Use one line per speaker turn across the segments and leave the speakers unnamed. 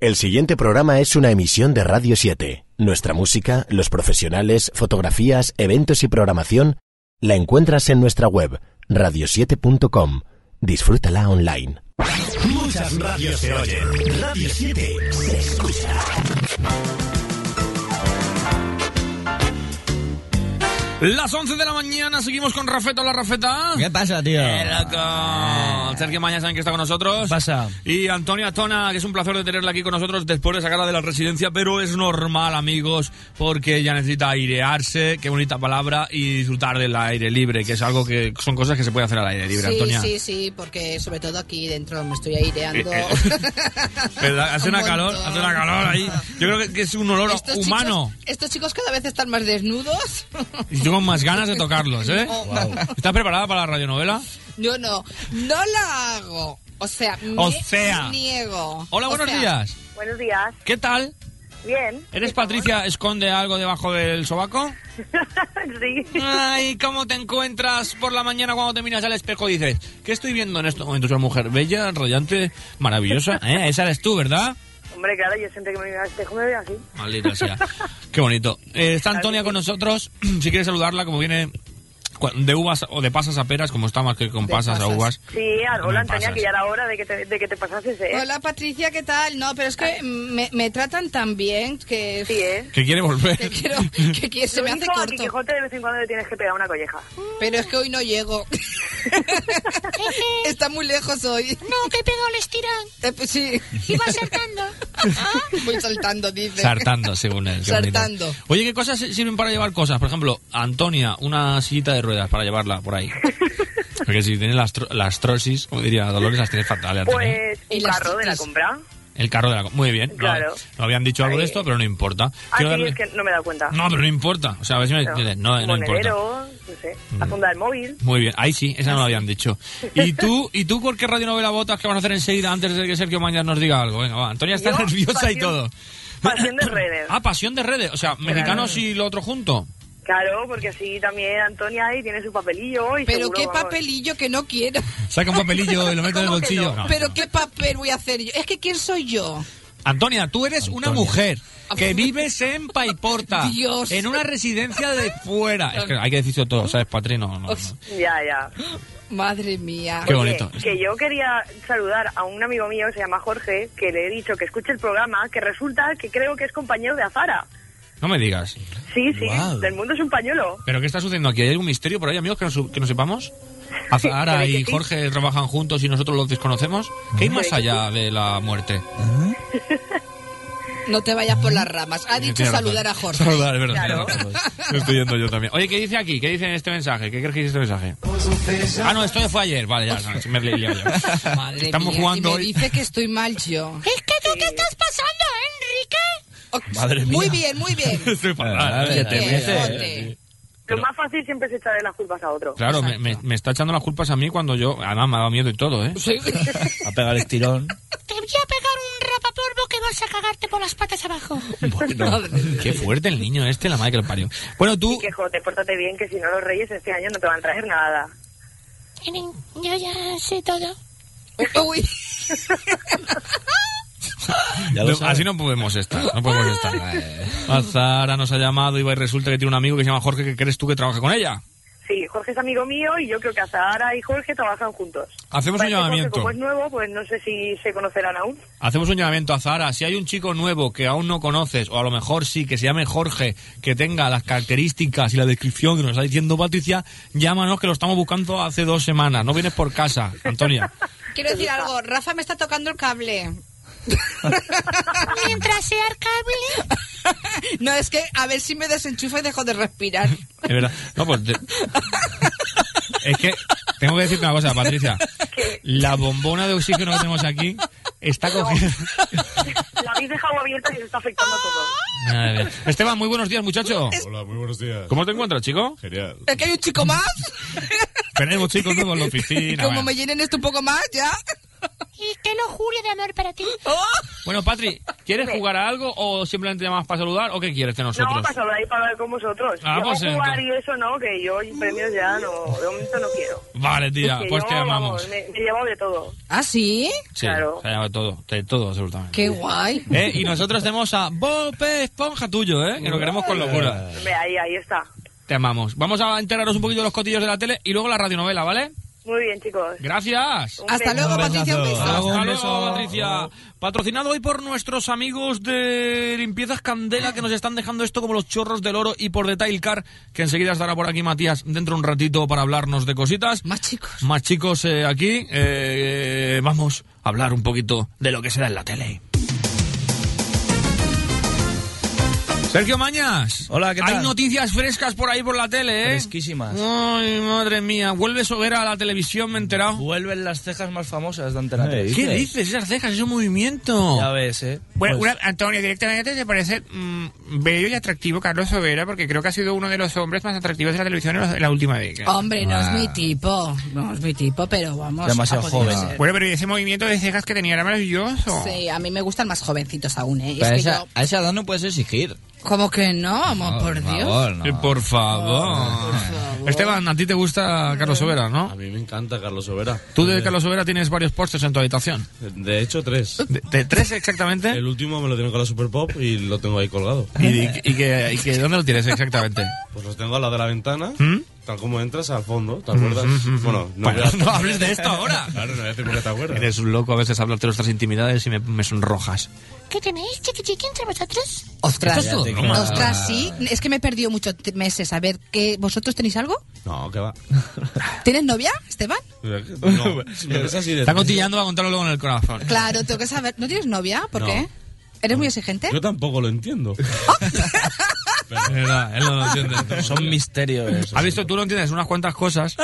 El siguiente programa es una emisión de Radio 7. Nuestra música, los profesionales, fotografías, eventos y programación la encuentras en nuestra web radio7.com. Disfrútala online.
Muchas radios se oyen. Radio 7 se escucha.
Las 11 de la mañana seguimos con Rafeta la Rafeta.
¿Qué pasa, tío? Eh.
¡Qué loco! Sergio Maña saben que está con nosotros.
¿Qué pasa?
Y Antonia Tona, que es un placer de tenerla aquí con nosotros después de sacarla de la residencia, pero es normal, amigos, porque ella necesita airearse, qué bonita palabra, y disfrutar del aire libre, que es algo que son cosas que se puede hacer al aire libre,
sí,
Antonia.
sí, sí, porque sobre todo aquí dentro me estoy aireando.
Eh, ¿Verdad? Hace
Un
una calor,
montón.
hace una calor ahí. Yo creo que- que es un olor
Estos
humano.
Chicos, estos chicos cada vez están más desnudos.
Y yo con más ganas de tocarlos, ¿eh?
No.
¿Estás preparada para la radionovela?
Yo no, no la hago. O sea, me
O sea.
niego.
Hola,
O
buenos
sea,
días.
Buenos días.
¿Qué tal?
Bien.
¿Eres Patricia Esconde algo debajo del sobaco?
sí.
Ay, ¿cómo te encuentras por la mañana cuando te miras al espejo y dices, ¿qué estoy viendo en estos momentos? Una mujer bella, radiante, maravillosa. ¿Eh? Esa eres tú, ¿verdad?
Hombre, claro, yo siempre que me veo al espejo me veo así.
Maldita sea. Qué bonito. Eh, está Antonia con nosotros. Si quieres saludarla, como viene cua- de uvas o de pasas a peras, como está más que con
De
pasas, a
pasas.
uvas.
Sí,
No me
hola Antonia,
pasas.
que ya era hora de que te, de que te pasases, ¿eh?
Hola Patricia, ¿qué tal? No, pero es que me, me tratan tan bien que,
Ah. Sí, ¿eh?
Que quiere volver.
que quiero que, que se
Lo
me hace
único, a Quijote
corto.
de vez en cuando le tienes que pegar una colleja.
Pero es que hoy no llego. Está muy lejos hoy.
No, que he pegado el estirón.
Eh, pues sí,
Iba saltando.
voy saltando, dice.
Sartando, según él. qué bonito.
Sartando.
Oye, ¿qué cosas sirven para llevar cosas? Por ejemplo, Antonia, una sillita de ruedas para llevarla por ahí. Porque si tienes las, tro- las trosis, como diría Dolores, las tienes fatales. Antonia.
Pues
Y
un
las
carro de la
chicas.
compra.
El carro de la... co- Muy bien. no-
Claro.
No, habían dicho algo de esto, pero no importa.
Así
Quiero darle-
Ah, es que no me he dado cuenta.
No, pero no importa. O sea, a ver si me... No, no,
Un
importa. Mm.
monedero, no sé, la funda del móvil.
Muy bien, ahí sí, esa no lo habían dicho. ¿Y tú, ¿Y tú por qué radionovela votas que vas a hacer enseguida antes de que Sergio Mañana nos diga algo? Venga, va, Antonia está
Yo,
nerviosa y
pasión-
todo.
pasión de redes.
Ah, pasión de redes. O sea, mexicanos y lo otro junto.
Claro, porque así también Antonia ahí tiene su papelillo. Y
Pero
seguro,
qué
vamos.
papelillo que no quiero.
Saca un papelillo y lo mete en el
¿Cómo que no?
bolsillo. No,
Pero
no.
qué papel voy a hacer yo. Es que quién soy yo.
Antonia, tú eres una mujer que vives en Paiporta,
Dios.
en una residencia de fuera. Es que hay que decirlo todo, ¿sabes, Patrino? No, no, no.
Ya, ya.
Madre mía.
Qué
Oye,
bonito.
Que yo quería saludar a un amigo mío, se llama Jorge, que le he dicho que escuche el programa, que resulta que creo que es compañero de Azara.
No me digas.
Sí, sí,
Guau.
del mundo es un pañuelo.
¿Pero qué está sucediendo aquí? ¿Hay algún misterio por ahí, amigos, que no, su- que no sepamos? Azahara
Parece
y
que sí.
Jorge trabajan juntos y nosotros los desconocemos. ¿Qué hay más
Parece que
allá de la muerte?
No te vayas por las ramas. Ha dicho
Tiene razón.
saludar a Jorge.
Saludar, es verdad.
Claro.
tiene razón. Me estoy yendo yo también. Oye, ¿qué dice aquí? ¿Qué dice en este mensaje? ¿Qué crees que dice este mensaje? Ah, no, esto fue ayer. Vale, ya, no, sí me he liado yo.
Madre
Estamos
mía,
jugando
y me
hoy.
dice que estoy mal yo.
Es que tú qué estás pasando, Enrique.
Madre
Muy
mía.
bien, muy bien.
Estoy fatal.
Vale,
Siete
vale.
veces.
Quijote.
Pero-
Lo más fácil siempre es echarle las culpas a otro.
Claro, me, me- me está echando las culpas a mí cuando yo... Además, me ha dado miedo y todo, ¿eh?
Sí.
A pegar el estirón.
Te voy a pegar un rapapolvo que vas a cagarte por las patas abajo.
Bueno, qué fuerte el niño este, la madre que lo parió. Bueno, tú...
Y que, joder, pórtate bien, que si no los reyes este año no te van a traer nada.
Enen, Yo ya sé todo.
Uy,
Ya lo Eh.
No,
sabes.
así no podemos estar, no podemos estar. Azara nos ha llamado y va y resulta que tiene un amigo que se llama Jorge que crees tú que trabaja con ella.
Sí, Jorge es amigo mío y yo creo que Azahara y Jorge trabajan juntos.
Hacemos un
Parece Jorge,
llamamiento.
Como es nuevo, pues no sé si se conocerán aún.
Hacemos un llamamiento a Azara. Si hay un chico nuevo que aún no conoces, o a lo mejor sí, que se llame Jorge, que tenga las características y la descripción que nos está diciendo Patricia, llámanos que lo estamos buscando hace dos semanas. No vienes por casa, Antonia.
quiero decir algo. Rafa me está tocando el cable.
Mientras sea arcable,
No, es que a ver si me desenchufa y dejo de respirar.
Es verdad. No, pues. te- Es que tengo que decirte una cosa, Patricia. La bombona de oxígeno que tenemos aquí está cogida.
La habéis dejado abierta y se está afectando todo.
Madre mía. Esteban, muy buenos días, muchacho.
Hola, muy buenos días.
¿Cómo te encuentras, chico?
Genial.
Es que hay un chico más.
Tenemos chicos nuevos en la
Y
oficina.
como
bueno.
me llenen esto un poco más, ya.
y te lo juro de amor para ti.
Oh,
Bueno, Patri, ¿Quieres
Dime.
jugar a algo o simplemente llamas para saludar o qué quieres de nosotros?
No, para hablar y para hablar con vosotros.
Ah,
Yo
pues,
jugar
eh,
y eso no, que yo premios ya no, de momento no quiero.
Vale, tía,
Que
pues
yo,
te llamamos.
vamos, me, me llevo de todo.
¿Ah, sí?
Sí,
claro.
se ha llamado todo, de todo, absolutamente.
Qué guay.
Eh, y nosotros tenemos a Bob Esponja tuyo, ¿eh? Que lo queremos con locura.
Ve ahí, ahí está.
Te amamos. Vamos a enterarnos un poquito de los cotillos de la tele y luego la radionovela, ¿vale?
Muy bien, chicos.
Gracias.
Un
Hasta
beso.
luego,
Un besazo.
Patricia, un beso.
Hasta luego.
Hasta
un
luego,
beso.
Patricia. Patrocinado hoy por nuestros amigos de Limpiezas Candela, que nos están dejando esto como los chorros del oro, y por Detail Car, que enseguida estará por aquí Matías dentro de un ratito para hablarnos de cositas.
Más chicos.
Más chicos eh, aquí, eh, vamos a hablar un poquito de lo que se da en la tele. Sergio Mañas.
Hola, ¿qué tal?
Hay noticias frescas por ahí por la tele, ¿eh?
Fresquísimas.
Ay, madre mía. Vuelve Sobera a la televisión, me he enterado.
Vuelven las cejas más famosas de Antena 3.
¿Qué dices? Esas cejas, ese movimiento.
Ya ves, ¿eh?
Bueno,
Pues,
una- Antonio, directamente te parece mm, bello y atractivo Carlos Sobera, porque creo que ha sido uno de los hombres más atractivos de la televisión en, los- en la última década.
Hombre, no es
Ah.
mi tipo. No es mi tipo, pero vamos.
Demasiado
ha podido
joven.
ser.
Bueno, pero ese movimiento de cejas que tenía era maravilloso.
Sí, a mí me gustan más jovencitos aún, ¿eh? Es
Pero a
que
esa,
yo-
a esa edad no puedes exigir.
¿Cómo que no? Amor, por Dios. Ah,
favor,
Eh,
no.
por favor. Esteban, a ti te gusta Carlos Sobera,
A
¿no?
mí me encanta Carlos Sobera.
Tú de Carlos Sobera tienes varios pósters en tu habitación.
De hecho, tres.
De, de tres exactamente.
El último me lo tienen con la Super Pop y lo tengo ahí colgado.
¿Y, y- y que, y que- dónde lo tienes exactamente?
Pues los tengo al lado de la ventana,
¿Mm?
tal como entras al fondo, ¿te acuerdas?
Mm,
Bueno, no,
Bueno,
Pues
voy a-
no hables de esto ahora.
Claro, no voy a decir porque te acuerdas.
Eres un loco a veces hablarte de nuestras intimidades y me, me sonrojas.
¿Qué tenéis, chiqui chiqui, entre vosotros?
Ostras,
Esto es Ah. todo broma.
ostras, sí. Es que me he perdido muchos t- meses. A ver, ¿qué, ¿vosotros tenéis algo?
No, que va.
¿Tienes novia, Esteban?
No, si me ves así de-
Está cotillando va a contarlo luego en el corazón.
Claro, tengo que saber. ¿No tienes novia? ¿Por
No.
qué? ¿Eres muy exigente?
Yo tampoco lo entiendo.
Es verdad, él no lo entiende.
Son misterios.
Has visto, tú lo entiendes unas cuantas cosas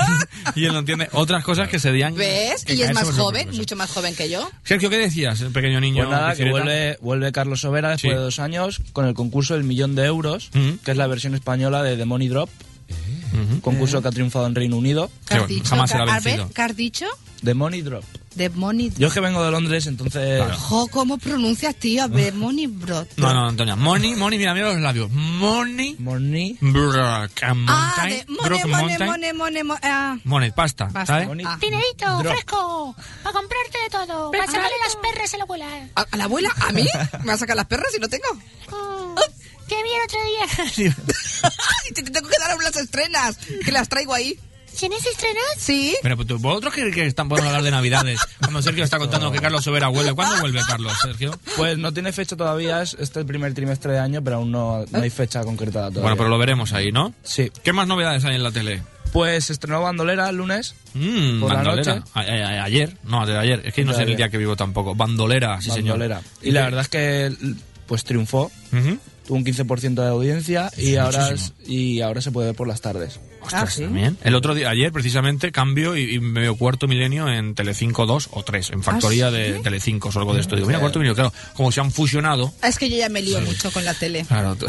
y él no entiende otras cosas que se dían.
¿Ves?
que
Y es
caen
más
sobre su
joven,
propio peso.
mucho más joven que yo.
Sergio, ¿qué decías, el pequeño niño?
Pues nada, que
Cicireta?
vuelve, vuelve Carlos Sobera después
Sí.
de dos años con el concurso del millón de euros,
Mm.
Ujú.
que es la versión española de The Money Drop,
Eh.
concurso que ha triunfado en Reino Unido.
¿Qué has
bueno,
dicho?
jamás será
Ca- a ver,
vencido.
¿qué has dicho?
The Money Drop.
De Money
Yo es que vengo de Londres, entonces...
Jo, ¿cómo pronuncias, tío? De Money Bro.
No, no, Antonia. Money, money, mira, mira los labios. Mm, Money,
Money...
Brock and
Ah,
Mountain.
de
Brock
Money, Money,
Mountain.
Money, Money, Money. Ah,
Money, pasta,
basta.
¿sabes?
Money.
Ah.
Dinerito,
Drop.
fresco, para comprarte de todo, para sacarle las perras a la abuela.
¿A, a la abuela? ¿A mí? ¿Me va a sacar las perras si no tengo?
Mm, Te vi el otro día.
Ay, te te tengo que dar unas estrenas, que las traigo ahí.
¿Tienes estrenas?
¿Sí?
Pero pues, tú, vosotros que, que están podemos hablar de Navidades. Cuando Sergio está contando que Carlos Sobera vuelve. ¿Cuándo vuelve Carlos, Sergio?
Pues no tiene fecha todavía, es este el primer trimestre de año, pero aún no, no hay fecha concretada todavía.
Bueno, pero lo veremos ahí, ¿no?
Sí.
¿Qué más novedades hay en la tele?
Pues se estrenó Bandolera el lunes.
Mm,
Por la
bandolera.
noche.
A- a- a- ayer, no, de ayer. Es que no
De
sé el
ayer.
día que vivo tampoco. Bandolera, Ah, sí,
Bandolera.
señor.
Y la verdad es que pues triunfó.
Ujú.
Tuvo un 15% de audiencia y
es
ahora, es-
muchísimo.
y ahora se puede ver por las tardes.
Ah,
Ostras, también. El otro día, ayer precisamente, cambio y, y me veo Cuarto Milenio en Telecinco 2 o 3, en factoría de Telecinco o algo de esto. Digo, mira, Cuarto Milenio, claro, como se han fusionado.
Ah, Es que yo ya me lío mucho con la tele,
Claro, tú-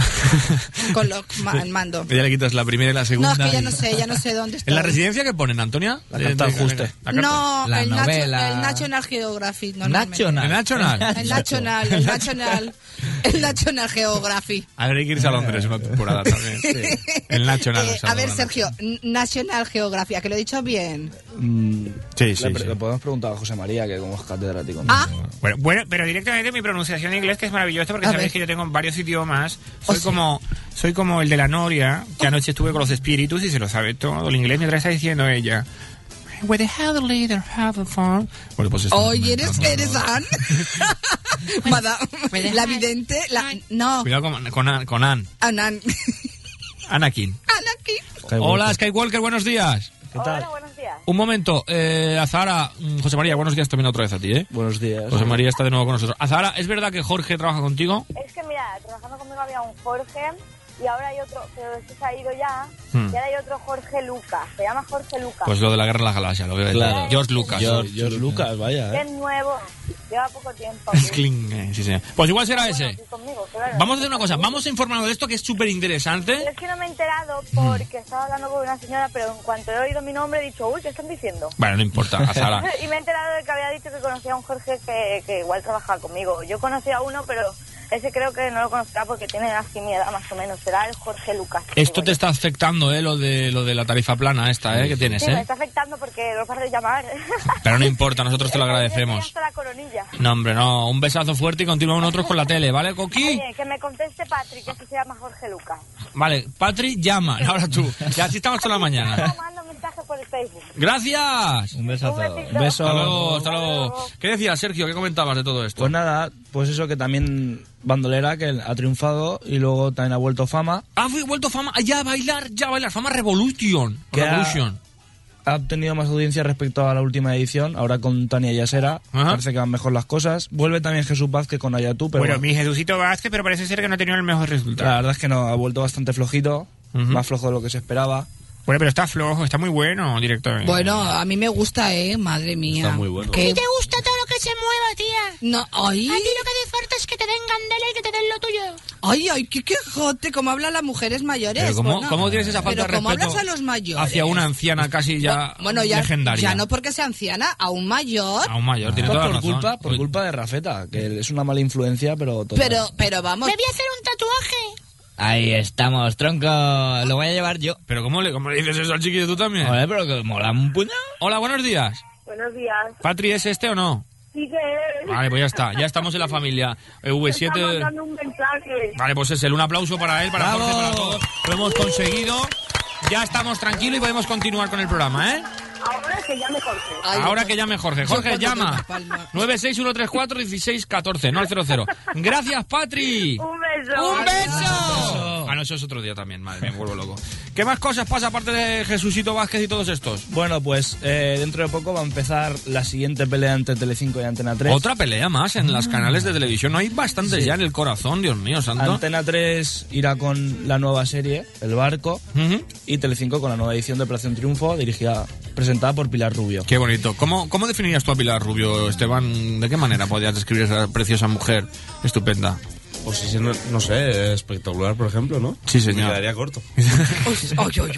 con lo ma- el mando.
ya le quitas la primera y la
No,
segunda.
es que ya
y-
no sé, ya no sé dónde estoy.
¿En la residencia que ponen, Antonia?
La
Eh,
De-
carta
de-
ajuste.
la carta.
No,
La
el,
novela.
Nacho, el National Geographic. normalmente.
National.
¿El National?
El National, el National, el National Geographic.
A ver, hay que irse a Londres una temporada también. El National.
Eh,
o sea,
a ver,
bueno.
Sergio, N- National Geographic, que lo he dicho bien.
Mm, Sí,
Le
sí,
pre-
sí.
Le podemos preguntar a José María, que como es catedrático. ¿no?
Ah,
Bueno, bueno, pero directamente mi pronunciación de inglés que es maravillosa porque
A
sabéis
ver. Oh,
que yo tengo varios idiomas. Soy
sí.
como soy como el de la noria, que anoche estuve con los espíritus y se lo sabe todo el inglés mientras está diciendo ella. Where the hell the leader have a farm?
Bueno, pues esto-
oye, eres, eres Ann. Madame,
Bueno.
la vidente, la... No,
Cuidado con, con, An- con An.
Anan.
Anakin.
Ah. Anakin.
Skywalker.
Hola, Skywalker, buenos días.
Hola, buenos días.
Un momento, eh, Azahara, mm, José María, buenos días también otra vez a ti, ¿eh?
Buenos días.
José María está de nuevo con nosotros. Azahara, ¿es verdad que Jorge trabaja contigo?
Es que mira, trabajando conmigo había un Jorge y ahora hay otro, pero este se ha ido ya,
Hmm.
y ahora hay otro Jorge Lucas, se llama Jorge Lucas.
Pues lo de la guerra de las galaxias, lo veo.
Claro.
George Lucas.
George, George Lucas, vaya. ¿eh?
es Este nuevo, Lleva poco tiempo.
Es clean, eh, sí, señor. Pues igual será ese.
Aquí conmigo, claro.
Vamos ¿eh? a hacer una cosa, vamos a informarnos de esto que es súper interesante.
Es que no me he enterado
Hmm.
porque estaba hablando con una señora, pero en cuanto he oído mi nombre he dicho, uy, ¿qué están diciendo?
Bueno, no importa, a Sara.
y me he enterado de que había dicho que conocía a un Jorge que, que igual trabajaba conmigo. Yo conocía a uno, pero ese creo que no lo conozca porque tiene así mi edad más o menos. Será el Jorge Lucas.
Esto te está afectando, ¿eh? Lo de, lo de la tarifa plana esta, ¿eh? Que tienes,
Sí, me
¿eh?
está afectando porque lo vas a llamar.
Pero no importa, nosotros te lo
Estoy
agradecemos.
hasta la coronilla.
No, hombre, no. Un besazo fuerte y continuamos nosotros con la tele, ¿vale, Coqui?
Oye, que me conteste Patrick, que se llama Jorge Lucas.
Vale, Patri, llama. Ahora tú. Y así estamos toda la mañana.
No, mando mensaje por el Facebook.
Gracias. Un beso
a todos.
Un beso.
Hasta luego, hasta luego. ¿Qué decías, Sergio? ¿Qué comentabas de todo esto?
Pues nada, pues eso que también Bandolera, que ha triunfado y luego también ha vuelto fama.
Ha vuelto fama, ah, ya a bailar, ya a bailar, fama Revolution.
Que ha-
Revolution.
Ha obtenido más audiencia respecto a la última edición, ahora con Tania Yasera.
Ajá.
Parece que van mejor las cosas. Vuelve también Jesús Vázquez con Ayatú, pero
bueno,
bueno,
mi Jesucito Vázquez, pero parece ser que no ha tenido el mejor resultado.
la verdad es que no, ha vuelto bastante flojito, más flojo de lo que se esperaba.
Bueno, pero está flojo, está muy bueno directamente.
Bueno, a mí me gusta, ¿eh? Madre mía.
Está muy bueno.
Qué-
¿Y te gusta todo lo que se mueva, tía?
No, ay,
A ti lo que te falta es que te den candela y que te den lo tuyo.
ay, ay, qué quejote, cómo hablan las mujeres mayores.
Pero ¿cómo,
bueno.
cómo tienes esa falta
Pero
de
cómo
respeto
hablas a los mayores.
hacia una anciana casi eh, ya,
Bueno, ya,
legendaria?
ya no porque sea anciana, a un mayor.
A un mayor, tiene
Pues
toda
por
la razón.
culpa, por culpa de Rafeta, que es una mala influencia, pero todo.
Pero, pero vamos.
Me voy a hacer un tatuaje.
Ahí estamos, tronco. Lo voy a llevar yo.
Pero ¿cómo le, cómo le dices eso al chiquillo tú también?
Joder, pero que mola un puñado.
Hola, buenos días.
Buenos días.
¿Patri es este o no?
Sí que es.
Vale, pues ya está. Ya estamos en la familia. Eh,
Está
V7...
mandando un mensaje.
Vale, pues es él. Un aplauso para él, para Jorge, para todos. Lo hemos conseguido. Ya estamos tranquilos y podemos continuar con el programa, ¿eh?
Ahora que ya me corté.
Ahora que llame Jorge. Jorge,
Yo cuando
llama. 961341614, no al 00. Gracias, Patri.
Un beso.
¡Un beso! Ah, no, eso es otro día también, madre, me vuelvo loco. ¿Qué más cosas pasa aparte de Jesucito Vázquez y todos estos?
Bueno, pues eh, dentro de poco va a empezar la siguiente pelea entre Telecinco y Antena 3.
Otra pelea más en los canales de televisión. No hay bastantes ya en el corazón, Dios mío, santo.
Antena 3 irá con la nueva serie, El Barco, y Telecinco con la nueva edición de Operación Triunfo, dirigida, presentada por Pilar Rubio.
Qué bonito. ¿Cómo, ¿Cómo definirías tú a Pilar Rubio, Esteban? ¿De qué manera podrías describir a esa preciosa mujer estupenda?
Pues sí, sí, no, no sé, espectacular, por ejemplo, ¿no?
Sí, señor.
Me quedaría corto.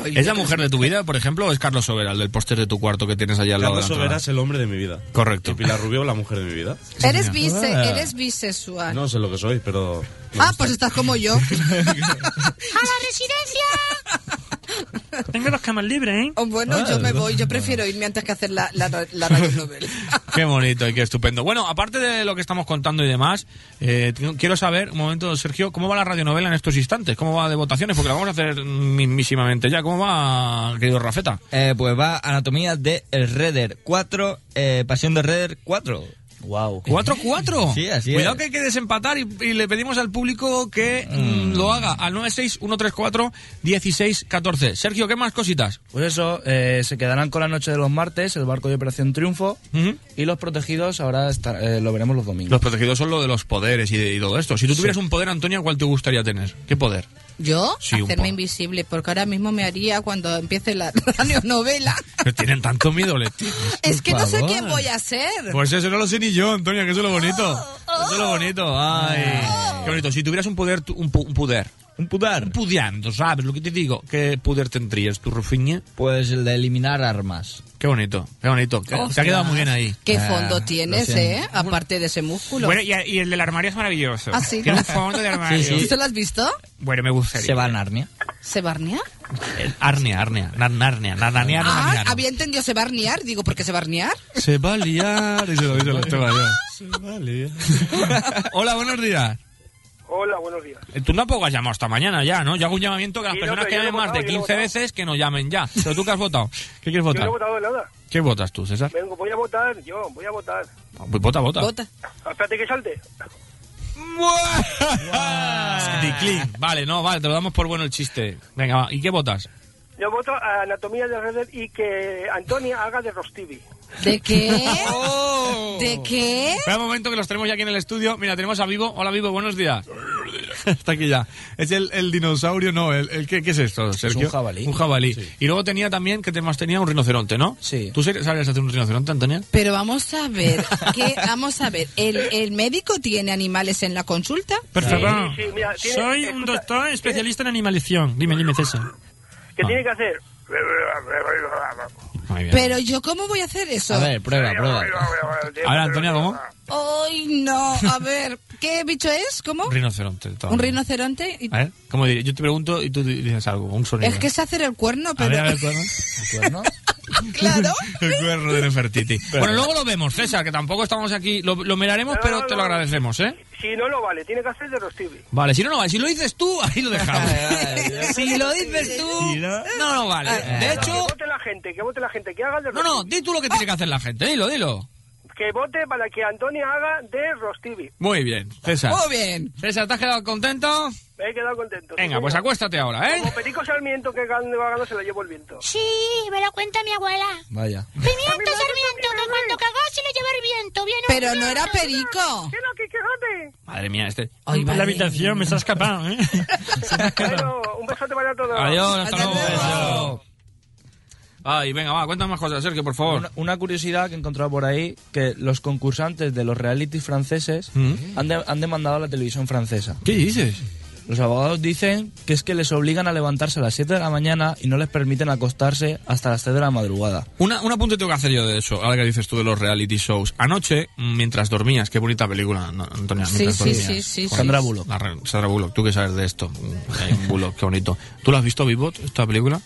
¿Es la mujer de tu vida, por ejemplo, o es Carlos Sobera, el del póster de tu cuarto que tienes allá al lado?
Carlos
de la entrada?
Sobera es el hombre de mi vida.
Correcto.
Y Pilar Rubio, la mujer de mi vida.
Eres, bise,
Ah.
eres bisexual.
No sé lo que soy, pero...
ah, pues estás como yo.
¡A la residencia!
Tengo las camas libres, ¿eh?
Oh, Bueno, yo me voy, yo prefiero irme antes que hacer la, la, la radio novel.
Qué bonito y qué estupendo. Bueno, aparte de lo que estamos contando y demás, eh, tengo- quiero saber, un momento, Sergio, ¿cómo va la radionovela en estos instantes? ¿Cómo va de votaciones? Porque la vamos a hacer mm, mismísimamente ya. ¿Cómo va, querido Rafeta?
Eh, pues va Anatomía de el Redder 4, eh, Pasión de Redder 4.
Wow.
¿4-4?
Sí, así
Cuidado
es.
que hay que desempatar y, y le pedimos al público que mm, lo haga al 961341614. Sergio, ¿qué más cositas?
Pues eso, eh, se quedarán con la noche de los martes, El Barco de Operación Triunfo, y Los Protegidos ahora estar- eh, lo veremos los domingos.
Los protegidos son lo de los poderes y, de, y todo esto. Si tú tuvieras un poder, Antonia, ¿cuál te gustaría tener? ¿Qué poder?
¿Yo?
Sí, un
Hacerme
po-
invisible, porque ahora mismo me haría cuando empiece la radio novela.
Pero Tienen tanto miedo, les tío.
Es que no sé
favor.
quién voy a Oh. ser.
Pues eso no lo sé ni yo, Antonia, que eso es lo bonito. Eso es lo bonito. Ay,
Ah.
qué bonito. Si tuvieras un poder, tú- un, pu- un poder.
Un poder.
Un pudiando, ¿sabes lo que te digo? ¿Qué poder tendrías tú, Rufiña?
Pues el de eliminar armas.
Qué bonito, qué bonito. Te- Te ha quedado muy bien ahí.
Qué
Ah,
fondo
lo
tienes,
siento.
¿eh? Aparte de ese músculo.
Bueno, y, y el del armario es maravilloso.
Ah, sí,
Tiene
¿no?
un fondo de armario.
¿Tú te lo has visto?
Bueno, me gustaría.
Se va a Narnia.
¿Se barnea?
Eh, Arnia, arnia, nar- narnia, nar- narnia, no,
Ah,
narnia, no.
había entendido se barnear. Digo, ¿por qué se barnear?
Se va a liar. Y se lo dice el Esteban, ya. Hola, buenos días.
Hola, buenos días.
Eh, Tú tampoco has llamado hasta mañana ya, ¿no? Yo hago un llamamiento que las
Sí, no,
personas
pero
que
yo lo he
llamen más de
votado, yo lo he
15
votado.
veces que no llamen ya. Pero tú que has votado. ¿Qué quieres
Yo no
votar?
he votado de nada.
¿Qué votas tú, César?
Vengo, voy a votar, yo, voy a votar.
Pues vota, vota.
Espérate que salte. Ah.
Declin. Vale, no, vale, te lo damos por bueno el chiste. Venga, va. ¿y qué votas?
Yo voto a Anatomía de Redder y que Antonia haga de Rostivi.
¿De qué?
Oh.
¿De qué?
Espera un momento que los tenemos ya aquí en el estudio. Mira, tenemos a Vivo. Hola, Vivo, buenos días. Está aquí ya. Es el, el dinosaurio, no, el, el- ¿qué, qué es esto, Sergio?
un jabalí.
Un jabalí. Y luego tenía también, ¿qué temas tenía? Un rinoceronte, ¿no? Sí. ¿Tú sabes hacer un rinoceronte, Antonia?
Pero vamos a ver, ¿qué? vamos a ver, ¿el, el médico tiene animales en la consulta?
Perdón.
Sí, sí, mira, tiene-
Soy un doctor especialista en animalición. Dime, dime, César.
Ah,
que tiene que hacer.
Ah.
Pero yo, ¿cómo voy a hacer eso?
A ver, prueba, prueba. Ahora, Antonia, ¿cómo?
Ay, no, a ver, ¿qué bicho es?
¿Oh?
¿Cómo?
Rinoceronte. todo.
¿Un rinoceronte? Y-
A ver, ¿Eh? ¿cómo diré? Yo te pregunto y tú di- dices algo, un sonido.
Es que es hacer el cuerno,
A
pero...
ver, a ver, cuerno.
claro.
El cuerno de Nefertiti. Bueno, luego lo vemos, César, que tampoco estamos aquí. Lo, lo miraremos, pero te lo agradecemos, ¿eh?
Si no, no vale, tiene que hacer de rostibli.
Vale, si no, no vale. Si lo dices tú, ahí lo dejamos.
Si lo Ah, eh, dices tú.
Si no, no, no vale. Ah, Eh, De hecho,
Que vote la gente, que vote la gente, que haga de
no, no, di tú lo que tiene que hacer la gente. Dilo, dilo.
Que vote para que Antonio haga de Rostivi.
Muy bien, César.
Muy bien.
César, ¿te has quedado contento?
Me he quedado contento. sí,
Venga,
señor.
pues acuéstate ahora, ¿eh?
Como Perico Sarmiento que cuando va ganando se lo llevó el viento.
Sí, me lo cuenta mi abuela.
Vaya.
Pimiento Sarmiento, que cuando cagó se lo lleva el viento. Bien
Pero
horneado.
no era perico.
¿Qué no, que quejote?
Madre mía, este. la habitación me está escapando, ¿eh?
Bueno, un besote para todos.
Adiós, hasta, luego. Ay, venga, va, cuéntame más cosas, Sergio, por favor.
Una, una curiosidad que he encontrado por ahí, que los concursantes de los reality franceses
Mm.
han, de- han demandado a la televisión francesa.
¿Qué dices?
Los abogados dicen que es que les obligan a levantarse a las 7 de la mañana y no les permiten acostarse hasta las 3 de la madrugada.
Una, un apunte tengo que hacer yo de eso, ahora que dices tú de los reality shows. Anoche, mm, mientras dormías, qué bonita película, no, Antonia,
Sí,
mientras
sí,
dormías.
sí, sí,
Con
Sandra Bullock.
la re- Sandra Bullock, tú que sabes de esto. Mm, eh, Bullock, qué bonito. ¿Tú la has visto, Bibot, esta película?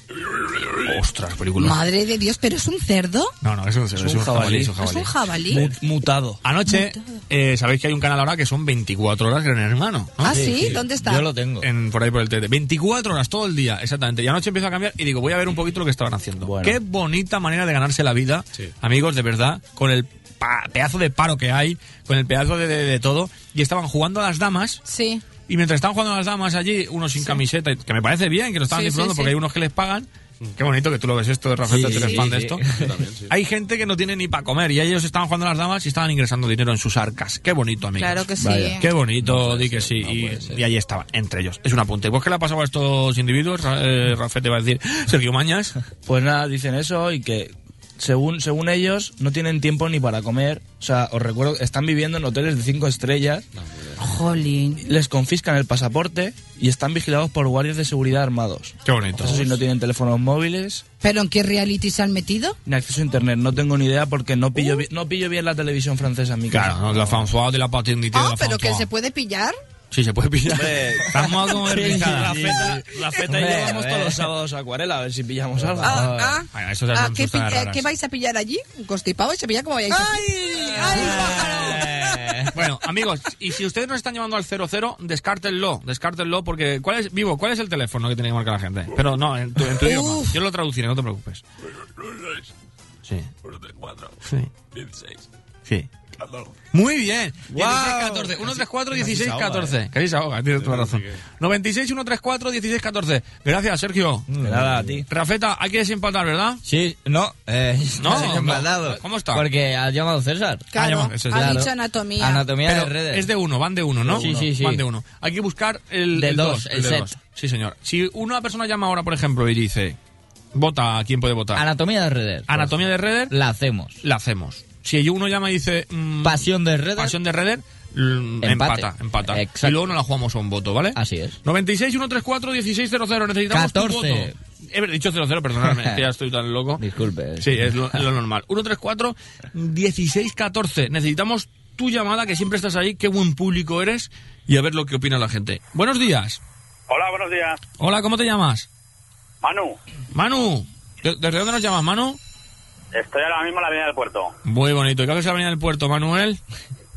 Ostras, película.
Madre de Dios, ¿pero es un cerdo?
No, no, es un, es un jabalí. es un
¿Es
jabalí.
un jabalí?
Mutado.
Anoche, eh, sabéis que hay un canal ahora que son 24 horas Gran Hermano. ¿no?
Ah, Sí, sí, sí. ¿dónde está? Yo lo
tengo. En, por ahí por el TT. 24 horas todo el día, exactamente. Y anoche empiezo a cambiar y digo, voy a ver un poquito lo que estaban haciendo. Qué bonita manera de ganarse la vida, amigos, de verdad, con el pa- pedazo de paro que hay, con el pedazo de, de- de todo. Y estaban jugando a las damas.
Sí.
Y mientras estaban jugando a las damas allí, unos sin camiseta, y- que me parece bien que lo estaban
Sí, sí,
disfrutando
sí.
porque hay unos que les pagan. Qué bonito que tú lo ves esto, de Rafael,
Mm. Sí,
tú eres
sí,
fan de
sí.
esto.
Yo también, sí.
Hay gente que no tiene ni para comer y ellos estaban jugando a las damas y estaban ingresando dinero en sus arcas. Qué bonito, amigos.
Claro que sí. Vaya.
Qué bonito, di que sí. y, y ahí estaban, entre ellos. Es un apunte. ¿Pues qué le ha pasado a estos individuos? Ra- eh, Rafael te va a decir, Sergio Mañas.
Pues nada, dicen eso y que según, según ellos no tienen tiempo ni para comer. O sea, os recuerdo, están viviendo en hoteles de cinco estrellas.
Jolín.
Les confiscan el pasaporte y están vigilados por guardias de seguridad armados.
Qué bonito.
Eso sí, no tienen teléfonos móviles
¿Pero en qué reality se han metido?
ni acceso a internet. No tengo ni idea porque no
Uh.
pillo, bi- no pillo bien la televisión francesa en mi casa.
Claro, ¿no? la François de la paternité de
Ah,
la
pero que
François.
se puede pillar.
Sí, se puede pillar. Estamos a comer
Sí,
picada.
La feta, la feta y
Hombre,
llevamos
a ver.
todos los sábados a acuarela a ver si pillamos algo.
Ah, ah.
Ay, eso ya
Ah,
son
¿qué,
cosas
pi- eh,
raras.
qué vais a pillar allí? ¿Un constipado? ¿Vais a pillar como vayáis a
Bueno, amigos, y si ustedes nos están llamando al 00, descártenlo, descártenlo, porque ¿cuál es, vivo, cuál es el teléfono que tiene que marcar la gente? Pero no, en tu, en tu idioma. Yo lo traduciré, no te preocupes. Sí. Sí.
16.
Sí. Muy bien. 16, 14. 1, 3, 4, 16,
eh.
14. Casi se ahoga, tienes toda la razón. 96, 1, 3, 4, 16, 14. Gracias, Sergio.
nada, a ti.
Rafeta, hay que desempatar, ¿verdad?
Sí, no, eh,
No,
no,
no. ¿Cómo está?
Porque ha llamado César. Ah,
Claro,
llamado-
eso
ha
claro.
dicho anatomía.
Anatomía
Pero
de redes.
Es de uno, van de uno, ¿no?
Sí, sí, sí.
Van de uno. Hay que buscar el,
De
el
dos, el
de
set.
Sí, señor. Si una persona llama ahora, por ejemplo, y dice, vota, ¿a ¿quién puede votar?
Anatomía de redes. pues.
Anatomía de redes,
La hacemos.
la hacemos. Si uno llama y dice, mm,
Pasión de redes.
pasión de redes, mm,
Empate.
empata, empata.
Exacto.
Y luego nos la jugamos a un voto, ¿vale?
Así es.
96 134 1600 necesitamos tu
14.
voto. Eh, He dicho 00, perdonadme, que ya estoy tan loco.
Disculpe.
Sí, es lo, lo normal. 134 1614. Necesitamos tu llamada, que siempre estás ahí. Qué buen público eres. Y a ver lo que opina la gente. Buenos días.
Hola, buenos días.
Hola, ¿cómo te llamas?
Manu,
Manu. ¿De- ¿Desde dónde nos llamas, Manu?
estoy ahora mismo en la avenida del puerto.
Muy bonito. ¿Y qué haces en la avenida del puerto, Manuel?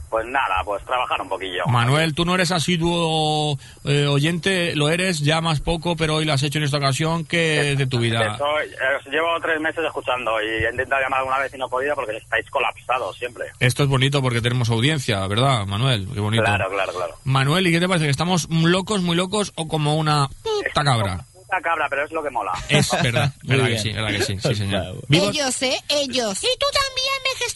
Pues nada, pues trabajar un poquillo.
Manuel, tú no eres asiduo eh, oyente, lo eres ya más poco, pero hoy lo has hecho en esta ocasión. ¿Qué es de tu vida?
Estoy- eh, os llevo tres meses escuchando y he intentado llamar alguna vez y no he podido porque estáis colapsados siempre.
Esto es bonito porque tenemos audiencia, ¿verdad, Manuel? Qué bonito.
Claro, claro, claro.
Manuel, ¿y qué te parece? ¿Que estamos locos, muy locos o como una puta cabra?
Puta cabra, pero es lo que mola.
Es verdad,
Muy
verdad que
bien.
sí, verdad que sí, sí, señor. Vivo-
Ellos, ¿eh? Ellos. Y tú también,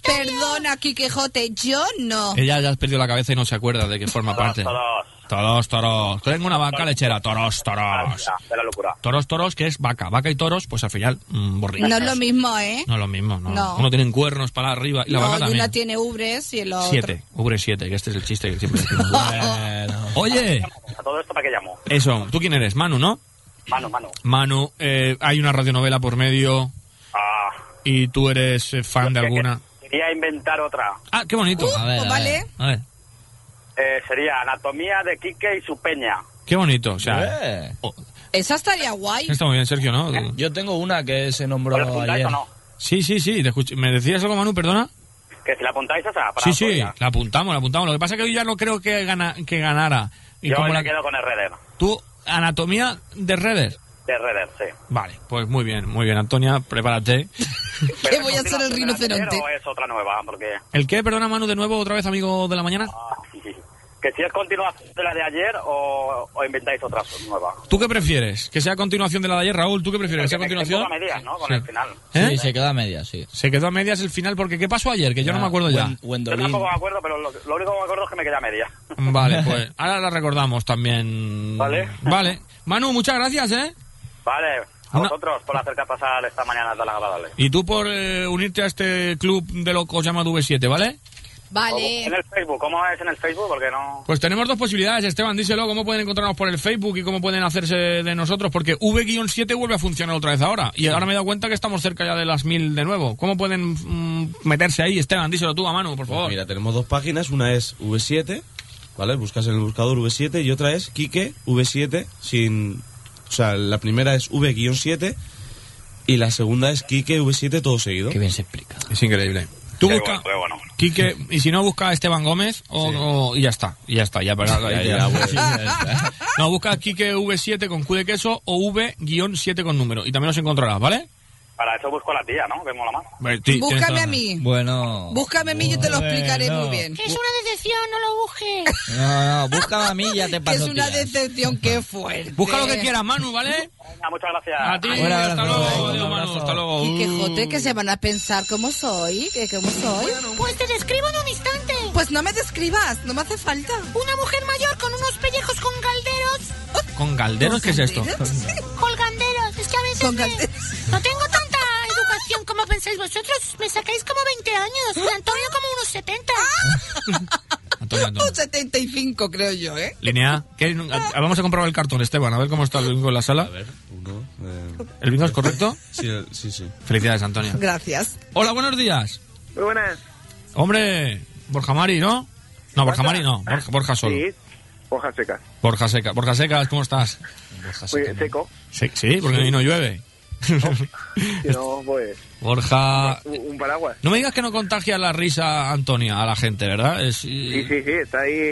Perdona, Quiquejote, yo no.
Ella ya has perdido la cabeza y no se acuerda de que forma parte.
Todos.
Toros, toros. Tengo una vaca lechera. Toros, toros.
De la locura.
Toros, toros, que es vaca. Vaca y toros, pues al final, mm, borricas.
No es lo mismo, ¿eh?
No es lo mismo, no.
No.
Uno tiene cuernos para arriba y la
No,
vaca
y una
también.
tiene ubres y el otro.
Siete, ubre siete, que este es el chiste que siempre decimos. Bueno. Oye,
¿A todo esto para qué llamo?
eso, ¿tú quién eres? Manu, ¿no?
Mano, mano.
Manu, eh, hay una radionovela por medio
Ah,
y tú eres eh, fan de alguna.
quería inventar otra.
Ah, qué bonito.
Uh,
a ver,
pues
a ver,
vale.
a ver.
Eh, sería Anatomía de Quique y su peña.
Qué bonito, o sea. oh,
Esa estaría guay.
está muy bien, Sergio, ¿no?
Yo tengo una que se nombró
¿Os apuntáis
ayer.
o no?
Sí, sí, sí, te escuché. ¿Me decías algo, Manu? Perdona.
Que si la apuntáis esa, pues para
Sí, sí,
Coria.
la apuntamos, la apuntamos. Lo que pasa es que yo ya no creo que, gana, que ganara. Y
Yo
como
me
la-
quedo con el Redder.
Tú, anatomía de redes.
De Redder, sí.
Vale, pues muy bien, muy bien, Antonia, prepárate.
¿Qué
voy a hacer el rinoceronte?
es otra nueva, porque...
¿El qué? Perdona, Manu, de nuevo, otra vez, amigo de la mañana.
Que si es continuación de la de ayer o, o inventáis otra nueva.
¿Tú qué prefieres? ¿Que sea a continuación de la de ayer, Raúl? ¿Tú qué prefieres? ¿Que sea a
Porque
continuación?
Es que medias, ¿no? Con
Sí.
el final.
¿Eh?
Sí, se queda a media, sí.
Se quedó a medias el final porque ¿qué pasó ayer? Que yo no me acuerdo ya.
Yo tampoco me acuerdo, pero lo, lo único que me acuerdo es que me queda media.
Vale, pues ahora la recordamos también.
Vale.
Vale. Manu, muchas gracias, ¿eh?
Vale, a
Una-
vosotros por hacer que pasar esta mañana tan agradable.
Y tú por eh, unirte a este club de locos llamado V7, ¿vale?
Vale.
En el Facebook, ¿cómo es en el Facebook? Porque no...
Pues tenemos dos posibilidades, Esteban, díselo, cómo pueden encontrarnos por el Facebook y cómo pueden hacerse de nosotros, porque V-7 vuelve a funcionar otra vez ahora. Y ahora me he dado cuenta que estamos cerca ya de las mil de nuevo. ¿Cómo pueden mm, meterse ahí, Esteban? Díselo tú a mano, por favor.
Pues Mira, tenemos dos páginas. Una es V7, ¿vale? Buscas en el buscador V7 y otra es Quique V7 sin... O sea, la primera es V-7 y la segunda es Quique V7 todo seguido. Qué
bien se explica.
Es increíble. Tú
Qué
busca, Quique, y si no, busca a Esteban Gómez o, o- y ya está, y ya está, ya, pero- ya, ya.
Ya, bueno.
No, busca Quique V7 con Q de queso o V-7 con número, y también los encontrarás, ¿vale?
Para eso busco a la tía, ¿no? Que mola más.
Sí,
Búscame
tienes toda la-
a mí.
Bueno.
Búscame a mí, yo te lo
Bueno.
explicaré muy bien.
Es una decepción, no lo busques.
No, no, búscame a mí y ya te
Que es
paso.
una
tía.
decepción, qué fuerte.
Busca lo que quieras, Manu, ¿vale?
Venga, muchas gracias.
A ti,
Un abrazo,
hasta luego,
un
adiós, Manu,
abrazo.
hasta luego.
Y qué jote que se van a pensar cómo soy, que cómo soy.
Pues te describo en un instante.
Pues no me describas, no me hace falta.
Una mujer mayor con unos pellejos con calderos.
¿Con galderos qué es esto?
Colganderos, es que a veces
Con
me- no tengo tanta educación como pensáis vosotros. Me sacáis como 20 años,
¿Ah?
de Antonio como unos 70.
Antonio, Antonio.
Un 75 creo yo, ¿eh?
Línea A. ¿Qué- a- Vamos a comprobar el cartón, Esteban, a ver cómo está el bingo en la sala. ¿El bingo es correcto?
Sí, sí, sí.
Felicidades, Antonio.
Gracias.
Hola, buenos días.
Muy buenas.
Hombre, Borja Mari, ¿no? No, Borja Mari no, Borja, Borja solo.
Sí, hojas secas.
Borja Seca. Borja Secas, ¿cómo estás?
Muy
Pues,
seco.
Sí, sí, porque ahí no llueve.
Oh. Si no, pues,
Borja...
un, un paraguas.
No me digas que no contagia la risa Antonia a la gente, ¿verdad? Es,
Sí,
es
sí, sí, está ahí.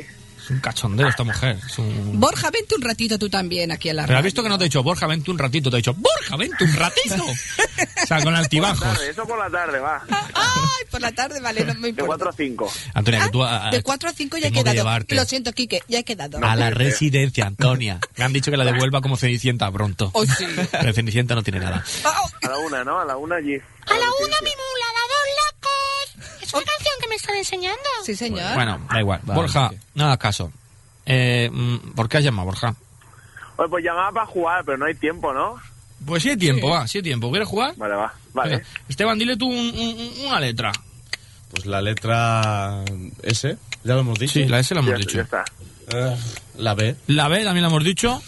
un cachondeo esta mujer. Es un...
Borja, vente un ratito tú también aquí a la
Pero has
radio.
visto que no te he dicho Borja, vente un ratito, te he dicho Borja, vente un ratito. o sea, con
Por la
altibajos.
tarde, eso por la tarde, va.
Ay, por la tarde, vale, no me
De
importa.
4 a 5.
Antonia, que tú a, a-
De 4 a 5 ya he
tengo que
quedado.
llevarte.
Lo siento, Quique, ya he quedado.
a la residencia, Antonia. Me han dicho que la devuelva como Cenicienta pronto.
Oh, sí. Ah.
Pero Cenicienta no tiene nada.
A la una, ¿no? A la una allí.
A la una mi mula, a la dos lacos. Es una canción que me están enseñando.
Sí, señor.
Bueno, da igual. Borja, no hagas caso. Eh, mm, ¿Por qué has llamado, Borja?
Oye, pues llamaba para jugar, pero no hay tiempo, ¿no?
Pues sí hay tiempo, va, sí hay tiempo. ¿Quieres jugar?
Vale, va. Vale.
Venga, Esteban, dile tú un- un- una letra.
Pues la letra S, ya lo hemos dicho.
Sí, la S la hemos
Ya-
dicho.
ya está. Eh, la B.
La B también la hemos dicho.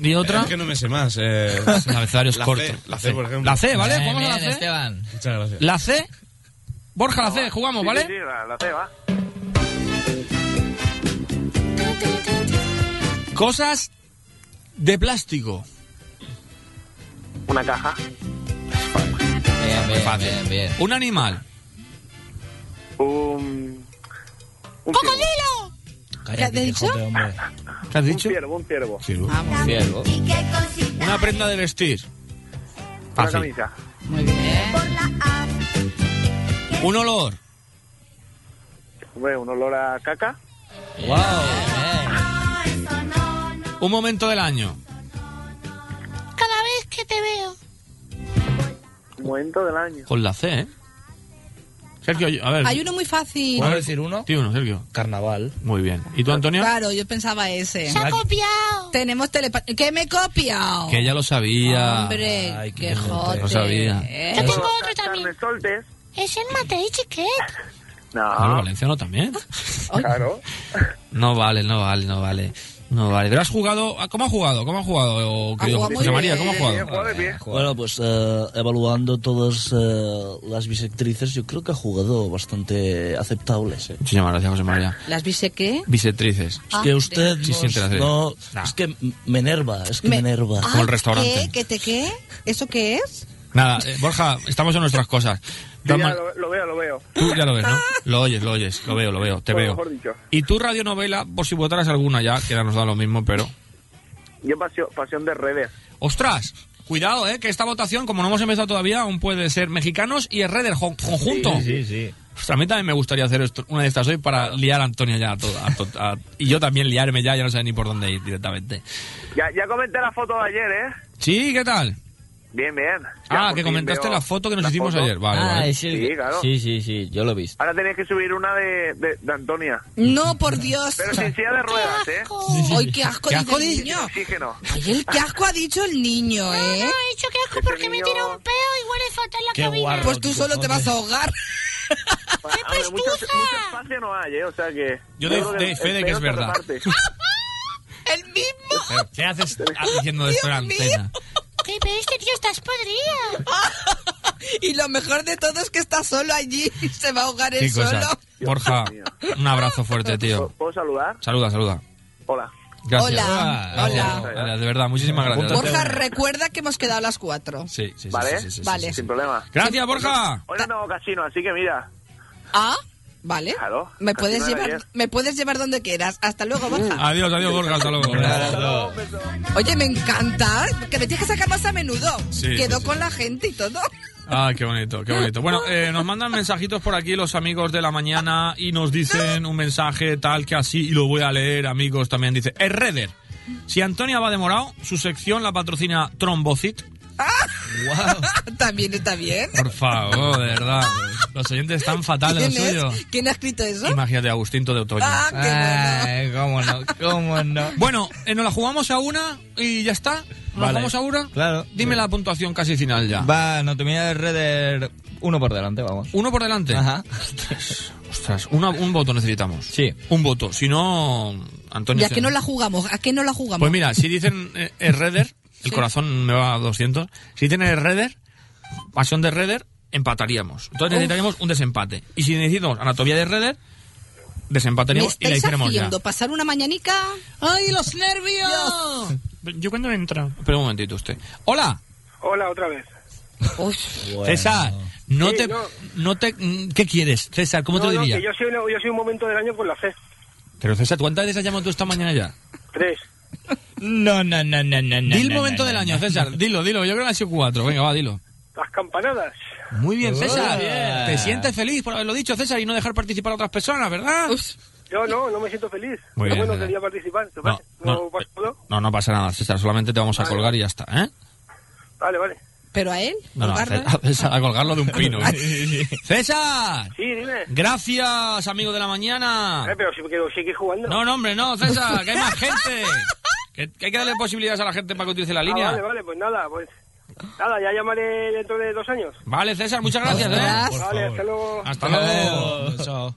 ¿Y otra?
Es que no me sé más. Eh,
El abecedario es
la
corto.
C, la C, por ejemplo.
La C, ¿vale?
Bien,
Jugamos a la
bien,
C.
Esteban.
Muchas gracias.
La C. Borja, la C, jugamos,
Sí,
¿vale?
sí, sí, la, la C, va.
Cosas de plástico.
Una caja.
Bien, bien,
Fácil.
bien, bien.
Un animal.
Un. Un
¡Cocodrilo!
¿Qué has dicho?
¿Qué has
Un
dicho?
ciervo, un ciervo.
Vamos.
Ciervo.
Una prenda de vestir.
Una
Fácil.
camisa.
Muy bien.
Un olor.
Hombre, un olor a caca.
Wow.
Un momento del año.
Cada vez que te veo.
Momento del año.
Con la C, ¿eh? Sergio, yo- a ver.
Hay uno muy fácil.
¿Puedo decir uno? Sí, uno, Sergio.
Carnaval.
Muy bien. ¿Y tú, Antonio?
Claro, yo pensaba ese.
Se ha
copiado. Tenemos telepa... ¿Qué me he copiado?
Que ella lo sabía.
Hombre, qué eh. joder.
Lo sabía.
Yo tengo otro también. Es en Matei Chiquet.
No. valenciano también.
Claro.
No vale, no vale, no vale. No vale. Pero has jugado. ah, ¿Cómo has jugado? ¿Cómo has jugado, querido
jugado muy
José María?
bien,
¿Cómo has
bien,
jugado?
Bueno, pues eh, evaluando todas eh, las bisectrices, yo creo que ha jugado bastante aceptables. ¿eh?
Muchísimas gracias, José María.
¿Las vise qué?
Bisectrices.
Es que usted
Sí,
no-
sí, entre las tres.
Ah, no, es que me enerva, es que me, enerva.
Ah, ¿Qué? ¿Qué te qué? ¿Eso qué es?
Nada, eh, Borja, estamos en nuestras cosas.
Yo ya
Dama-
lo, lo veo, lo veo.
Tú ya lo ves, ¿no? Lo oyes, lo oyes, lo veo, lo veo, te
Todo
veo.
mejor dicho.
Y tú radionovela, por si votaras alguna ya, que ya nos da lo mismo, pero...
Yo pasio- pasión de redes.
¡Ostras! Cuidado, ¿eh? Que esta votación, como no hemos empezado todavía, aún puede ser mexicanos y el Redder jo- conjunto.
Sí, sí, sí.
Ostras, Pues a mí también me gustaría hacer esto- una de estas hoy para liar a Antonio ya. a to- a to- a- y yo también liarme ya, ya no sé ni por dónde ir directamente.
Ya, ya comenté la foto de ayer, ¿eh?
Sí, ¿qué tal?
Bien, bien. pues
ah, que comentaste la foto que nos hicimos
foto.
ayer. Vale,
Ah,
vale.
es el- Sí, claro.
Sí, sí, sí, yo lo he visto.
Ahora tenéis que subir una de, de, de Antonia.
No, por Dios.
Pero sin silla de ruedas, ¿eh?
Ay, qué asco,
Qué
dice
asco
el
dice.
niño.
Oxígeno.
Ay, el qué asco ha dicho el niño, ¿eh?
No, he dicho que asco porque me tira un peo y huele fatal la
Qué
cabina.
guarro,
Pues tú solo te vas a ahogar.
A ver, Ah, mucho, mucho espacio no hay, ¿eh? O sea que...
Yo doy
creo
doy
el-
fe de
el
que
pelo
es
se
verdad. Ah,
reparte.
¡El mismo!
Pero, ¿Qué haces diciendo esto en antena?
¿Qué ves, este tío? Estás podrida.
Ah. Y lo mejor de todo es que está solo allí. Se va a ahogar
Qué
él
cosa.
solo.
Borja, un abrazo fuerte, tío.
¿Puedo saludar?
Saluda, saluda.
Hola.
Gracias.
Hola,
Ah, gracias.
hola.
Gracias, De verdad, muchísimas gracias.
Borja, recuerda que hemos quedado a las cuatro.
Sí, sí, sí,
¿Vale?
sí, sí, sí, sí,
Vale.
sí, sí.
Sin problema.
Gracias, Borja.
Hoy no tengo casino, así que mira.
Ah, vale.
Claro.
Me
Casino
puedes
de
llevar,
ayer.
me puedes llevar donde quieras. Hasta luego, Borja.
Adiós, adiós, Borja. Hasta luego.
Oye, me encanta. Que me tienes que sacar más a menudo.
Sí,
Quedó
sí, sí.
con la gente y todo.
Ah, qué bonito, qué bonito. Bueno, eh, nos mandan mensajitos por aquí los amigos de la mañana y nos dicen un mensaje tal que así, y lo voy a leer, amigos, también dice, es Redder. Si Antonia va demorado, su sección la patrocina Trombocit.
También está bien.
Por favor, de verdad. Los oyentes están fatal de lo
¿Quién
suyo.
es? ¿Quién ha escrito eso?
Imagínate, Agustín de Otoño. Eh,
¿Eh? Ah, qué
Ay, cómo no, cómo no.
Bueno, eh, nos la jugamos a una y ya está. ¿Nos
Vale.
jugamos a una?
Claro.
Dime la puntuación casi final ya.
Va, anatomía de Redder, uno por delante, vamos.
Uno por delante.
Ajá.
Ostras, una- un voto necesitamos. Sí. Un voto. Si no, Antonio.
¿Y a
se-
qué no la jugamos? ¿A qué no la jugamos?
Pues mira, si dicen eh, el Redder, el corazón me va a 200. Si dicen el Redder, pasión de Redder, empataríamos. Entonces necesitaríamos un desempate. Y si necesitamos anatomía de Redder,
me
desempataríamos y la
estáis
hiciéramos ya.
haciendo pasar una mañanica. ¡Ay, los nervios!
Yo cuando entro. Espera un momentito usted. Hola,
Hola, otra vez.
César. No
Sí,
te,
no.
no te, mm, ¿qué quieres, César? ¿Cómo
No,
te
no,
lo diría?
que yo, soy un, yo soy un momento del año con la fe.
Pero César, ¿cuántas veces has llamado tú esta mañana ya?
Tres.
No, no, no, no, no.
Dil el momento del año, César. Dilo, dilo. Yo creo que ha sido cuatro. Venga, va, dilo.
Las campanadas.
Muy bien, César.
bien.
Te sientes feliz por haberlo dicho, César, y no dejar participar a otras personas, ¿verdad?
Yo no, no me siento feliz.
Muy
Pero
bien,
bueno,
César.
quería participar. ¿te
No,
parece? No,
no.
pasa nada.
No, no pasa nada, César. Solamente te vamos a colgar y ya está, ¿eh?
Vale, vale.
¿Pero a él?
No, no, a
¿Colgarlo?
César, a César, a colgarlo de un pino. ¿eh? ¡César!
Sí, dime.
Gracias, amigo de la mañana.
Eh, pero si me quedo, sigue jugando.
No, no, hombre, no, César, que hay más gente. Que, que hay que darle posibilidades a la gente para que utilice la
Ah,
línea.
vale, vale, pues nada, pues... Nada, ya llamaré dentro de dos años.
Vale, César, muchas gracias, ¿eh?
Vale, hasta luego.
Hasta luego.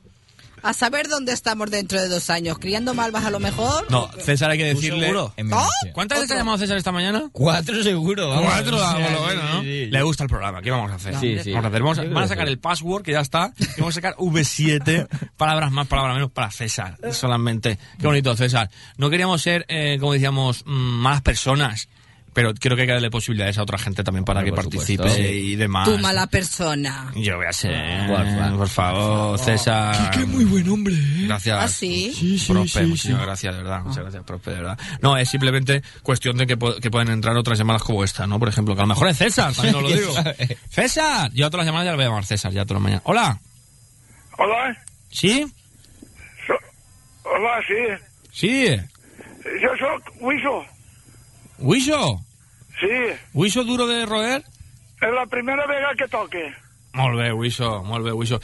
A saber dónde estamos dentro de dos años. Criando malvas a lo mejor.
No, César hay que decirle...
seguro? ¿Ah?
¿No?
¿Cuántas veces te ha llamado César esta mañana?
Cuatro seguro, vamos.
Cuatro,
Sí,
vamos, lo
sí,
bueno, ¿no?
sí, sí.
Le gusta el programa, ¿qué vamos a hacer?
Sí, sí.
Vamos a hacer, vamos a-
Yo creo
van a
que
sacar
sí.
el password, que ya está, y vamos a sacar V7, palabras más, palabras menos, para César, solamente. Qué bonito, César. No queríamos ser, eh, como decíamos, mm, malas personas, pero creo que hay que darle posibilidades a otra gente también para que participe
supuesto.
y demás.
Tu mala persona.
Yo voy a ser, por favor, César. Qué muy
buen hombre,
Gracias.
¿Ah, sí? Ah.
Prospe, muchísimas gracias, de verdad. Muchas gracias, Prospe, de verdad. No, es simplemente cuestión de que, po- que puedan entrar otras llamadas como esta, ¿no? Por ejemplo, que a lo mejor es César, también os lo digo. César, yo a todas las llamadas ya las voy a llamar César, ya todas las mañanas. Hola,
Hola, eh.
¿sí?
hola, sí.
¿Sí?
Yo soy Wiso.
¿Wiso?
Sí,
¿Wiso duro de roer?
es la primera vez que toque.
Molt bé, Wiso, molt bé, Wiso.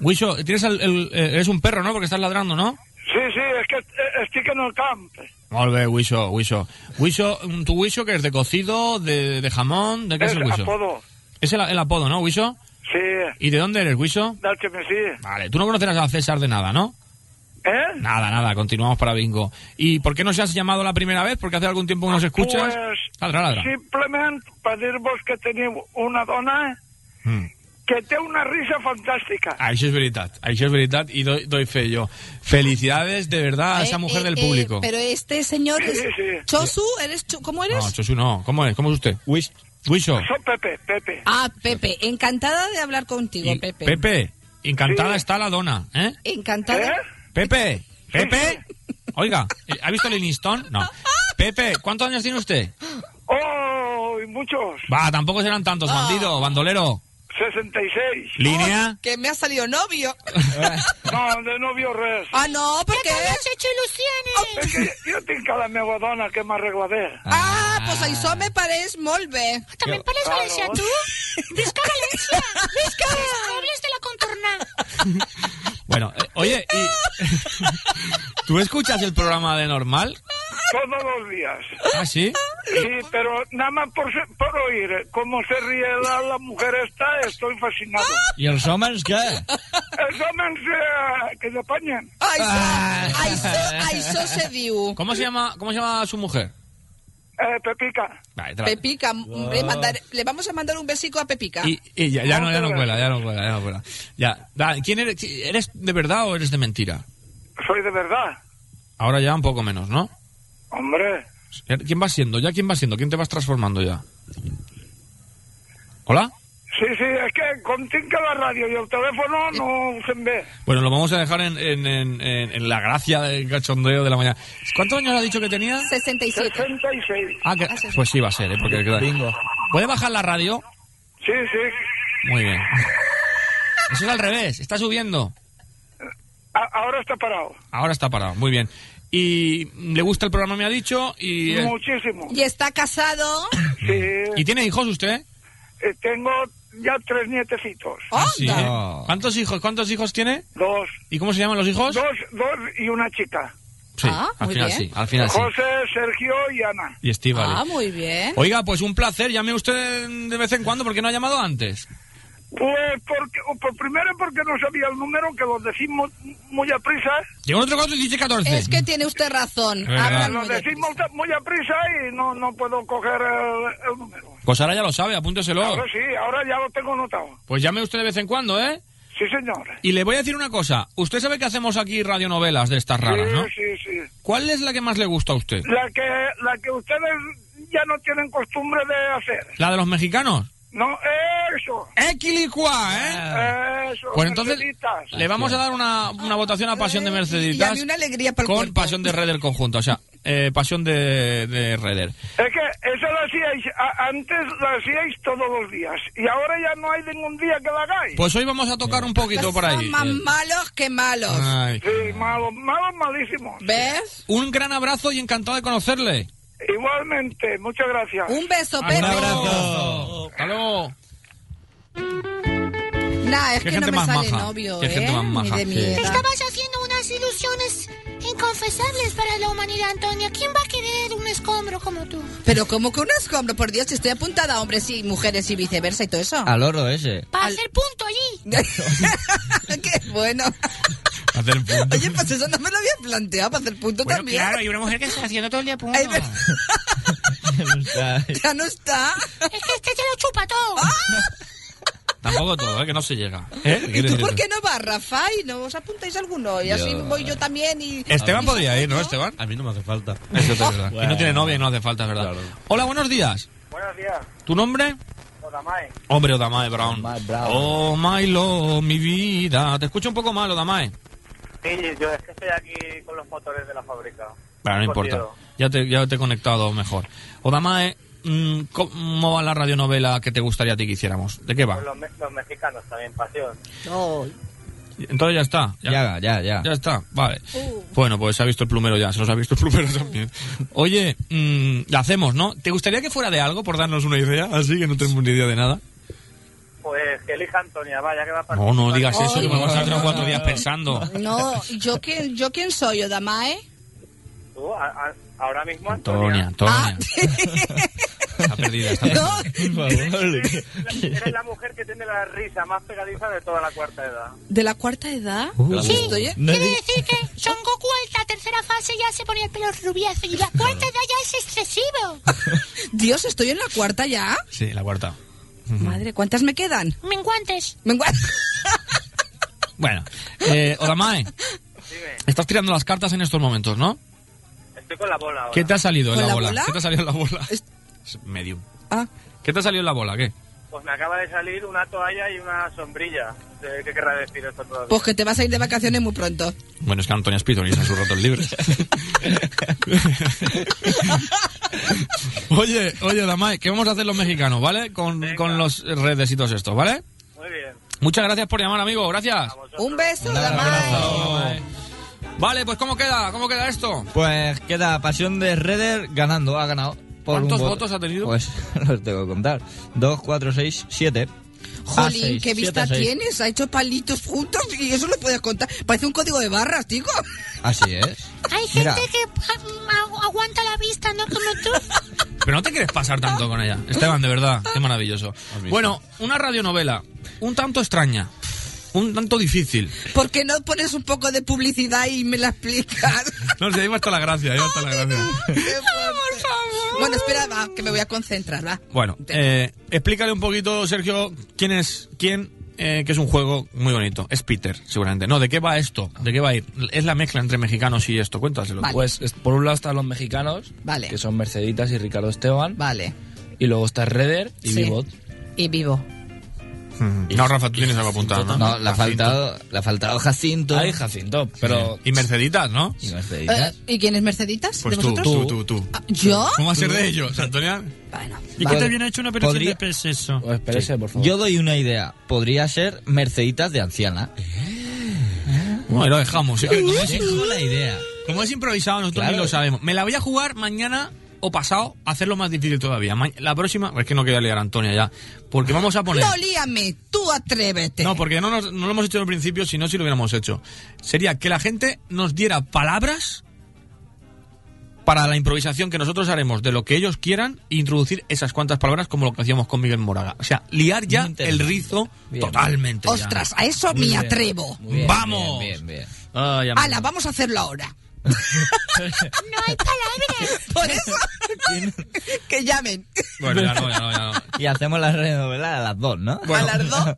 Wiso, tienes el, el- eh, eres un perro, ¿no? Porque estás ladrando, ¿no?
Sí, sí, es que eh, estoy en el camp.
Molt bé, Wiso, Wiso. Wiso, mm, ¿tu Wiso que es de cocido, de, de jamón? ¿De qué es, el Wiso?
apodo.
Es el, el apodo, ¿no, Wiso?
Sí,
¿Y de dónde eres, Wiso?
del Chemesí.
Vale, tú no conocerás a César de nada, ¿no?
¿Eh?
Nada, nada, continuamos para bingo. ¿Y por qué no se has llamado la primera vez? Porque hace algún tiempo que nos escuchas.
Pues
Ladra, ladra.
simplemente pedir-vos que teniu una dona
Mm.
que té una risa fantàstica.
Això és Ah, veritat, això és veritat i doy, doy fe jo. Felicidades de
Ah,
verdad a esa
Eh,
mujer
eh,
del
eh,
público.
pero este señor es... Chosu, ¿eres Cho- ¿cómo eres?
No, Chosu no. ¿Cómo es? ¿Cómo es usted? Wiso.
Pepe, Pepe.
Ah, Pepe, encantada de hablar contigo, Pepe.
Pepe, encantada está la dona, ¿eh?
Encantada.
Pepe, Pepe. Oiga, eh, ¿ha visto Livingston? No. Pepe, ¿cuántos años tiene usted?
¡Oh, y muchos!
Va, tampoco serán tantos, bandido, bandolero.
66.
Línea.
Que me ha salido novio.
No, de novio res.
Ah, no, porque...
És que jo tinc a la meva dona que m'arreglaré.
Ah, pues això me pareix molt bé.
També em pareix Claro. valencià, tu?
Visca València! Visca! Pobles de la contorna.
Bueno, eh, oye, y- ¿tú escuchas el programa de normal?
Todos los días.
¿Ah, sí?
Sí, pero nada más por, se- por oír eh, cómo se ríe la, la mujer esta, estoy fascinado.
¿Y els homes què?
Els homes eh, que s'apanyen.
Ai, això, això se diu.
¿Cómo se llama, cómo se llama su mujer?
Eh, Pepica.
Vale, te la-
Pepica, hombre,
Ah.
mandar- le vamos a mandar un besico a Pepica.
Y, y ya, ya no, ya no cuela, ya no cuela, ya no cuela. Ya. Da, ¿Quién eres? ¿Eres de verdad o eres de mentira?
Soy de verdad.
Ahora ya un poco menos, ¿no? Er,
Hombre,
¿Quién vas siendo? ¿Ya quién vas siendo? ¿Quién te vas transformando ya? ¿Hola?
sí, sí, és que com tinc a la ràdio i el telèfono no se'n ve.
Bueno, lo vamos a dejar en, en- en- en- en la gracia del cachondeo de la mañana. ¿Cuántos años ha dicho que tenía?
67.
66.
Ah, que- pues sí, va a ser, ¿eh? Porque Bingo. ¿Puede bajar la radio?
Sí, sí.
Muy bien. Eso es al revés, está subiendo.
A- ahora está parado.
Ahora está parado, muy bien. Y le gusta el programa, me ha dicho, y... eh,
Muchísimo.
Y está casado.
¿Y tiene hijos usted?
Eh, tengo ya tres nietecitos.
Ah, sí, ¿eh? ¿Cuántos hijos? ¿Cuántos hijos tiene?
Dos.
¿Y cómo se llaman los hijos?
Dos, dos y una chica.
Sí,
Ah,
al final sí, al final sí.
José, Sergio y Ana.
Y Estíbali.
Ah, muy bien.
Oiga, pues un placer, llame usted de vez en cuando porque no ha llamado antes.
Pues porque, o por primero porque no sabía el número, que lo decimos muy a prisa.
Llegó otro cuatro y dice 14.
Es que tiene usted razón.
Es verdad.
Hablan
Lo
muy de-
decimos muy a prisa y no, no puedo coger el, el número.
Pues ahora ya lo sabe, apúnteselo.
Ahora sí, ahora ya lo tengo notado.
Pues llame usted de vez en cuando, ¿eh?
Sí, señor.
Y le voy a decir una cosa. Usted sabe que hacemos aquí radionovelas de estas raras, ¿no?
Sí, sí, sí.
¿Cuál es la que más le gusta a usted?
La que, la que ustedes ya no tienen costumbre de hacer.
¿La de los mexicanos?
No, eso.
Equilicua,
¿eh? Eso.
Pues entonces
Merceditas.
le vamos a dar una, una votación a Pasión de
Eh, Y a
Merceditas
mí una alegría para el
con
cuerpo.
Pasión de Reder conjunto. O sea, eh, Pasión de, de Reder.
Es que eso lo hacíais, a- antes lo hacíais todos los días. Y ahora ya no hay ningún día que lo hagáis.
Pues hoy vamos a tocar un poquito por ahí.
Son más malos que malos.
Ay.
Sí, malos, malos, malísimos.
¿Ves?
Un gran abrazo y encantado de conocerle.
Igualmente, muchas gracias.
Un beso,
Un
Pepe.
abrazo. Hasta luego.
Nah, es
Qué
que no
gente
me
más
sale
maja.
novio,
Qué
¿eh?
gente más maja.
Ni de mi
Sí.
Te
edad.
estabas haciendo unas ilusiones inconfesables para la humanidad, Antonia. ¿Quién va a querer un escombro como tú?
Pero como que un escombro, por Dios, si estoy apuntada a hombres y mujeres y viceversa y todo eso.
Al oro ese.
Para hacer punto allí.
Qué bueno.
Hacer punto.
Oye, pues eso no me lo había planteado para hacer punto
Bueno,
también.
claro, hay una mujer que está haciendo todo el día punto.
Ya no está.
Es que este te lo chupa todo.
Tampoco todo, ¿eh? que no se llega. ¿Eh?
¿Y tú por qué no vas, Rafa? Y no os apuntáis alguno. Y así
Yo-
voy yo también y...
Esteban podría ir, ¿no, Esteban?
A mí no me hace falta.
Eso es verdad. Que no tiene novia y no hace falta, es ¿verdad? Hola, buenos días.
Buenos días,
¿Tu nombre?
Odamae.
Hombre, Odamae Brown. Oh, Milo, mi vida. Te escucho un poco mal, Odamae.
Sí, yo es que estoy aquí con los motores de la fábrica.
Bueno, no importa. Ya te, ya te he conectado mejor. Odamae, mm, ¿cómo va la radionovela que te gustaría a ti que hiciéramos? ¿De qué va?
Pues Los, me- los mexicanos también, pasión.
Entonces ya está. Ya, ya, ya. Ya, está, vale. Bueno, pues se ha visto el plumero ya, se nos ha visto el plumero también. Oye, mm, la hacemos, ¿no? ¿Te gustaría que fuera de algo por darnos una idea? Así que no tenemos ni idea de nada.
Pues que elija Antonia, vaya que va para...
No, no digas eso, que me vas a estar cuatro días pensando.
No, ¿yo quién, yo quién soy? ¿Odamae?
Tú, a- a- ahora mismo
Antonia, Antonia. Está perdida, está perdida.
eres la mujer que tiene la risa más pegadiza de toda la cuarta edad.
¿De la cuarta edad?
Uh.
Sí,
Estoy-
quiere decir que Son Goku en la tercera fase ya se ponía el pelo rubiazo y la cuarta edad ya es excesivo.
Dios, estoy en la cuarta ya.
Sí, la cuarta.
Madre, ¿cuántas me quedan?
Menguantes.
Menguantes.
Bueno, eh, Odamae, estás tirando las cartas en estos momentos, ¿no?
Estoy con la bola ahora.
¿Qué te ha salido en
¿Con
la
la
bola?
bola? Ah.
¿Qué te ha salido en la bola? Medium. ¿Qué te ha salido en la bola? ¿Qué?
Pues me acaba de salir una toalla y una sombrilla. ¿De ¿Qué querrá decir esto todavía?
Pues que te vas a ir de vacaciones muy pronto.
Bueno, es que Antonia es pitonisa en sus ratos libres. oye, oye, Damay, ¿qué vamos a hacer los mexicanos, vale? Con, con los redes y todo esto, ¿vale?
Muy bien.
Muchas gracias por llamar, amigo, gracias.
Un beso,
Ah, Damay. Vale, pues ¿cómo queda? ¿Cómo queda esto?
Pues queda Pasión de Redder ganando, ha ganado. por
¿Cuántos
un voto.
votos ha tenido?
Pues los tengo que contar. 2, 4, 6, 7. Ah,
Jolín, qué vista tienes. Ha hecho palitos juntos y eso lo puedes contar. Parece un código de barras, tío.
Así es.
Hay
Mira.
gente que ah, aguanta la vista, no como tú.
Pero no te quieres pasar tanto con ella. Esteban, de verdad, qué maravilloso. Bueno, una radionovela, un tanto extraña, un tanto difícil.
¿Por qué no pones un poco de publicidad y me la explicas?
No sé, ahí va hasta la gracia, ahí va hasta la gracia.
Bueno, espera, va, que me voy a concentrar, va.
Bueno, eh, explícale un poquito, Sergio, quién es quién, eh, que es un juego muy bonito. Es Peter, seguramente. No, ¿de qué va esto? ¿De qué va a ir? Es la mezcla entre mexicanos y esto. Cuéntaselo. tú.
Pues es- por un lado están los mexicanos,
Vale.
que son Merceditas y Ricardo Esteban.
Vale.
Y luego está Redder y
Sí.
Vivot.
Y vivo.
No, Rafa, tú tienes algo apuntado, ¿no?
No, le ha faltado, le ha faltado Jacinto.
Hay Jacinto, pero...
Y Merceditas, ¿no?
Y Merceditas.
Eh, ¿Y quién es Merceditas?
Pues
¿De
tú,
vosotros? Ah,
tú, tú, tú.
Eh, ¿Yo?
¿Cómo va a ser de ellos, Antonia?
¿Y qué te viene
hecho
una operación de
peseso?
Oh, espérese, por favor.
Yo doy una idea. Podría ser Merceditas de anciana.
Bueno, lo dejamos. ¿eh?
No me dejó la idea.
Como es improvisado, nosotros
Claro.
ni lo sabemos. Me la voy a jugar mañana o pasado, hacerlo más difícil todavía. Ma- la próxima, es que no quería liar a Antonia ya, porque vamos a poner...
No, líame, tú atrévete.
No, porque no, nos- no lo hemos hecho al principio, si no, si lo hubiéramos hecho. Sería que la gente nos diera palabras para la improvisación que nosotros haremos de lo que ellos quieran e introducir esas cuantas palabras como lo que hacíamos con Miguel Moraga. O sea, liar ya el rizo totalmente. ya.
Ostras, a eso
Muy
me
bien.
atrevo.
Muy bien, ¡Vamos! Ah,
Bien, bien.
Ay, amigo.
Ala, vamos a hacerlo ahora.
No hay palabras.
Por eso. que llamen.
Bueno, ya no, ya no, ya no.
Y hacemos la renovela a las dos, ¿no?
Bueno,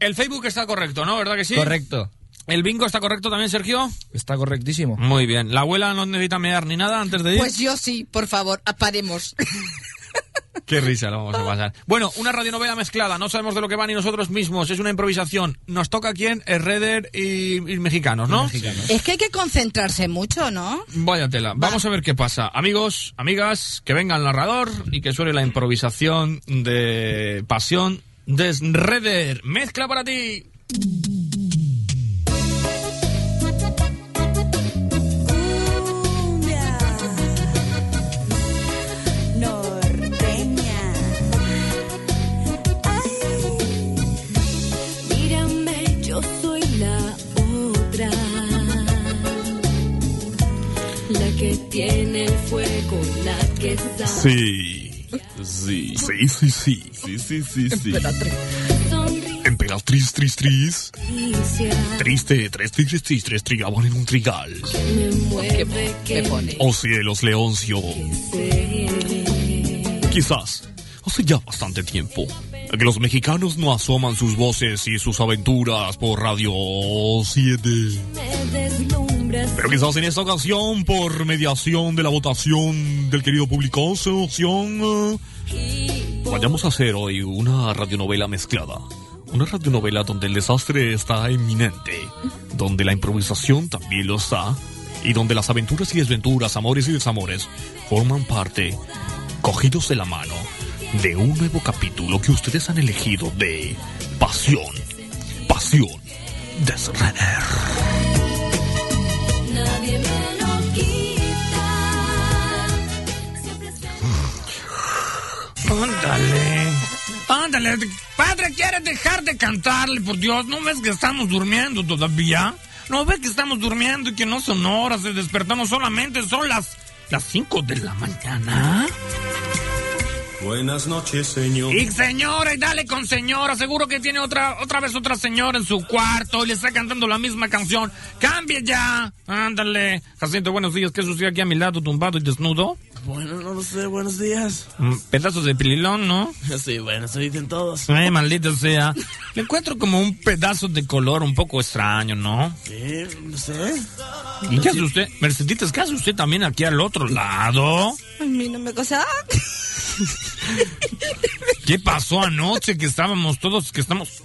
El Facebook está correcto, ¿no? ¿Verdad que sí?
Correcto.
¿El bingo está correcto también, Sergio?
Está correctísimo.
Muy bien. ¿La abuela no necesita mear ni nada antes de ir?
Pues yo sí, por favor, ah, aparemos.
Qué risa lo vamos a pasar. Bueno, una radionovela mezclada. No sabemos de lo que van ni nosotros mismos. Es una improvisación. Nos toca quién, el Redder y, y mexicanos, ¿no?
Es que hay que concentrarse mucho, ¿no?
Vaya tela. Vamos a ver qué pasa. Amigos, amigas, que venga el narrador y que suene la improvisación de pasión de Redder. Mezcla para ti.
cumbia norteña. Ay, mírame, yo soy la otra, la que tiene el fuego, la que sabe.
Sí. Sí. Sí, sí, sí. Sí, sí, sí, sí. Emperatriz, tris, tris. Triste, tres tigres, tris, tres trigaban en un trigal.
Me mueve, que pone.
Oh cielos, Leoncio. Quizás hace ya bastante tiempo que los mexicanos no asoman sus voces y sus aventuras por Radio 7.
Me deslumbras.
Pero quizás en esta ocasión, por mediación de la votación del querido público, se opción, eh, vayamos a hacer hoy una radionovela mezclada. Una radionovela donde el desastre está inminente, donde la improvisación también lo está, y donde las aventuras y desventuras, amores y desamores, forman parte, cogidos de la mano, de un nuevo capítulo que ustedes han elegido de Pasión, Pasión, Desrener.
Nadie me lo quita. Siempre es
Ándale. Levántale. Padre, ¿quieres dejar de cantarle? Por Dios, ¿no ves que estamos durmiendo todavía? ¿No ves que estamos durmiendo y que no son horas? Se despertamos solamente, son las, las 5 de la mañana.
Buenas noches, señor.
Y señora, y dale con señora. Seguro que tiene otra, otra vez otra señora en su cuarto y le está cantando la misma canción. ¡Cambie ya! Ándale. Jacinto, buenos días. ¿Qué sucede aquí a mi lado, tumbado y desnudo?
Bueno, no lo sé, buenos días.
Mm, Pedazos de pililón, ¿no?
Sí, bueno, se dicen todos.
Ay, maldito sea. Le encuentro como un pedazo de color un poco extraño, ¿no?
Sí, no sé.
¿Y qué hace usted? Merceditas, ¿qué hace usted también aquí al otro lado?
A mí no me cosa.
¿Qué pasó anoche que estábamos todos, que estamos...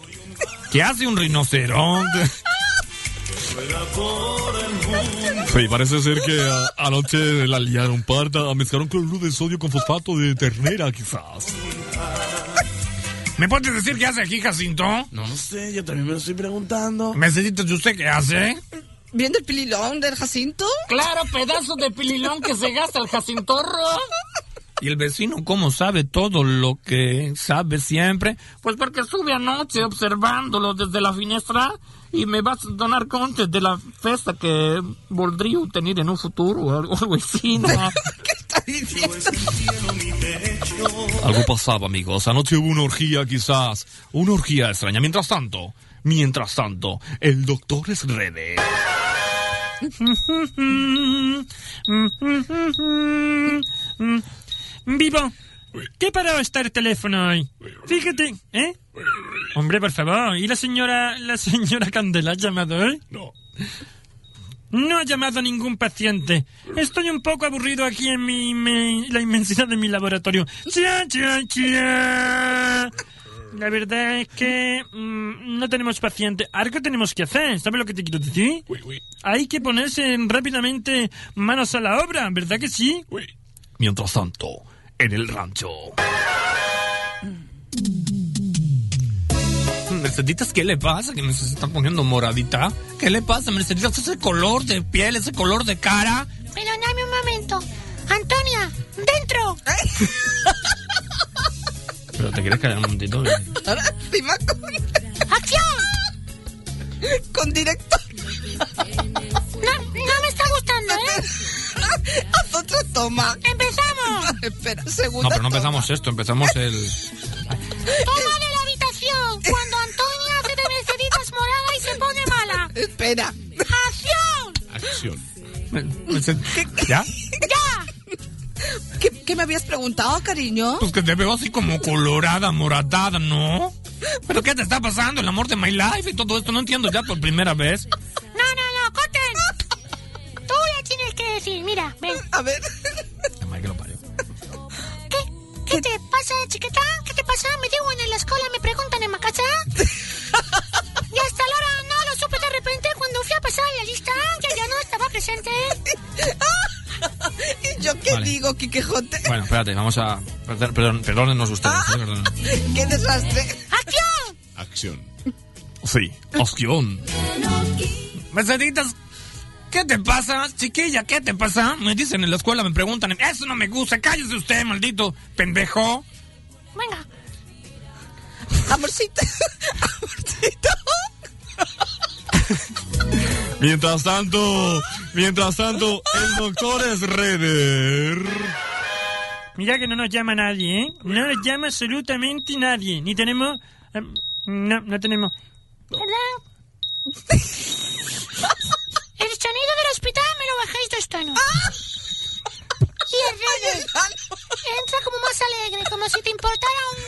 ¿Qué hace un rinoceronte?
Sí, parece ser que a- anoche la liaron parda, mezclaron cloruro de sodio con fosfato de ternera, quizás.
¿Me puedes decir qué hace aquí, Jacinto?
No lo sé, yo también me lo estoy preguntando.
¿Merceditas, ¿y usted qué hace?
¿Viendo el pililón del Jacinto?
Claro, pedazo de pililón que se gasta el Jacintorro. ¿Y el vecino cómo sabe todo lo que sabe siempre? Pues porque estuve anoche observándolo desde la finestra y me vas a donar contes de la fiesta que voldría tener en un futuro o algo así, ¿no?
Algo pasaba, amigos. Anoche hubo una orgía, quizás. Una orgía extraña. Mientras tanto, mientras tanto, el doctor es rede.
Vivo, ¿qué parado está el teléfono hoy? Fíjate, ¿eh? Hombre, por favor, ¿y la señora, la señora Candela ha llamado hoy? No. No ha llamado ningún paciente. Estoy un poco aburrido aquí en mi, me- la inmensidad de mi laboratorio. Chia, chia, chia. La verdad es que mm, no tenemos paciente. Algo tenemos que hacer. ¿Sabes lo que te quiero decir? Hay que ponerse rápidamente manos a la obra, ¿verdad que sí?
Mientras tanto, en el rancho.
Merceditas, ¿qué le pasa? Que me se está poniendo moradita. ¿Qué le pasa, Merceditas? Ese color de piel, ese color de cara.
Perdóname un momento. Antonia, dentro.
Pero te quieres callar un momentito.
Ahora encima con...
¡Acción!
Con directo.
No, no me está gustando, ¿eh?
Haz otra toma.
¡Empezamos!
Espera, segunda
No, pero no
toma.
empezamos esto, empezamos el.
Toma de la habitación cuando Antonia hace de Merceditas morada y se pone mala.
Espera.
¡Acción!
Acción.
pues, eh, ¿Ya?
¡Ya!
¿Qué, qué me habías preguntado, cariño?
Pues que te veo así como colorada, moratada, ¿no? ¿Pero qué te está pasando? El amor de my life y todo esto, no entiendo ya por primera vez.
No, no, no, corten. Tú ya tienes que decir, mira, ven.
A ver.
¿Qué? ¿Qué te pasa, chiquita? ¿Qué te pasa? Me digo en la escuela, me preguntan en Macasa. Y hasta ahora no lo supe de repente cuando fui a pasar la lista, que ya no estaba presente.
¿Y yo qué
Vale.
digo, Quiquejote?
Bueno, espérate, vamos a. Perdón, perdón, perdónenos ustedes. ¿eh? Perdón.
¡Qué desastre!
¡Acción!
Acción. Sí, acción.
Merceditas, ¿qué te pasa? Chiquilla, ¿qué te pasa? Me dicen en la escuela, me preguntan, eso no me gusta, cállese usted, maldito pendejo.
Venga.
Amorcito. Amorcito.
Mientras tanto, mientras tanto, el doctor es reder.
Mira que no nos llama nadie, ¿eh? No nos llama absolutamente nadie. Ni tenemos... eh, no, no tenemos...
¿Verdad? El sonido del hospital me lo bajáis dos tonos.
Ah.
Y el rey entra como más alegre, como si te importara un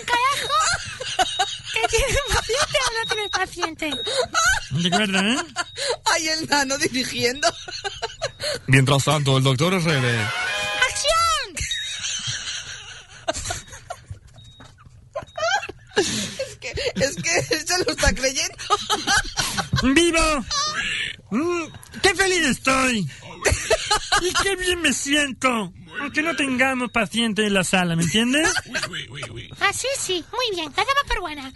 carajo que tiene un paciente o no tiene paciente.
Recuerda, ¿eh?
Ay, el nano dirigiendo.
Mientras tanto, el doctor es reder.
¡Acción!
Es que, es que se lo está creyendo.
¡Vivo! Mm, ¡Qué feliz estoy! ¡Y qué bien me siento! Aunque no tengamos pacientes en la sala, ¿me entiendes?
Así Ah, sí, muy bien, la daba por buena.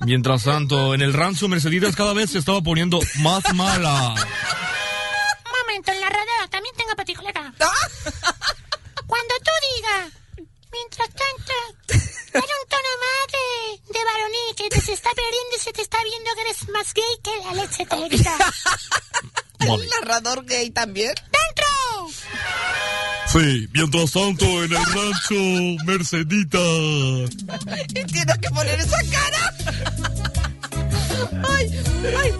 Mientras tanto, en el rancho Merceditas cada vez se estaba poniendo más mala.
Un momento, en la radio también tengo paticuleta.
¿Ah?
Cuando tú digas, mientras tanto, hay un tono más gay que la leche te grita.
¿El narrador gay también?
¡Dentro!
Sí, mientras tanto en el rancho Mercedita.
Y tienes que poner esa cara. Ay, ay.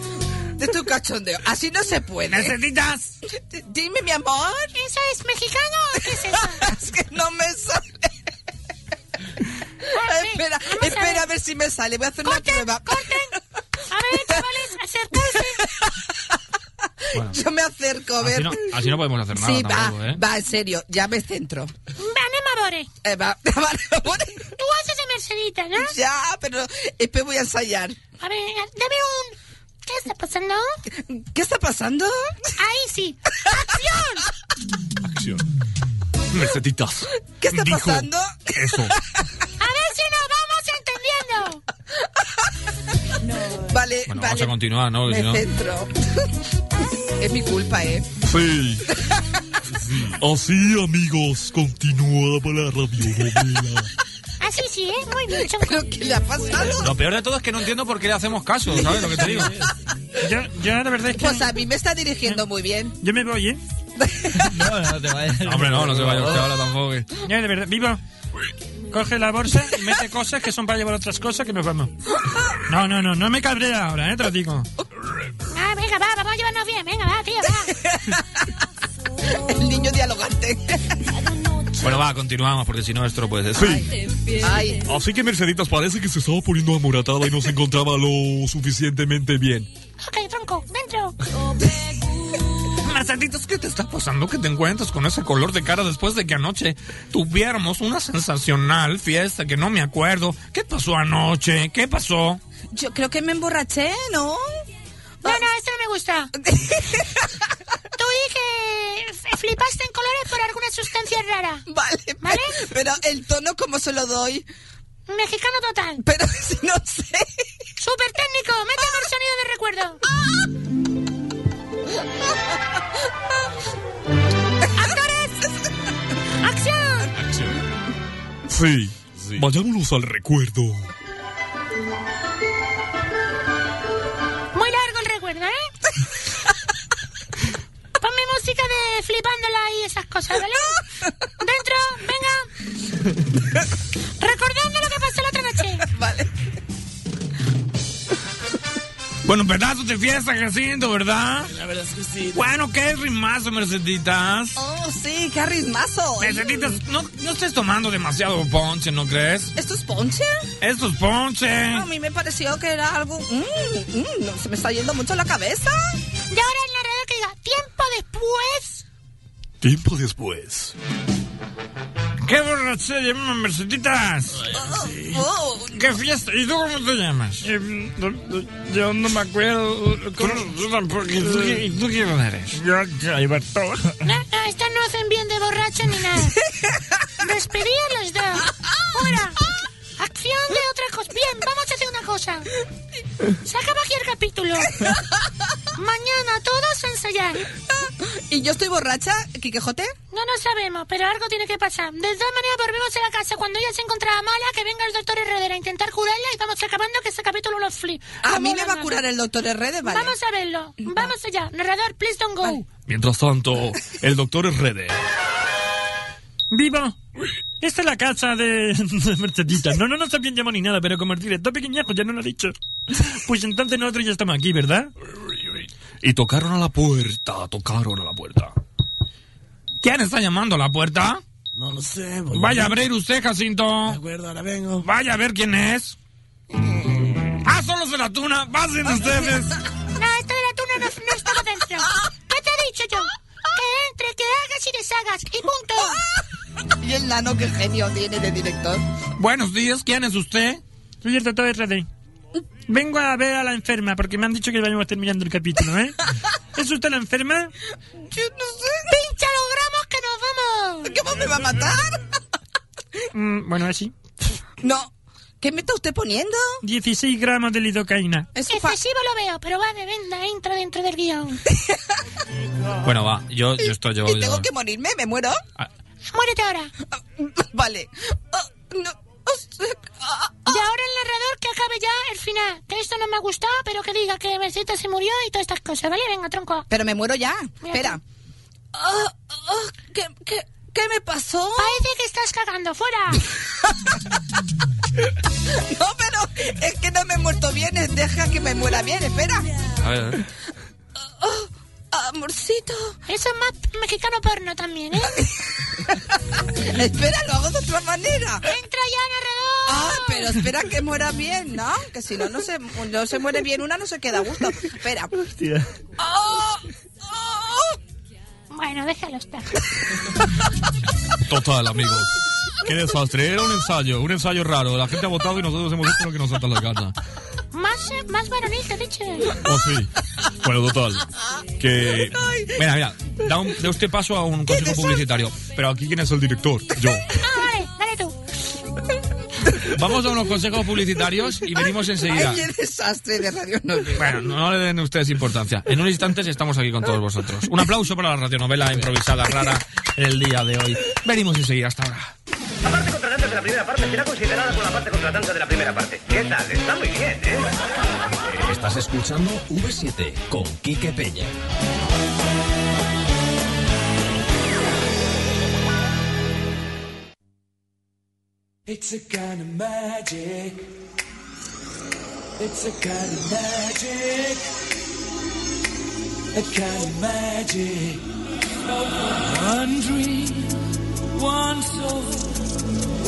De tu cachondeo. Así no se puede.
Merceditas.
D- Dime, mi amor.
¿Eso es mexicano o qué es eso?
es que no me sale. espera,
vamos a
espera a ver si me sale. Voy a hacer una prueba.
A ver, chavales, acercarse.
Yo me acerco, a ver.
Así no, así no podemos hacer nada
sí,
tampoco,
va,
¿eh?
va, en serio. Ya me centro.
Vale, Mabore.
Eh, va, vale, amor.
Tú haces de Mercedita, ¿no?
Ya, pero después voy a ensayar.
A ver, dame un... ¿Qué está pasando?
¿Qué está pasando?
Ahí sí. ¡Acción!
Acción. Merceditas.
¿Qué está
Dijo
pasando?
Eso.
A ver si nos vamos entendiendo.
Vale,
Bueno,
vale.
vamos a continuar, ¿no? Si
Me
no-
centro. es mi culpa, ¿eh?
Sí. Sí. Así, amigos, continúa para la radionovela.
Así sí, ¿eh? Muy bien. chaval.
¿Pero qué le ha pasado?
Lo peor de todo es que no entiendo por qué le hacemos caso, ¿sabes lo que te digo?
Yo, yo la verdad es que.
Pues a mí me está dirigiendo muy bien.
Yo me voy, ¿eh?
No, no te vayas.
No, hombre, no, no se vaya usted ahora tampoco. que-
Yo de verdad. Vivo. Coge la bolsa y mete cosas que son para llevar otras cosas que nos vamos. No, no, no, no me cabrea ahora, ¿eh? Te lo digo.
Ah, venga, va, vamos a llevarnos bien. Venga, va, tío, va.
El niño dialogante.
Bueno, va, continuamos, porque si no, esto no puede ser.
Sí.
Ay,
Así que Merceditas parece que se estaba poniendo amoratada y no se encontraba lo suficientemente bien.
Ok, tronco, dentro.
Merceditas, ¿qué te está pasando que te encuentras con ese color de cara después de que anoche tuviéramos una sensacional fiesta que no me acuerdo? ¿Qué pasó anoche? ¿Qué pasó?
yo creo que me emborraché, ¿no?
No, no, esto no me gusta. Tú y que f- flipaste en colores por alguna sustancia rara.
Vale,
¿Vale?
pero el tono como se lo doy,
Mexicano total.
pero si no sé.
Súper técnico. Méteme el sonido de recuerdo. ¡Acción!
Sí. Vayámonos al recuerdo.
Muy largo el recuerdo, ¿eh? Ponme música de flipándola y esas cosas, ¿vale? Dentro, venga. Recordando lo que pasó la otra noche.
Vale.
Bueno, pedazo de fiesta, Jacinto, ¿verdad?
La verdad es que sí.
Bueno, qué rimazo, Merceditas.
Oh, sí, qué arritmazo.
Merceditas, no, no estés tomando demasiado ponche, ¿no crees?
¿Esto es ponche?
Estos ponches.
A mí me pareció que era algo... Mm, mm, no, se me está yendo mucho la cabeza.
Y ahora el narrador que diga, tiempo después.
Tiempo después.
¡Qué borracha llamas, Merceditas!
Oh,
¡Qué fiesta! ¿Y tú cómo te llamas?
Yo Em, no me acuerdo.
¿Y tú, qué- y tú quién eres?
Yo, Alberto.
No, Ah, no, estos no hacen bien de borracho ni nada. Despedí a los dos. Fuera. Acción de otra cosa. Bien, vamos a hacer una cosa. Se acaba aquí el capítulo. Mañana todos a ensayar.
¿Y yo estoy borracha, Quiquejote?
No lo sabemos, pero algo tiene que pasar. De todas maneras, volvemos a la casa. Cuando ella se encontraba mala, que venga el doctor Herrera a intentar curarla y vamos acabando que ese capítulo lo flip.
A mí me va a curar el doctor Herrera, ¿vale? Mm,
Vamos a verlo. Vamos allá. Narrador, please don't go.
Mientras tanto, el doctor Herrede.
¡Vivo! Esta es la casa de, de Merceditas. No, no nos bien llamo ni nada, pero como el director pequeñajo ya no lo ha dicho. Pues entonces nosotros ya estamos aquí, ¿verdad?
Y tocaron a la puerta, tocaron a la puerta.
¿Quién está llamando a la puerta?
No lo sé. boludo.
Vaya a abrir usted,
De
Jacinto.
acuerdo, ahora vengo.
Vaya a ver quién es. ¡Ah, solo se la tuna! ¡Pasen ustedes!
No, esto de la tuna no, no estaba dentro. ¿Qué te he dicho yo? Que entre, que hagas y deshagas. Y punto.
Y el nano, qué genio tiene de director.
Buenos días, ¿quién es usted?
Soy el doctor RD. Vengo a ver a la enferma, porque me han dicho que vayamos terminando el capítulo, ¿eh? ¿Es usted la enferma?
Yo no sé.
Pincha los gramos que nos vamos.
¿Cómo me va a matar?
Mm, bueno, así.
No. ¿Qué me está usted poniendo?
16 gramos de lidocaína.
Eso fa-
Excesivo lo veo, pero va de venda, entra dentro del guión.
Bueno, va, yo, yo estoy yo.
¿Y
yo-
tengo que morirme? ¿Me muero?
Ah,
Muérete ahora.
Vale. Ah, no. Ah,
Y ahora el narrador que acabe ya el final. Que esto no me ha gustado, pero que diga que Mercita se murió y todas estas cosas, ¿vale? Venga, tronco.
Pero me muero ya. Espera.
Oh, oh, ¿qué, qué, ¿Qué me pasó? Parece que estás cagando fuera.
No, pero es que no me he muerto bien. Deja que me muera bien, espera.
A ver, a ver.
Oh,
ah,
amorcito. Eso es más mexicano porno también, ¿eh?
Espera, lo hago de otra manera.
Entra ya, narrador.
Ah, pero espera que muera bien, ¿no? Que si no, no se, no se muere bien una, no se queda a gusto. Espera.
Bueno, déjalo estar.
Total, amigos. Qué desastre. Era un ensayo, un ensayo raro. La gente ha votado y nosotros hemos hecho lo que nos salta la gana.
Más, eh, más varonil, te he dicho.
Oh, sí. Bueno, total. Que. Mira, mira. Da, un- da usted paso a un consejo publicitario. Pero aquí, ¿quién es el director? Yo.
Ah, vale, dale tú.
Vamos a unos consejos publicitarios y venimos enseguida.
Ay, qué desastre de radio novela.
Bueno, no le den ustedes importancia. En unos instantes estamos aquí con todos vosotros. Un aplauso para la radionovela improvisada rara en el día de hoy. Venimos enseguida hasta ahora.
La parte contratante de la primera parte será considerada como la parte contratante de la primera parte. ¿Qué tal? Está muy bien, ¿eh?
Estás escuchando V7 con Quique Peña.
It's a kind of magic. It's a kind of magic. A kind of magic. One dream, one soul,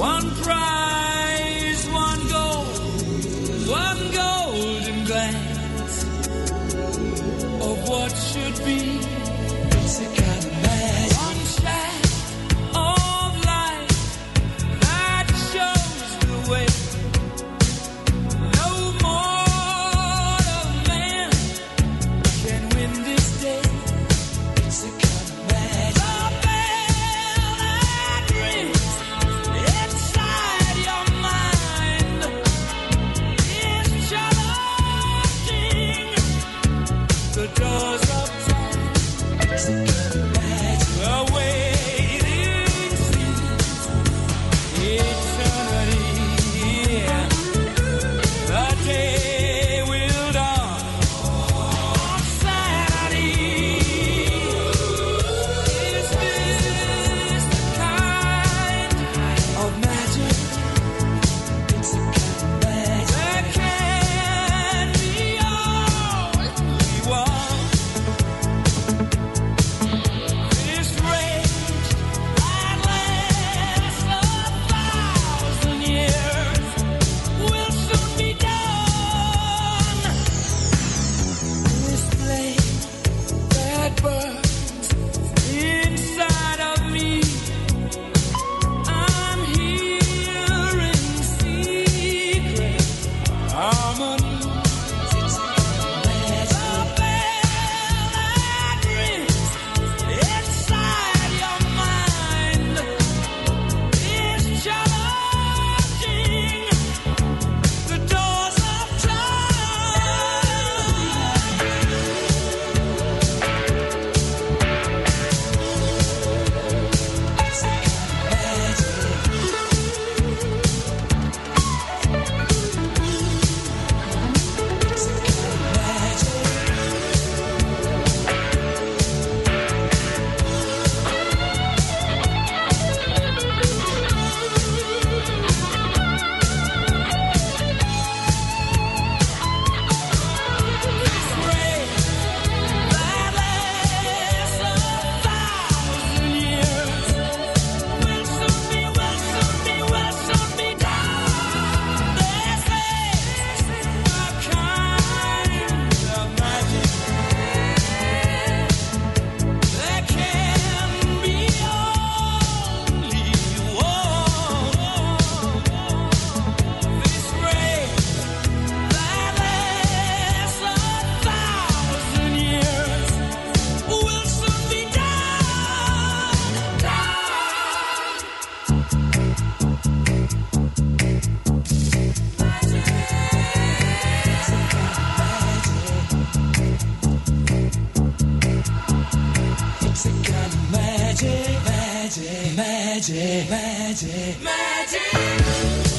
one prize, one goal, one golden glance of what should be. It's a kind of magic. One shot of light. That shows the way. No mortal man can win this day. It's a kind of magic. The bell that rings inside your mind is challenging the doors of time. It's a kind of magic. The waiting seems Eternity, the day will dawn. Sanity is this the kind of magic? It's a kind of magic that can be all we want. This rain that lasts a thousand years will soon be done. This flame that burns inside of me, I'm here in secret harmony. The bell that rings inside your mind is challenging the doors of It's a kind of magic, magic, magic, magic, magic.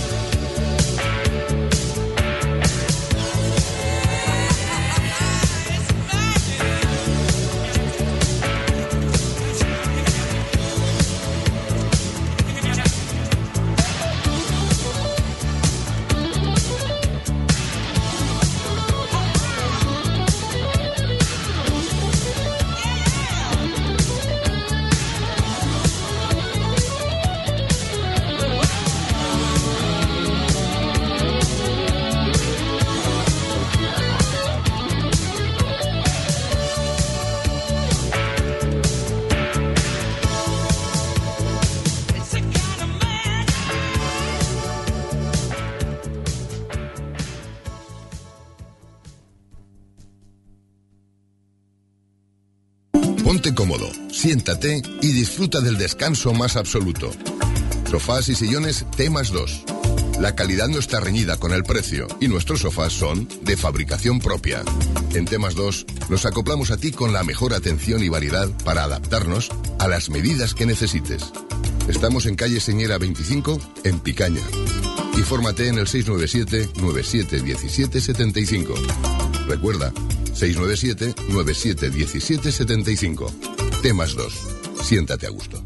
Ponte cómodo, siéntate y disfruta del descanso más absoluto. Sofás y sillones temas 2. La calidad no está reñida con el precio y nuestros sofás son de fabricación propia. En temas 2 nos acoplamos a ti con la mejor atención y variedad para adaptarnos a las medidas que necesites. Estamos en calle Señera 25, en Picaña. Infórmate en el 697-971775. Recuerda, 697-971775. Temas 2. Siéntate a gusto.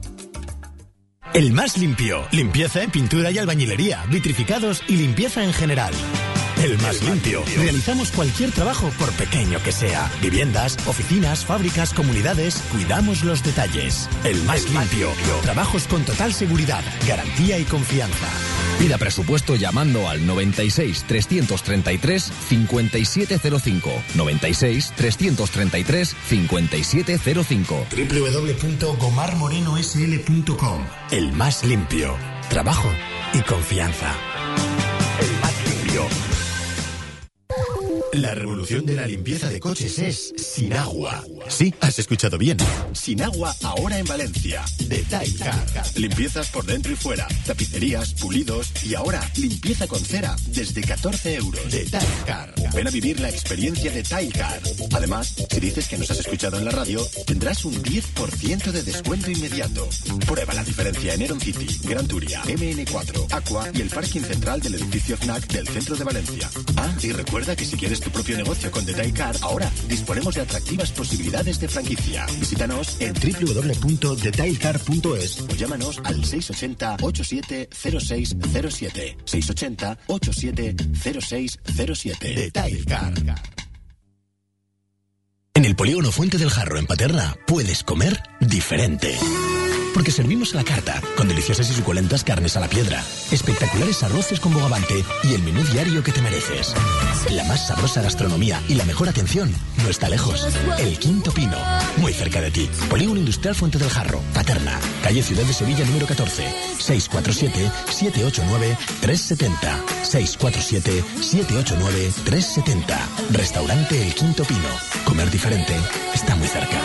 El más limpio. Limpieza, pintura y albañilería, vitrificados y limpieza en general. El más limpio. Realizamos cualquier trabajo, por pequeño que sea. Viviendas, oficinas, fábricas, comunidades. Cuidamos los detalles. El más limpio. Trabajos con total seguridad, garantía y confianza.
Pida presupuesto llamando al 96 333 5705. 96 333 5705.
www.gomarmorenoSL.com. El más limpio. Trabajo y confianza. El más limpio. La revolución de la limpieza de coches es sin agua. Sí, has escuchado bien. Sin agua ahora en Valencia. Detail Car. Limpiezas por dentro y fuera. Tapicerías, pulidos y ahora limpieza con cera desde 14 euros. Detail Car. Ven a vivir la experiencia de Detail Car. Además, si dices que nos has escuchado en la radio, tendrás un 10% de descuento inmediato. Prueba la diferencia en Eron City, Gran Turia, MN4, Aqua y el parking central del edificio FNAC del centro de Valencia. Ah, y recuerda que si quieres tu propio negocio con Detail Car, ahora disponemos de atractivas posibilidades de franquicia. Visítanos en www.detailcar.es o llámanos al 680-870607. 680-870607. Detail Car. En el polígono Fuente del Jarro, en Paterna, puedes comer diferente. Porque servimos a la carta, con deliciosas y suculentas carnes a la piedra, espectaculares arroces con bogavante y el menú diario que te mereces. La más sabrosa gastronomía y la mejor atención no está lejos. El Quinto Pino, muy cerca de ti. Polígono Industrial Fuente del Jarro, Paterna, calle Ciudad de Sevilla número 14, 647-789-370. 647-789-370. Restaurante El Quinto Pino. Comer diferente está muy cerca.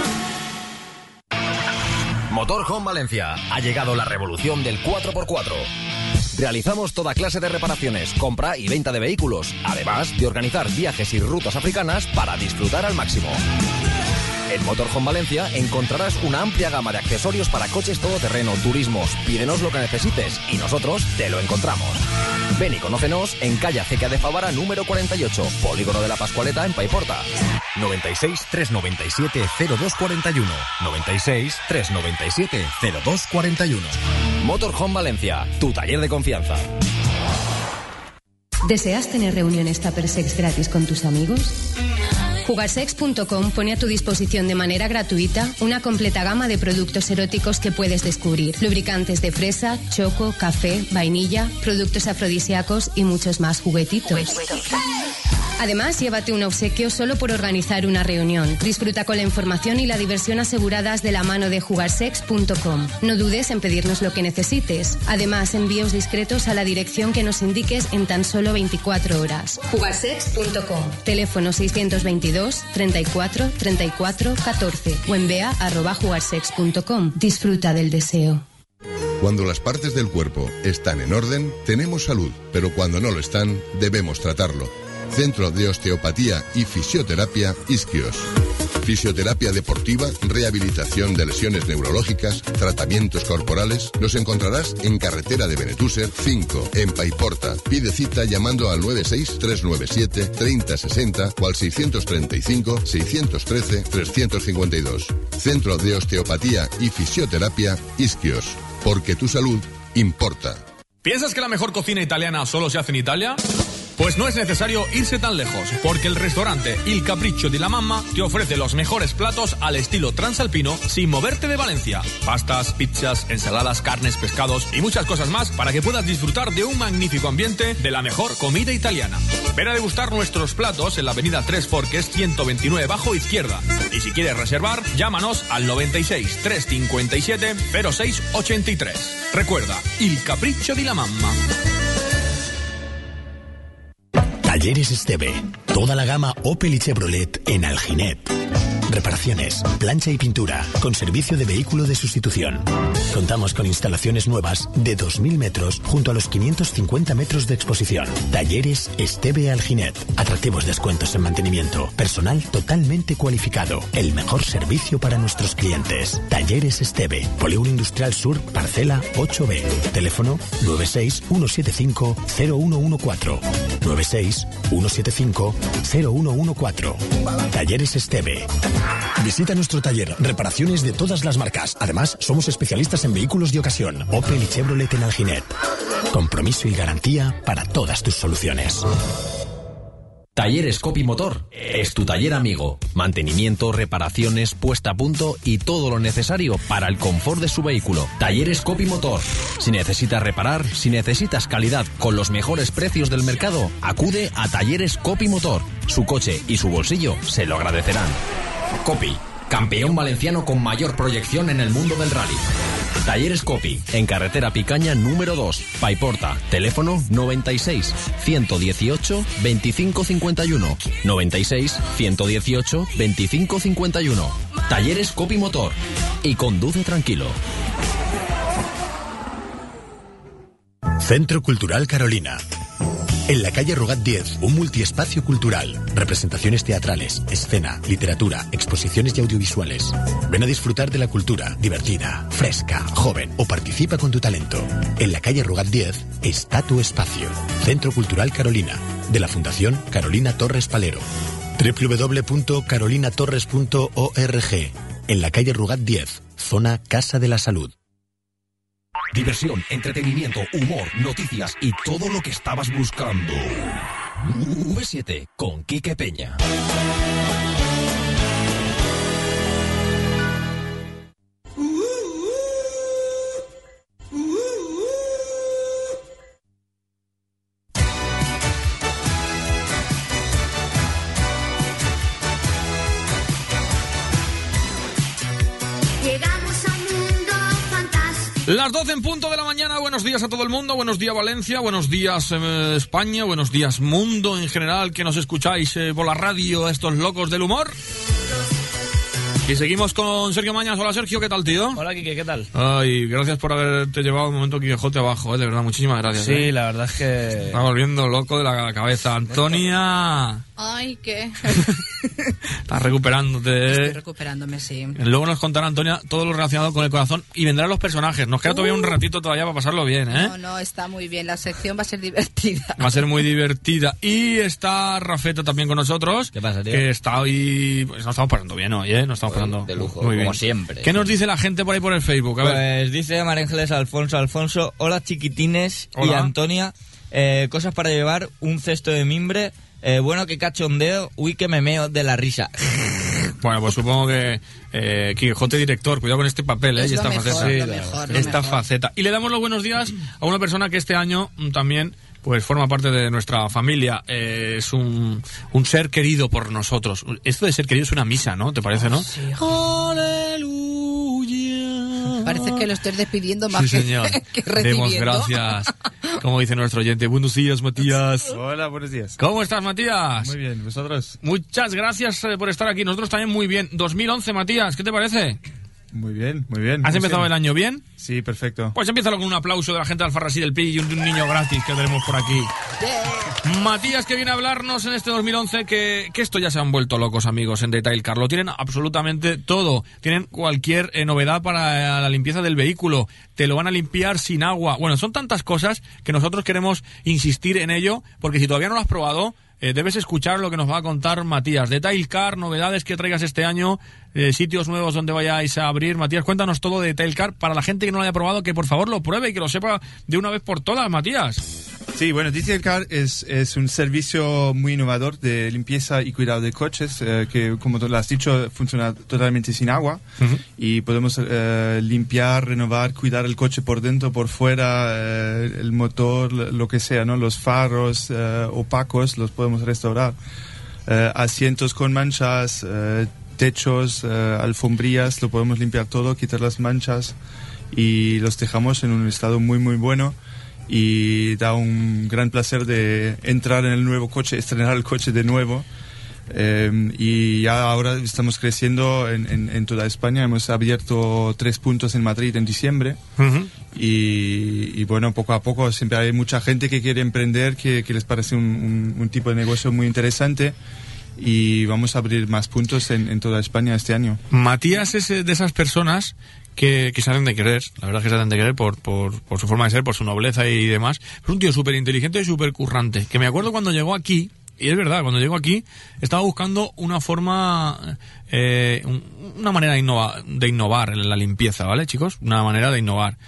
Motorhome Valencia. Ha llegado la revolución del 4x4. Realizamos toda clase de reparaciones, compra y venta de vehículos, además de organizar viajes y rutas africanas para disfrutar al máximo. En Motorhome Valencia encontrarás una amplia gama de accesorios para coches todoterreno, turismos. Pídenos lo que necesites y nosotros te lo encontramos. Ven y conócenos en calle Acequia de Favara número 48, Polígono de la Pascualeta en Paiporta.
96 397 0241. 96 397 0241.
Motorhome Valencia, tu taller de confianza.
¿Deseas tener reuniones Tuppersex gratis con tus amigos? Jugarsex.com pone a tu disposición de manera gratuita una completa gama de productos eróticos que puedes descubrir. Lubricantes de fresa, choco, café, vainilla, productos afrodisíacos y muchos más juguetitos. Además, llévate un obsequio solo por organizar una reunión. Disfruta con la información y la diversión aseguradas de la mano de jugarsex.com. No dudes en pedirnos lo que necesites. Además, envíos discretos a la dirección que nos indiques en tan solo 24 horas. Jugarsex.com. Teléfono 622 34 34 14 o envía arroba jugarsex.com. Disfruta del deseo.
Cuando las partes del cuerpo están en orden, tenemos salud, pero cuando no lo están, debemos tratarlo. Centro de Osteopatía y Fisioterapia Isquios. Fisioterapia deportiva, rehabilitación de lesiones neurológicas, tratamientos corporales. Nos encontrarás en carretera de Benetúser 5, en Paiporta. Pide cita llamando al 96-397-3060 o al 635-613-352. Centro de Osteopatía y Fisioterapia Isquios. Porque tu salud importa.
¿Piensas que la mejor cocina italiana solo se hace en Italia? Pues no es necesario irse tan lejos, porque el restaurante Il Capriccio di la Mamma te ofrece los mejores platos al estilo transalpino sin moverte de Valencia. Pastas, pizzas, ensaladas, carnes, pescados y muchas cosas más para que puedas disfrutar de un magnífico ambiente de la mejor comida italiana. Ven a degustar nuestros platos en la avenida Tres Forques 129 bajo izquierda. Y si quieres reservar, llámanos al 96 357 0683. Recuerda, Il Capriccio di la Mamma.
Talleres Esteve. Toda la gama Opel y Chevrolet en Alginet. Reparaciones, plancha y pintura, con servicio de vehículo de sustitución. Contamos con instalaciones nuevas de 2.000 metros junto a los 550 metros de exposición. Talleres Esteve Alginet. Atractivos descuentos en mantenimiento. Personal totalmente cualificado. El mejor servicio para nuestros clientes. Talleres Esteve. Polígono Industrial Sur, parcela 8B. Teléfono 961750114. 961750114. Talleres Esteve. Visita nuestro taller. Reparaciones de todas las marcas. Además, somos especialistas en vehículos de ocasión. Opel y Chevrolet en Alginet. Compromiso y garantía para todas tus soluciones.
Talleres Copy Motor es tu taller amigo. Mantenimiento, reparaciones, puesta a punto y todo lo necesario para el confort de su vehículo. Talleres Copy Motor. Si necesitas reparar, si necesitas calidad con los mejores precios del mercado, acude a Talleres Copy Motor. Su coche y su bolsillo se lo agradecerán. Copy, campeón valenciano con mayor proyección en el mundo del rally. Talleres Copy, en carretera Picaña número 2, Paiporta. Teléfono 96 118 2551. 96 118 2551. Talleres Copy Motor. Y conduce tranquilo.
Centro Cultural Carolina. En la calle Rugat 10, un multiespacio cultural, representaciones teatrales, escena, literatura, exposiciones y audiovisuales. Ven a disfrutar de la cultura, divertida, fresca, joven o participa con tu talento. En la calle Rugat 10 está tu espacio. Centro Cultural Carolina, de la Fundación Carolina Torres Palero. www.carolinatorres.org. En la calle Rugat 10, zona Casa de la Salud.
Diversión, entretenimiento, humor, noticias y todo lo que estabas buscando. V7 con Quique Peña.
Llegamos al mundo fantástico.
Las 12 en punto de la mañana, buenos días a todo el mundo, buenos días Valencia, buenos días eh, España, buenos días mundo en general que nos escucháis eh, por la radio, estos locos del humor. Y seguimos con Sergio Mañas. Hola Sergio, ¿qué tal tío?
Hola Kike, ¿qué tal?
Ay, gracias por haberte llevado un momento Quijote abajo, eh, de verdad, muchísimas gracias.
Sí,
eh.
la verdad es que...
Está volviendo loco de la cabeza. Antonia,
Ay, qué.
estás recuperándote.
Estoy
eh.
recuperándome, sí.
Luego nos contará Antonia todo lo relacionado con el corazón y vendrán los personajes. Nos queda todavía un ratito todavía para pasarlo bien, ¿eh?
Uh. No, no, está muy bien. La sección va a ser divertida.
Va a ser muy divertida. Y está Rafeta también con nosotros. ¿Qué pasa, Que está hoy. Pues nos estamos pasando bien hoy, ¿eh? Nos estamos pasando. De lujo,
como siempre.
¿Qué nos dice la gente por ahí por el Facebook? A ver.
Pues dice Marángeles Alfonso Alfonso, hola chiquitines y
Hola.
Antonia, eh, cosas para llevar, un cesto de mimbre, eh, bueno que cachondeo, uy que me meo de la risa.
Bueno, pues supongo que eh, Quijote director, cuidado con este papel, ¿eh?
Es
y
lo
esta
mejor,
faceta.
lo Sí, la mejor, verdad. lo
esta
mejor.
faceta. Y le damos los buenos días a una persona que este año mm, también pues forma parte de nuestra familia. Eh, es un, un ser querido por nosotros. Esto de ser querido es una misa, ¿no? ¿Te parece, no?
Parece que lo estoy despidiendo más
Sí,
que-
señor.
que
Demos
recibiendo.
gracias. Como dice nuestro oyente. Buenos días, Matías.
Hola, buenos días.
¿Cómo estás, Matías?
Muy bien, ¿vosotros?
Muchas gracias eh, por estar aquí. Nosotros también muy bien. 2011, Matías, ¿qué te parece?
Muy bien, muy bien.
¿Has
Muy
empezado el
bien.
año bien?
Sí, perfecto.
Pues empieza con un aplauso de la gente de Alfarrasí del Pi y un, de un niño gratis que tenemos por aquí. Matías, que viene a hablarnos en este 2011 que, que esto ya se han vuelto locos, amigos, en Detail Car. Lo tienen absolutamente todo. Tienen cualquier eh, novedad para eh, la limpieza del vehículo. Te lo van a limpiar sin agua. Bueno, son tantas cosas que nosotros queremos insistir en ello porque si todavía no lo has probado... eh, debes escuchar lo que nos va a contar Matías. Detail Car, novedades que traigas este año, eh, sitios nuevos donde vayáis a abrir. Matías, cuéntanos todo de Detail Car para la gente que no lo haya probado, que por favor lo pruebe y que lo sepa de una vez por todas, Matías.
Sí, bueno, Detail Car es, es un servicio muy innovador de limpieza y cuidado de coches eh, que, como tú lo has dicho, funciona totalmente sin agua y podemos eh, limpiar, renovar, cuidar el coche por dentro, por fuera, eh, el motor, lo lo que sea, ¿no? Los faros eh, opacos los podemos restaurar. Eh, asientos con manchas, eh, techos, eh, alfombrillas, lo podemos limpiar todo, quitar las manchas y los dejamos en un estado muy, muy bueno y da un gran placer de entrar en el nuevo coche, estrenar el coche de nuevo. Eh, y ya ahora estamos creciendo en, en- en toda España. Hemos abierto tres puntos en Madrid en diciembre. Y, y bueno, poco a poco siempre hay mucha gente que quiere emprender, que, que les parece un, un- un tipo de negocio muy interesante. Y vamos a abrir más puntos en, en toda España este año.
Matías es eh, de esas personas que, que se hacen de querer, la verdad es que se hacen de querer por, por, por su forma de ser, por su nobleza y demás. Es un tío súper inteligente y súper currante, que me acuerdo cuando llegó aquí, y es verdad, cuando llegó aquí estaba buscando una forma, eh, un- una manera de, innova- de innovar en la limpieza, ¿vale chicos? Una manera de innovar.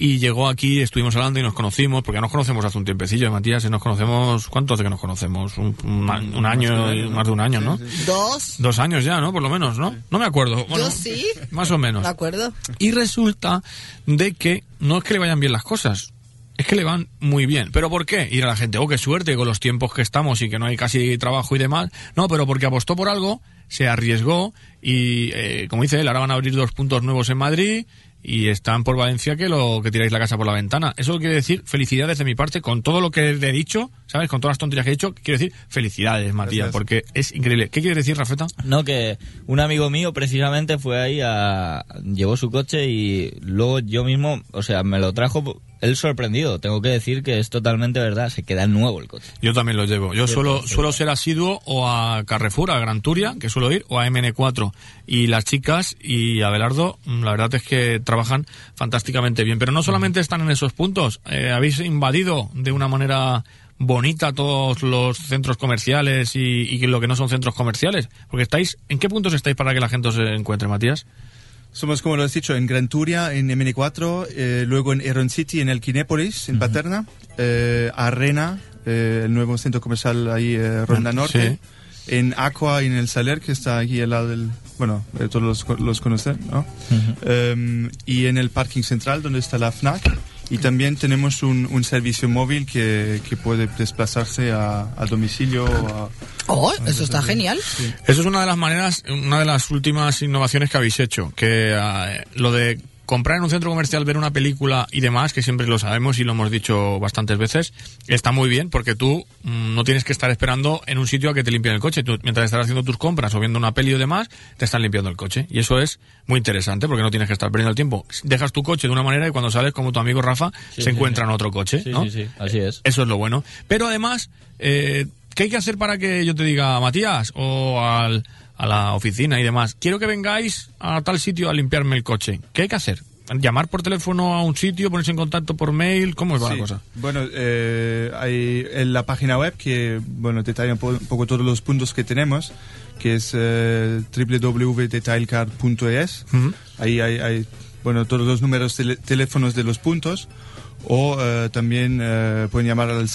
Y llegó aquí, estuvimos hablando y nos conocimos, porque ya nos conocemos hace un tiempecillo, Matías, y nos conocemos, ¿cuánto hace que nos conocemos? Un, un a- un año, y- más de un año, ¿no?
Dos.
Dos años ya, ¿no? Por lo menos, ¿no? No me acuerdo. Bueno,
Yo sí.
Más o menos.
¿De acuerdo?
Y resulta de que no es que le vayan bien las cosas, es que le van muy bien. ¿Pero por qué? Y a la gente, oh, qué suerte con los tiempos que estamos y que no hay casi trabajo y demás. No, pero porque apostó por algo, se arriesgó y, eh, como dice él, ahora van a abrir dos puntos nuevos en Madrid y están por Valencia que lo que tiráis la casa por la ventana. Eso quiere decir felicidades de mi parte con todo lo que le he dicho, ¿sabes? Con todas las tonterías que he dicho, quiero decir felicidades, Matías,
Gracias.
porque es increíble. ¿Qué quieres decir, Rafeta?
No, que un amigo mío precisamente fue ahí a... Llevó su coche y luego yo mismo, o sea, me lo trajo él sorprendido. Tengo que decir que es totalmente verdad, se queda nuevo el coche.
Yo también lo llevo. Yo
Sí,
suelo,
sí, sí.
suelo ser asiduo o a Carrefour, a Gran Turia, que suelo ir, o a MN4. Y las chicas y Abelardo, mm, la verdad es que trabajan fantásticamente bien. Pero no solamente están en esos puntos, eh, habéis invadido de una manera bonita todos los centros comerciales y, y lo que no son centros comerciales. Porque estáis, ¿en qué puntos estáis para que la gente os eh, encuentre, Matías?
Somos, como lo has dicho, en Gran Turia, en MN4, eh, luego en Heron City, en el Kinépolis, en Paterna, eh, Arena, eh, el nuevo centro comercial ahí, eh, Ronda
Ah,
Norte, en Aqua y en el Saler, que está aquí al lado del... Bueno, eh, todos los, co- los conocen, ¿no? Em, y en el parking central, donde está la FNAC. Y también tenemos un, un servicio móvil que, que puede desplazarse a, a domicilio. o a-
Oh,
a
eso está
desarrollo.
genial.
Sí.
Eso es una de las maneras, una de las últimas innovaciones que habéis hecho, que ah, eh, lo de comprar en un centro comercial, ver una película y demás, que siempre lo sabemos y lo hemos dicho bastantes veces, está muy bien porque tú mm, no tienes que estar esperando en un sitio a que te limpien el coche. Tú, mientras estás haciendo tus compras o viendo una peli o demás, te están limpiando el coche. Y eso es muy interesante porque no tienes que estar perdiendo el tiempo. Dejas tu coche de una manera y cuando sales, como tu amigo Rafa,
Sí,
se
sí,
encuentra
sí.
en otro coche.
Sí,
¿no?
sí, sí, así es.
Eso es lo bueno. Pero además, eh, ¿qué hay que hacer para que yo te diga, Matías, o al- a la oficina y demás, quiero que vengáis a tal sitio a limpiarme el coche? ¿Qué hay que hacer? ¿Llamar por teléfono a un sitio, ponerse en contacto por mail? ¿Cómo es la
Sí.
cosa?
Bueno, eh, hay en la página web que bueno detalla un, po- un poco todos los puntos que tenemos, que es eh, www.detailcar.es. Ahí hay, hay, bueno todos los números tele- teléfonos de los puntos. O eh, también eh, pueden llamar al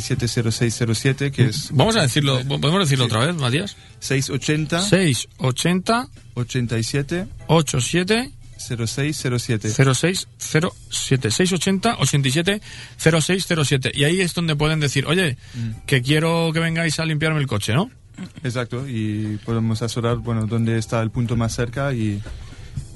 680-870607, que es...
Vamos a decirlo, podemos decirlo otra vez, Matías.
680
680
87
87
0607.
0607 680 87 0607 y ahí es donde pueden decir oye que quiero que vengáis a limpiarme el coche ¿no?
Exacto, y podemos asesorar, bueno, dónde está el punto más cerca y,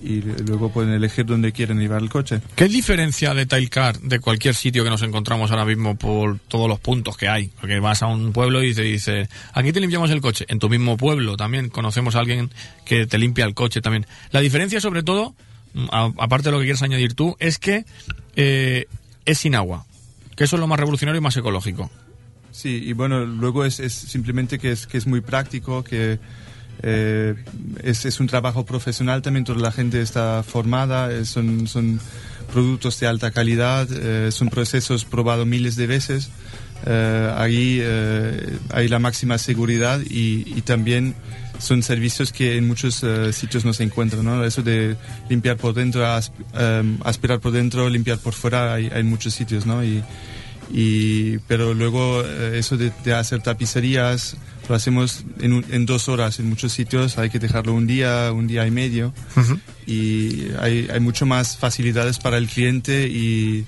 y luego pueden elegir dónde quieren llevar el coche.
¿Qué diferencia de Tilecar de cualquier sitio que nos encontramos ahora mismo por todos los puntos que hay? Porque vas a un pueblo y te dice, aquí te limpiamos el coche. En tu mismo pueblo también conocemos a alguien que te limpia el coche también. La diferencia, sobre todo, mm, a- aparte de lo que quieres añadir tú, es que eh, es sin agua. Que eso es lo más revolucionario y más ecológico.
Sí, y bueno, luego es, es simplemente que es, que es muy práctico, que eh, es, es un trabajo profesional también, toda la gente está formada, eh, son, son productos de alta calidad, eh, son procesos probados miles de veces. Eh, ahí eh, hay la máxima seguridad y, y también son servicios que en muchos eh, sitios no se encuentran, ¿no? Eso de limpiar por dentro, asp- em, aspirar por dentro, limpiar por fuera, hay, hay en muchos sitios, ¿no? Y, y pero luego eh, eso de, de hacer tapicerías lo hacemos en, un- en dos horas en muchos sitios hay que dejarlo un día un día y medio y hay, hay mucho más facilidades para el cliente y,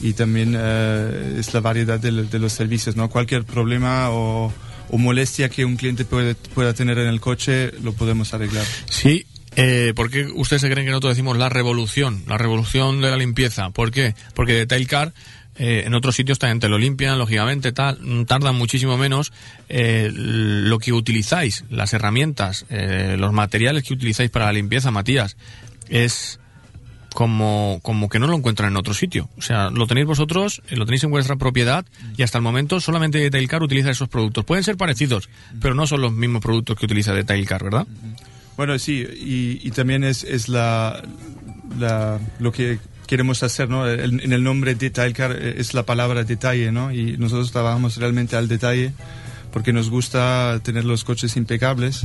y también eh, es la variedad del- de, los servicios no cualquier problema o, o molestia que un cliente puede- pueda tener en el coche lo podemos arreglar
Sí, Eh, ¿Por qué ustedes se creen que nosotros decimos la revolución? La revolución de la limpieza. ¿Por qué? Porque Detail Car eh, en otros sitios también te lo limpian, lógicamente, tal, mm, tardan muchísimo menos. Eh, lo que utilizáis, las herramientas, eh, los materiales que utilizáis para la limpieza, Matías, es como, como que no lo encuentran en otro sitio. O sea, lo tenéis vosotros, eh, lo tenéis en vuestra propiedad y hasta el momento solamente Detail Car utiliza esos productos. Pueden ser parecidos, pero no son los mismos productos que utiliza Detail Car, ¿verdad?
Bueno, sí, y, y también es, es la, la- lo que queremos hacer, ¿no? El- en el nombre Detail Car eh, es la palabra detalle, ¿no? Y nosotros trabajamos realmente al detalle porque nos gusta tener los coches impecables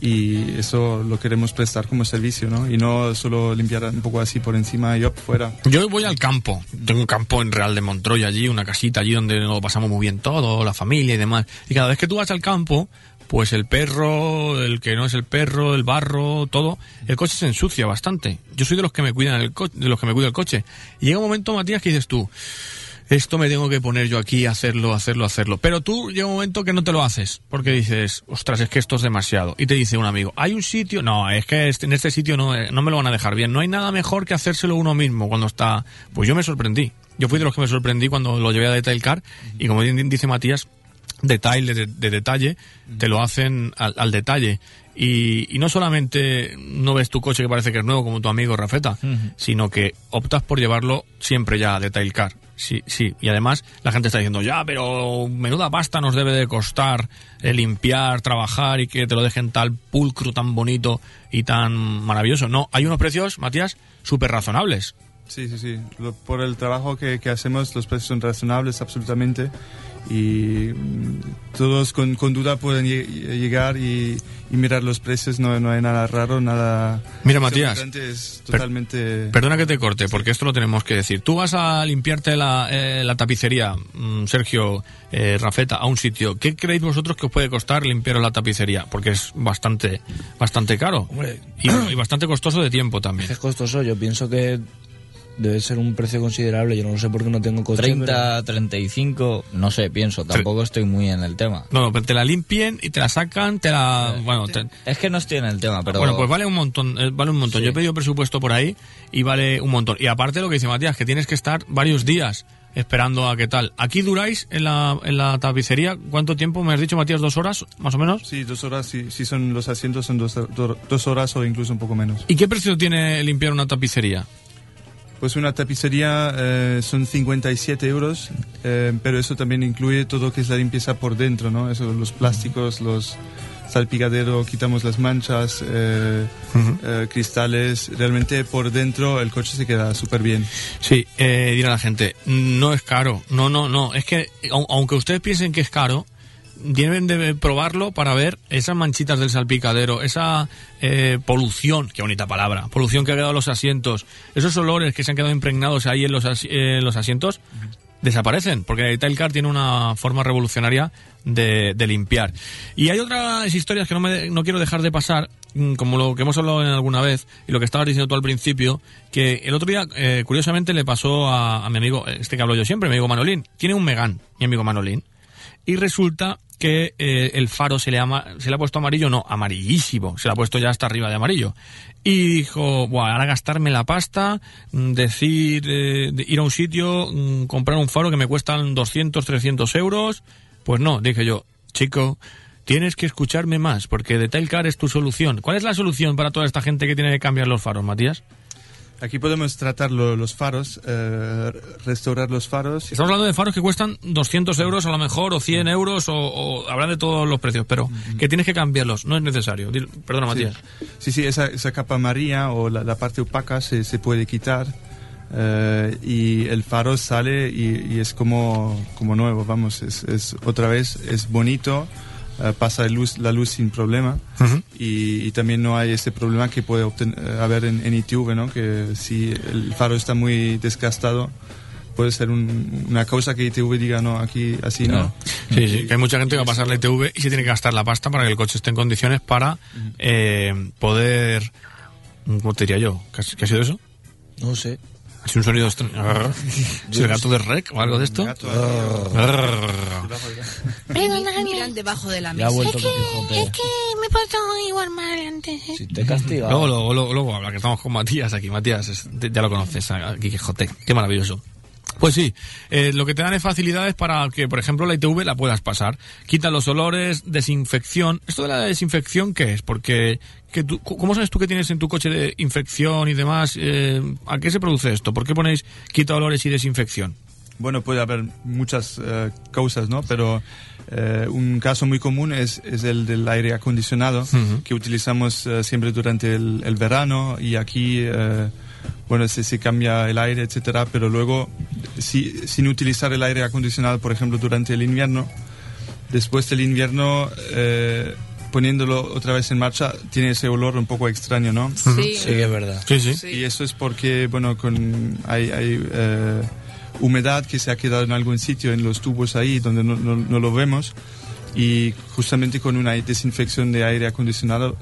y eso lo queremos prestar como servicio, ¿no? Y no solo limpiar un poco así por encima y op, fuera.
Yo voy al campo. Tengo un campo en Real de Montroy allí, una casita allí donde nos lo pasamos muy bien todo, la familia y demás. Y cada vez que tú vas al campo, pues el perro, el que no es el perro, el barro, todo, el coche se ensucia bastante. Yo soy de los que me cuidan el co- de los que me cuida el coche. Y llega un momento, Matías, que dices tú, esto me tengo que poner yo aquí, hacerlo, hacerlo, hacerlo. Pero tú llega un momento que no te lo haces, porque dices, ostras, es que esto es demasiado. Y te dice un amigo, hay un sitio, no, es que este- en este sitio no, eh, no me lo van a dejar bien. No hay nada mejor que hacérselo uno mismo cuando está... Pues yo me sorprendí. Yo fui de los que me sorprendí cuando lo llevé a Detail Car y como bien dice Matías, detalle de, de detalle, te lo hacen al, al detalle. Y, y no solamente no ves tu coche que parece que es nuevo como tu amigo Rafeta, sino que optas por llevarlo siempre ya a detail car. Sí, sí. Y además la gente está diciendo, ya, pero menuda pasta nos debe de costar eh, limpiar, trabajar y que te lo dejen tal pulcro, tan bonito y tan maravilloso. No, hay unos precios, Matías, súper razonables.
Sí, sí, sí. Lo- por el trabajo que, que hacemos, los precios son razonables absolutamente. Y mm, todos con, con duda pueden lle- llegar y, y mirar los precios. No, no hay nada raro, nada...
Mira, Matías,
exorbitante, Es
per-
totalmente...
Perdona que te corte, porque esto lo tenemos que decir. Tú vas a limpiarte la, eh, la tapicería, mm, Sergio eh, Rafeta, a un sitio. ¿Qué creéis vosotros que os puede costar limpiar la tapicería? Porque es bastante, bastante caro. Y, y bastante costoso de tiempo también.
Es costoso, yo pienso que debe ser un precio considerable. Yo no sé por qué no tengo coche.
30, 35, no sé, pienso. Tampoco estoy muy en el tema.
No, no, pero te la limpien y te la sacan, te la... Bueno, te-
Eh, Es que no estoy en el tema, pero...
Bueno, pues vale un montón, eh, vale un montón. Yo he pedido presupuesto por ahí y vale un montón. Y aparte lo que dice Matías, que tienes que estar varios días esperando a qué tal. ¿Aquí duráis en la, en la tapicería? ¿Cuánto tiempo? ¿Me has dicho, Matías, dos horas más o menos?
Sí, dos horas. Si, si son los asientos, son dos, do- dos horas o incluso un poco menos.
¿Y qué precio tiene limpiar una tapicería?
Pues una tapicería eh, son 57 euros, eh, pero eso también incluye todo lo que es la limpieza por dentro, ¿no? Eso, los plásticos, los salpicadero, quitamos las manchas, eh, eh, cristales. Realmente por dentro el coche se queda súper bien.
Sí, eh, dirá la gente, no es caro. No, no, no. Es que au- aunque ustedes piensen que es caro, deben de probarlo para ver esas manchitas del salpicadero, esa eh, polución, qué bonita palabra, polución que ha quedado en los asientos, esos olores que se han quedado impregnados ahí en los, as- eh, en los asientos, desaparecen, porque Detail Car tiene una forma revolucionaria de, de limpiar. Y hay otras historias que no, me, no quiero dejar de pasar, mm, como lo que hemos hablado en alguna vez y lo que estabas diciendo tú al principio, que el otro día, eh, curiosamente, le pasó a, a mi amigo, este que hablo yo siempre, mi amigo Manolín, tiene un Megan, mi amigo Manolín, y resulta que eh, el faro se le, ama, se le ha puesto amarillo, no, amarillísimo, se le ha puesto ya hasta arriba de amarillo. Y dijo, Buah, ahora gastarme la pasta, mm, decir, eh, de ir a un sitio, mm, comprar un faro que me cuestan 200, 300 euros. Pues no, dije yo, chico, tienes que escucharme más, porque Detailcar es tu solución. ¿Cuál es la solución para toda esta gente que tiene que cambiar los faros, Matías?
Aquí podemos tratar lo- los faros, eh, restaurar los faros.
Estamos hablando de faros que cuestan 200 euros a lo mejor, o 100 euros, o, o habrá de todos los precios, pero que tienes que cambiarlos, no es necesario. Dil- Perdona, Matías.
Sí, sí, esa, esa capa amarilla o la, la parte opaca se, se puede quitar eh, y el faro sale y, y es como, como nuevo, vamos, es, es- otra vez, es bonito, eh, pasa el luz, la luz sin problema y, y también no hay ese problema que puede obten- eh, haber en, en ITV, ¿no? que si el faro está muy desgastado puede ser un- una causa que ITV diga no, aquí así no.
Sí, sí, que hay mucha gente que va a pasar la ITV y se tiene que gastar la pasta para que el coche esté en condiciones para eh, poder. ¿Cómo te diría yo? ¿Qué has- qué ha sido eso?
No sé.
¿Es un sonido extraño? ¿Es el gato de Rec o algo de esto?
Perdóname.
Miran debajo de la
Ya ha
mesa.
vuelto
Es
Don Quijote.
que, es que me porto igual mal antes. ¿eh?
Te castiga.
Luego, luego, luego, luego habla, que estamos con Matías aquí. Matías, es- te- ya lo conoces, a- a Quijote. Qué maravilloso. Pues sí, eh, lo que te dan es facilidades para que, por ejemplo, la ITV la puedas pasar. Quitan los olores, desinfección. ¿Esto de la desinfección qué es? Porque, que tú- cu- ¿cómo sabes tú que tienes en tu coche de infección y demás? Eh, ¿A qué se produce esto? ¿Por qué ponéis quita olores y desinfección?
Bueno, puede haber muchas eh, causas, ¿no? Pero eh, un caso muy común es, es el del aire acondicionado,
Ujú.
que utilizamos eh, siempre durante el, el verano y aquí, eh, bueno, se, se cambia el aire, etcétera, pero luego, si, sin utilizar el aire acondicionado, por ejemplo, durante el invierno, después del invierno, eh, poniéndolo otra vez en marcha, tiene ese olor un poco extraño, ¿no?
Sí. Ujú. Sí que es verdad. Sí, sí.
Y eso es porque, bueno, con, hay, hay, eh, humedad que se ha quedado en algún sitio, en los tubos ahí, donde no, no- no lo vemos. Y justamente con una desinfección de aire acondicionado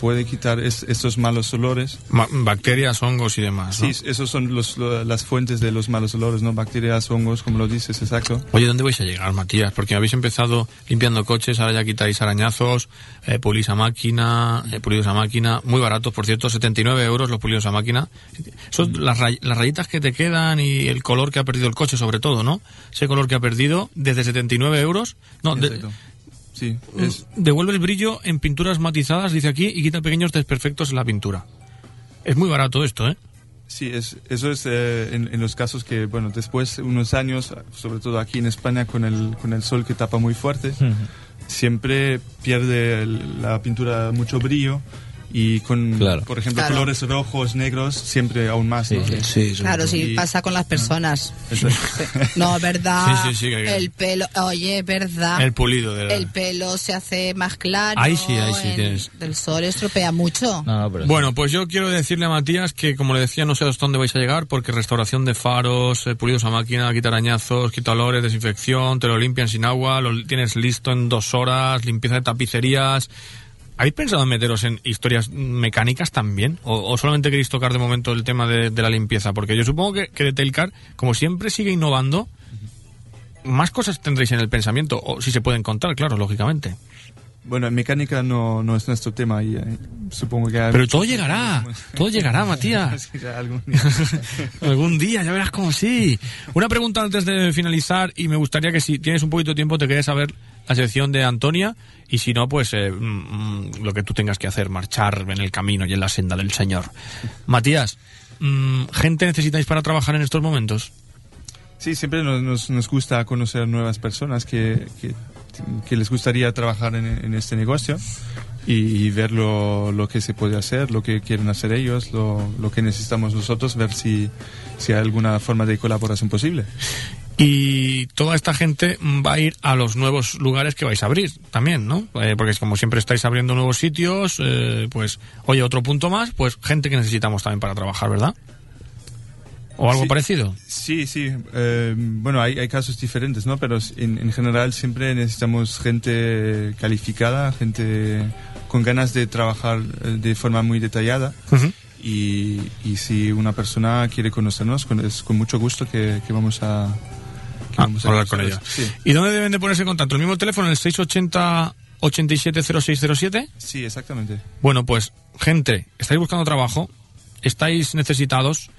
puede quitar es- estos malos olores.
Ma- bacterias, hongos y demás. ¿no?
Sí, esos son los- lo- las fuentes de los malos olores, ¿no? Bacterias, hongos, como lo dices, exacto.
Oye, ¿dónde vais a llegar, Matías? Porque habéis empezado limpiando coches, ahora ya quitáis arañazos, eh, pulís a máquina, eh, pulidos a máquina, muy baratos, por cierto, 79 euros los pulidos a máquina. Son las, ray- las rayitas que te quedan y el color que ha perdido el coche, sobre todo, ¿no? Ese color que ha perdido, desde 79 euros. No, de-
Exacto. Sí,
Mm,
es,
Devuelve el brillo en pinturas matizadas, dice aquí, y quita pequeños desperfectos en la pintura. Es muy barato esto, ¿eh?
Sí, es, eso es eh, en, en los casos que, bueno, después de unos años, sobre todo aquí en España con el, con el sol que tapa muy fuerte, siempre pierde el- la pintura mucho brillo y con,
Claro.
por ejemplo,
Claro.
colores rojos, negros, siempre aún más. ¿no?
Claro, sí,
Y-
pasa con las personas.
Eso es.
No, ¿verdad?
Sí, sí, sí, que-
El pelo, oye,
Ah.
¿verdad?
El pulido de la-
El pelo se hace más claro.
Ahí sí, ahí sí
el-
tienes.
Del sol estropea mucho.
Bueno, pues yo quiero decirle a Matías que, como le decía, no sé hasta dónde vais a llegar, porque restauración de faros, eh, pulidos a máquina, quita arañazos, quita olores, desinfección, te lo limpian sin agua, lo li- tienes listo en dos horas, limpieza de tapicerías. ¿Habéis pensado en meteros en historias mecánicas también? ¿O, o solamente queréis tocar de momento el tema de, de la limpieza? Porque yo supongo que, que Detailcar, como siempre, sigue innovando. Más cosas tendréis en el pensamiento, o si se pueden contar, claro, lógicamente.
Bueno, en mecánica no, no es nuestro tema y eh, supongo que... hay
Pero
muchos-
todo llegará, todo llegará, Matías.
Sí, ya algún día.
Algún día, ya verás como sí. Una pregunta antes de finalizar y me gustaría que si tienes un poquito de tiempo te quedes a ver la sección de Antonia y si no, pues eh, mm, mm, lo que tú tengas que hacer, marchar en el camino y en la senda del Señor. Matías, mm, ¿gente necesitáis para trabajar en estos momentos?
Sí, siempre nos, nos, nos gusta conocer nuevas personas que, que, que les gustaría trabajar en, en este negocio y, y ver lo, lo que se puede hacer, lo que quieren hacer ellos, lo, lo que necesitamos nosotros, ver si, si hay alguna forma de colaboración posible.
Y toda esta gente mm, va a ir a los nuevos lugares que vais a abrir también, ¿no? Eh, porque es como siempre estáis abriendo nuevos sitios, eh, pues, oye, otro punto más, pues gente que necesitamos también para trabajar, ¿verdad? ¿O algo
Sí.
parecido?
Sí, sí. eh, bueno, hay, hay casos diferentes, ¿no? Pero en, en general siempre necesitamos gente calificada, gente con ganas de trabajar eh, de forma muy detallada. y, y si una persona quiere conocernos, con, es con mucho gusto que, que vamos a... que vamos a
Ah, hablar con ella.
conoceros. Sí,
¿Y dónde deben de ponerse en contacto? ¿El mismo teléfono, el 680-870607?
sí, exactamente.
Bueno, pues, gente, estáis buscando trabajo, estáis necesitados,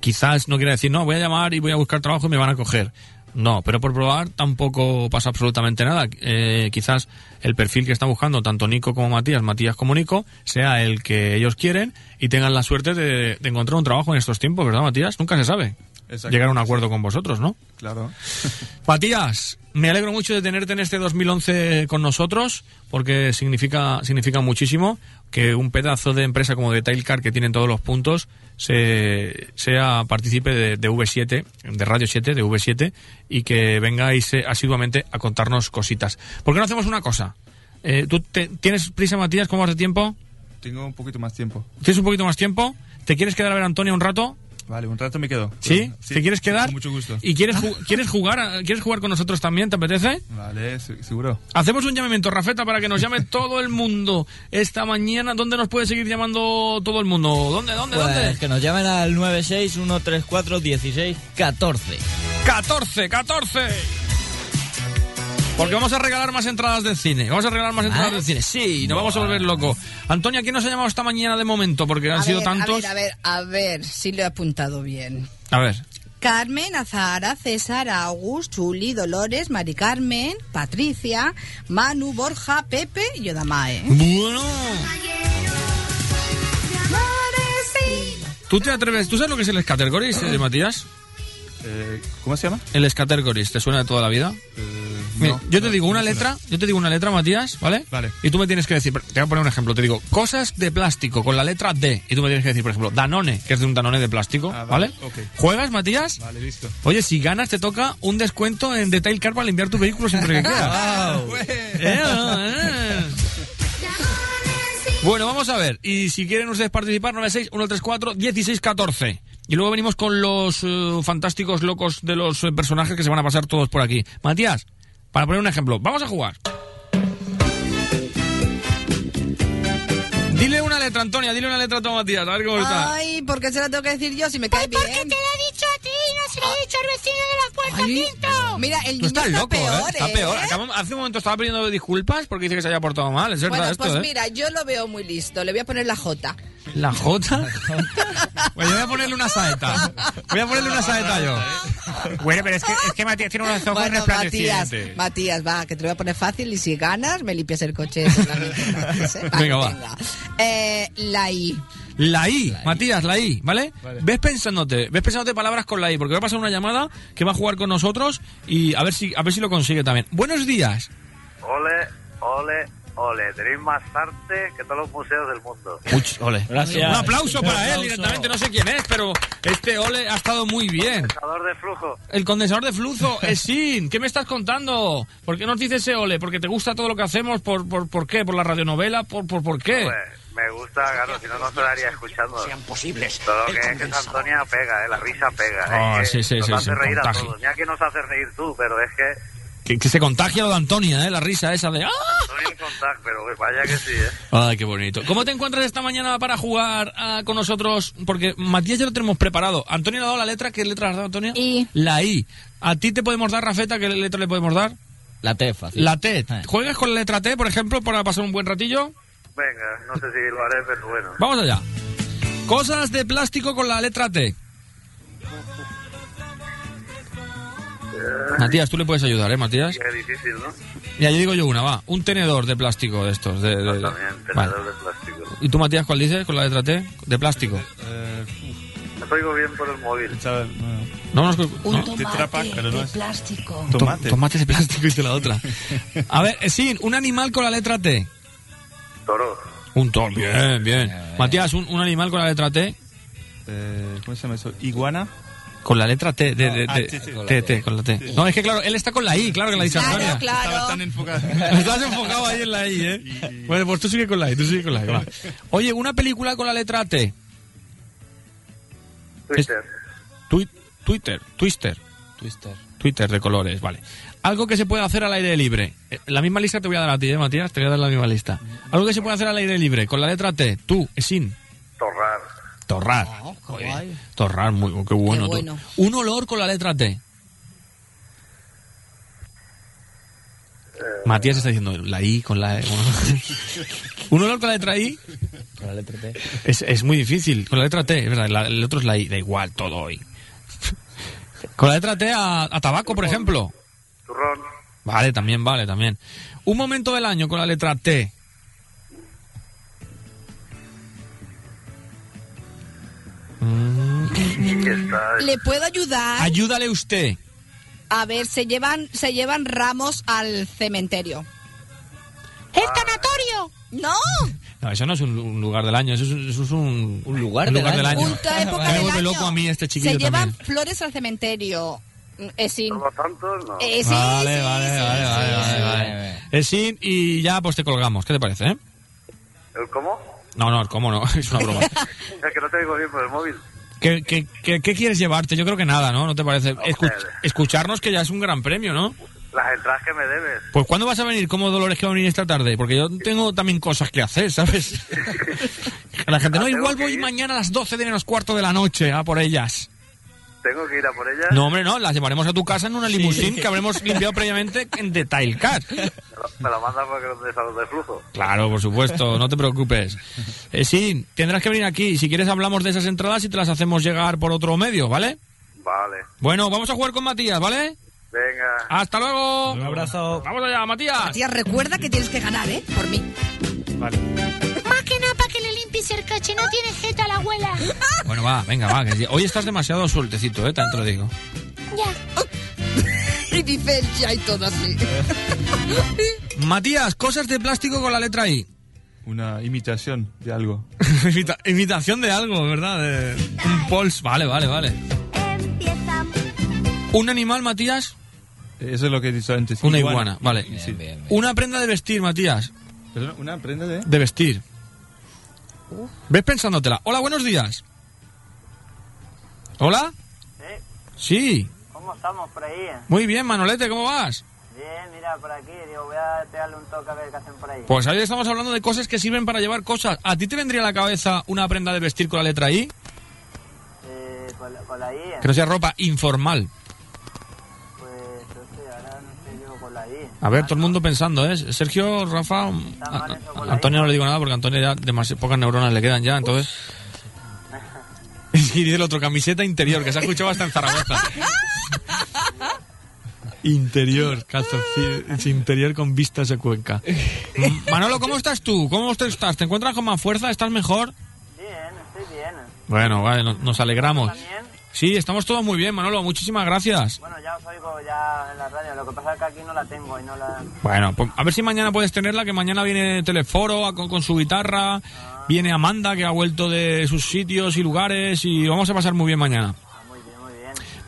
quizás no quiera decir, no, voy a llamar y voy a buscar trabajo y me van a coger. No, pero por probar tampoco pasa absolutamente nada. Eh, quizás el perfil que están buscando tanto Nico como Matías, Matías como Nico, sea el que ellos quieren y tengan la suerte de, de encontrar un trabajo en estos tiempos, ¿verdad, Matías? Nunca se sabe.
Exacto.
Llegar a un acuerdo con vosotros, ¿no?
Claro.
Matías, me alegro mucho de tenerte en este 2011 con nosotros, porque significa, significa muchísimo que un pedazo de empresa como Detailcar, que tienen todos los puntos, se, sea partícipe de, de V7, de Radio 7, de V7, y que vengáis eh, asiduamente a contarnos cositas. ¿Por qué no hacemos una cosa? Eh, ¿Tú te- tienes prisa, Matías? ¿Cómo vas de tiempo?
Tengo un poquito más tiempo.
¿Tienes un poquito más tiempo? ¿Te quieres quedar a ver a Antonia un rato?
Vale, un rato me quedo.
¿Sí? ¿Te quieres quedar?
Con mucho gusto.
¿Y quieres, ju- quieres, jugar, a- quieres jugar con nosotros también? ¿Te apetece?
Vale, se- seguro.
Hacemos un llamamiento, Rafeta, para que nos llame todo el mundo esta mañana. ¿Dónde nos puede seguir llamando todo el mundo? ¿Dónde, dónde,
Pues
dónde?
que nos llamen al 961341614.
14, 14. Porque vamos a regalar más entradas del cine. Vamos a regalar más entradas del cine. Sí, nos vamos a volver loco. Antonia, ¿quién nos ha llamado esta mañana de momento? Porque han
A
sido
ver,
tantos.
A ver, a ver, a ver si lo he apuntado bien.
A ver.
Carmen, Azahara, César, Agus, Chuli, Dolores, Mari Carmen, Patricia, Manu, Borja, Pepe y Odamae.
Bueno. ¿Tú te atreves? ¿Tú sabes lo que es el Scattergories, eh, Matías?
Eh, ¿Cómo se llama? Eh,
El Scattergories, ¿te suena de toda la vida? Mira, yo te digo una letra, yo te digo una letra, Matías, ¿vale? Vale. Y tú me tienes que decir, te voy a poner un ejemplo, te digo, cosas de plástico con la letra D. Y tú me tienes que decir, por ejemplo, Danone, que es de un Danone de plástico, ¿vale?
Ah, ok.
¿Juegas, Matías?
Vale, listo.
Oye, si ganas te toca un descuento en Detail Car para limpiar tu vehículo siempre que quieras. Eh, eh. Bueno, vamos a ver. Y si quieren ustedes participar, 96-134-1614. Y luego venimos con los eh, fantásticos locos de los eh, personajes que se van a pasar todos por aquí. Matías, para poner un ejemplo, vamos a jugar. Dile una letra, Antonia, dile una letra a tu Matías, a ver cómo está.
Ay, ¿por qué se la tengo que decir yo si me cae bien? Pues Porque te lo he dicho a ti, no se lo he dicho al vecino de la puerta, Mira, el
Tú
niño
estás
está
loco, ¿eh?
peor,
Está
¿eh?
peor. Acabamos- hace un momento estaba pidiendo disculpas porque dice que se haya portado mal, es verdad
Bueno,
esto,
pues
¿eh?
mira, yo lo veo muy listo. Le voy a poner la J.
La J. Pues yo voy a ponerle una saeta. Voy a ponerle una saeta yo. Bueno, pero es que, es que Matías tiene unos ojos
Bueno, Matías, Matías, va, que te lo voy a poner fácil y si ganas me limpias el coche. seguramente, ¿eh? Vale,
Venga, va.
venga. Eh, la I.
La I, Matías, la I, ¿vale? Ves pensándote, ves pensándote palabras con la I, porque va a pasar una llamada que va a jugar con nosotros y a ver si, a ver si lo consigue también. Buenos días.
Ole, ole, ole. Tenéis más arte que todos los museos del mundo.
Uch, ole.
Gracias.
Un aplauso
Un
para
aplauso.
él directamente, no sé quién es, pero este ole ha estado muy bien.
Pensador de flujo.
El condensador de flujo es sin. ¿Qué me estás contando? ¿Por qué nos dices ese ole? ¿Porque te gusta todo lo que hacemos? ¿Por, por, por qué? ¿Por la radionovela? ¿Por, por, por qué?
Pues, me gusta, claro, si no, no estaría escuchando. Sean
posibles.
Todo lo que es que San Antonia pega, eh, la risa pega.
Ah,
eh, que
sí, sí,
nos
sí,
hace
sí,
reír
contagio.
a todos. Ya que nos hace reír tú, pero es que
Que, que se contagia lo de Antonia, ¿eh? La risa esa de... ¡Ah!
estoy en contagio, pero vaya que sí, ¿eh?
Ay, qué bonito. ¿Cómo te encuentras esta mañana para jugar ah, con nosotros? Porque Matías ya lo tenemos preparado. Antonio le ha dado la letra. ¿Qué letra le has dado, Antonio?
I.
La I. ¿A ti te podemos dar, Rafeta? ¿Qué letra le podemos dar?
La T, fácil.
La T. ¿Juegas con la letra T, por ejemplo, para pasar un buen ratillo?
Venga, no sé si lo haré, pero bueno.
Vamos allá. Cosas de plástico con la letra T. Matías, tú le puedes ayudar, ¿eh, Matías?
Qué difícil, ¿no?
Ya, yo digo yo una, va. Un tenedor de plástico de estos. De, de-
También,
Vale.
tenedor de plástico.
¿Y tú, Matías, cuál dices con la letra T? De plástico.
Eh,
No te oigo bien por el móvil.
No, no, no.
Un tomate de
plástico.
Tom- tomate de plástico y de la otra. A ver, eh, sí, un animal con la letra T.
Toro.
Un toro. Bien, bien. Matías, un, un animal con la letra T.
Eh, ¿Cómo se llama eso? ¿Iguana?
Con la letra T. De, de-
Ah,
de-
sí, sí.
T, T, con la T. No, es que claro, él está con la I, claro que la dice Antonia.
Estaba tan enfocado.
Estás enfocado ahí en la I, ¿eh? Bueno, pues tú sigue con la I, tú sigue con la I. va. Oye, una película con la letra T.
Twitter.
Twi- Twitter, Twister. Twister. Twitter de colores, vale. Algo que se puede hacer al aire libre. Eh, La misma lista te voy a dar a ti, ¿eh, Matías? Te voy a dar la misma lista. Algo que se puede hacer al aire libre, con la letra T. Tú, sin.
Torrar.
Torrar. Torrar, muy, qué bueno. tú.
bueno.
Un olor con la letra T. Matías está diciendo la I con la E. Un olor con la letra I
Con la letra T.
es, es muy difícil. Con la letra T, es verdad. la- el otro es la I. Da igual, todo hoy. con la letra T a, a tabaco, por ejemplo.
Turrón.
Vale, también, vale, también. Un momento del año con la letra T.
¿Le puedo ayudar?
Mm. Ayúdale usted.
A ver, se llevan, se llevan ramos al cementerio.
¡El tanatorio!
¡No!
No, eso no es un, lu- un lugar del año, eso es, un- eso es un, un lugar,
del año.
Una época
Me
del
vuelve
año.
loco a mí este chiquillo
Se llevan
también.
flores al cementerio. Mm, eh, sí. Eh,
vale, vale,
sí, sí, sí,
vale,
sí,
vale,
sí,
vale,
sí.
vale. Es sin y ya pues te colgamos, ¿qué te parece? eh?
¿El cómo?
No, no, cómo no, es una broma.
Es que no te oigo bien por el móvil.
Que ¿Qué, qué, qué- qué quieres llevarte? Yo creo que nada, ¿no? ¿No te parece? Escu- escucharnos que ya es un gran premio, ¿no?
Las entradas que me debes.
Pues ¿cuándo vas a venir? ¿Cómo Dolores que va a venir esta tarde? Porque yo tengo también cosas que hacer, ¿sabes? La gente, no, igual voy mañana a las 12 de menos cuarto de la noche a por ellas.
Tengo que ir a por ella.
No, hombre, no, las llevaremos a tu casa en una limusín que habremos limpiado previamente en Detail Car.
Me lo- Me lo mandas para que no te salga de flujo.
Claro, por supuesto, no te preocupes. Eh, sí, tendrás que venir aquí. Si quieres hablamos de esas entradas y te las hacemos llegar por otro medio, ¿vale?
Vale.
Bueno, vamos a jugar con Matías, ¿vale?
Venga.
Hasta luego. Un
abrazo.
Vamos allá, Matías.
Matías, recuerda que tienes que ganar, ¿eh? Por mí.
Vale.
Más que nada para que le limpies el coche, no tiene jeta la abuela.
Bueno, va, venga, va. que hoy estás demasiado sueltecito, ¿eh? Tanto te lo digo.
Y dice el ya y todo así.
Matías, cosas de plástico con la letra I.
Una imitación de algo.
Imita- imitación de algo, ¿verdad? De un pols. Vale, vale, vale. ¿Un animal, Matías?
Eso es lo que he dicho antes.
Una iguana, vale.
Sí.
Una prenda de vestir, Matías.
Perdona, ¿Una prenda de...?
De vestir. ¿Ves pensándotela? Hola, buenos días. ¿Hola?
¿Eh?
Sí.
¿Cómo estamos por ahí?
Muy bien, Manolete, ¿cómo vas?
Bien, mira, por aquí. Digo, voy a pegarle un toque a ver qué hacen por ahí.
Pues hoy estamos hablando de cosas que sirven para llevar cosas. ¿A ti te vendría a la cabeza una prenda de vestir con la letra I?
Eh, con, la- con la I.
Que no sea ropa informal.
Pues, hostia, ahora no sé yo con la I. Ah,
A ver, todo el mundo pensando, ¿eh? Sergio, Rafa, a- a- Antonio no le digo nada porque a Antonio ya demasiadas pocas neuronas le quedan ya, entonces... Y dice el otro, camiseta interior, que se ha escuchado hasta en Zaragoza. interior, calzoncillo, es interior con vistas de Cuenca. M- Manolo, ¿cómo estás tú? ¿Cómo te estás? ¿Te encuentras con más fuerza? ¿Estás mejor?
Bien, estoy bien.
Bueno, vale, no- nos alegramos.
¿También?
Sí, estamos todos muy bien, Manolo, muchísimas gracias.
Bueno, ya os oigo ya en la radio. Lo que pasa es que aquí no la tengo y no la...
Bueno, pues a ver si mañana puedes tenerla, que mañana viene Teleforo a- con, con su guitarra, viene Amanda, que ha vuelto de sus sitios y lugares, y vamos a pasar muy bien mañana.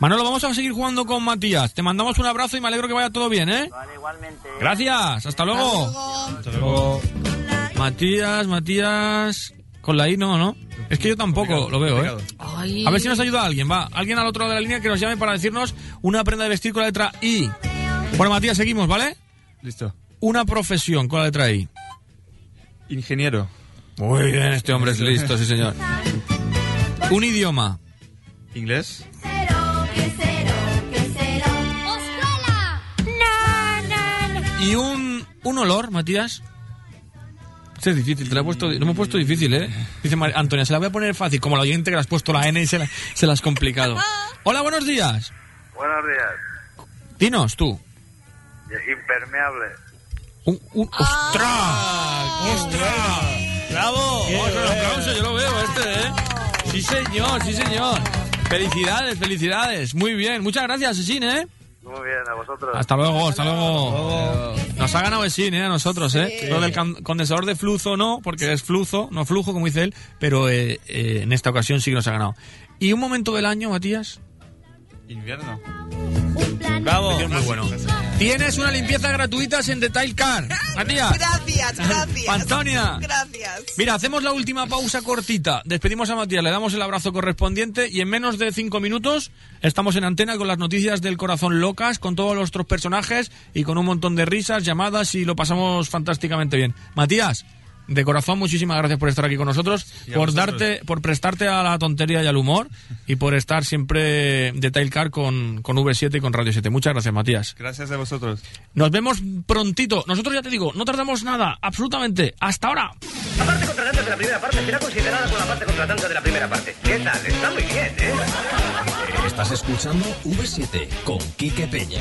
Manolo, vamos a seguir jugando con Matías. Te mandamos un abrazo y me alegro que vaya todo bien, ¿eh?
Vale, igualmente.
Gracias, hasta luego.
Hasta
luego. Matías, Matías. Con la I no, ¿no? Es que yo tampoco lo veo, ¿eh? A ver si nos ayuda alguien, va. Alguien al otro lado de la línea que nos llame para decirnos una prenda de vestir con la letra I. Bueno, Matías, seguimos, ¿vale?
Listo.
Una profesión con la letra I.
Ingeniero.
Muy bien, este hombre es listo, sí señor. Un idioma.
¿Inglés?
¡Oscuela! No, no, no.
Y un, un olor, Matías. Este es difícil, te lo he puesto, no me he puesto difícil, ¿eh? Dice Mar- Antonia, se la voy a poner fácil, como la oyente que le has puesto la N y se la, se la has complicado. Hola, buenos días.
Buenos días.
Dinos tú.
Impermeable.
Un, un- Ah, ¡Bravo! Vamos con el aplauso, yo lo veo este, ¿eh? Sí, señor, sí, señor. Felicidades, felicidades. Muy bien, muchas gracias, Esin, ¿eh?
Muy bien, a vosotros.
Hasta luego, hasta luego. Nos ha ganado Esin, ¿eh? A nosotros, ¿eh?
Sí.
Lo del can- condensador de fluzo no, porque es fluzo, no flujo, como dice él, pero eh, eh, en esta ocasión sí que nos ha ganado. ¿Y un momento del año, Matías?
Invierno.
Bravo. Muy bueno. Tienes una limpieza gratuita en Detail Car. Matías.
Gracias, gracias.
Antonia.
Gracias.
Mira, hacemos la última pausa cortita. Despedimos a Matías, le damos el abrazo correspondiente y en menos de cinco minutos estamos en antena con las noticias del corazón locas, con todos los otros personajes y con un montón de risas, llamadas y lo pasamos fantásticamente bien. Matías, de corazón, muchísimas gracias por estar aquí con nosotros,
Y a
por
vosotros.
darte, por prestarte a la tontería y al humor y por estar siempre de Tailcar con, con V7 y con Radio 7. Muchas gracias, Matías.
Gracias a vosotros.
Nos vemos prontito. Nosotros ya te digo, no tardamos nada, absolutamente. Hasta ahora.
La parte contratante de la primera parte será considerada con la parte contratante de la primera parte. ¿Qué tal? Está muy bien, ¿eh?
Estás escuchando V7 con Quique Peña.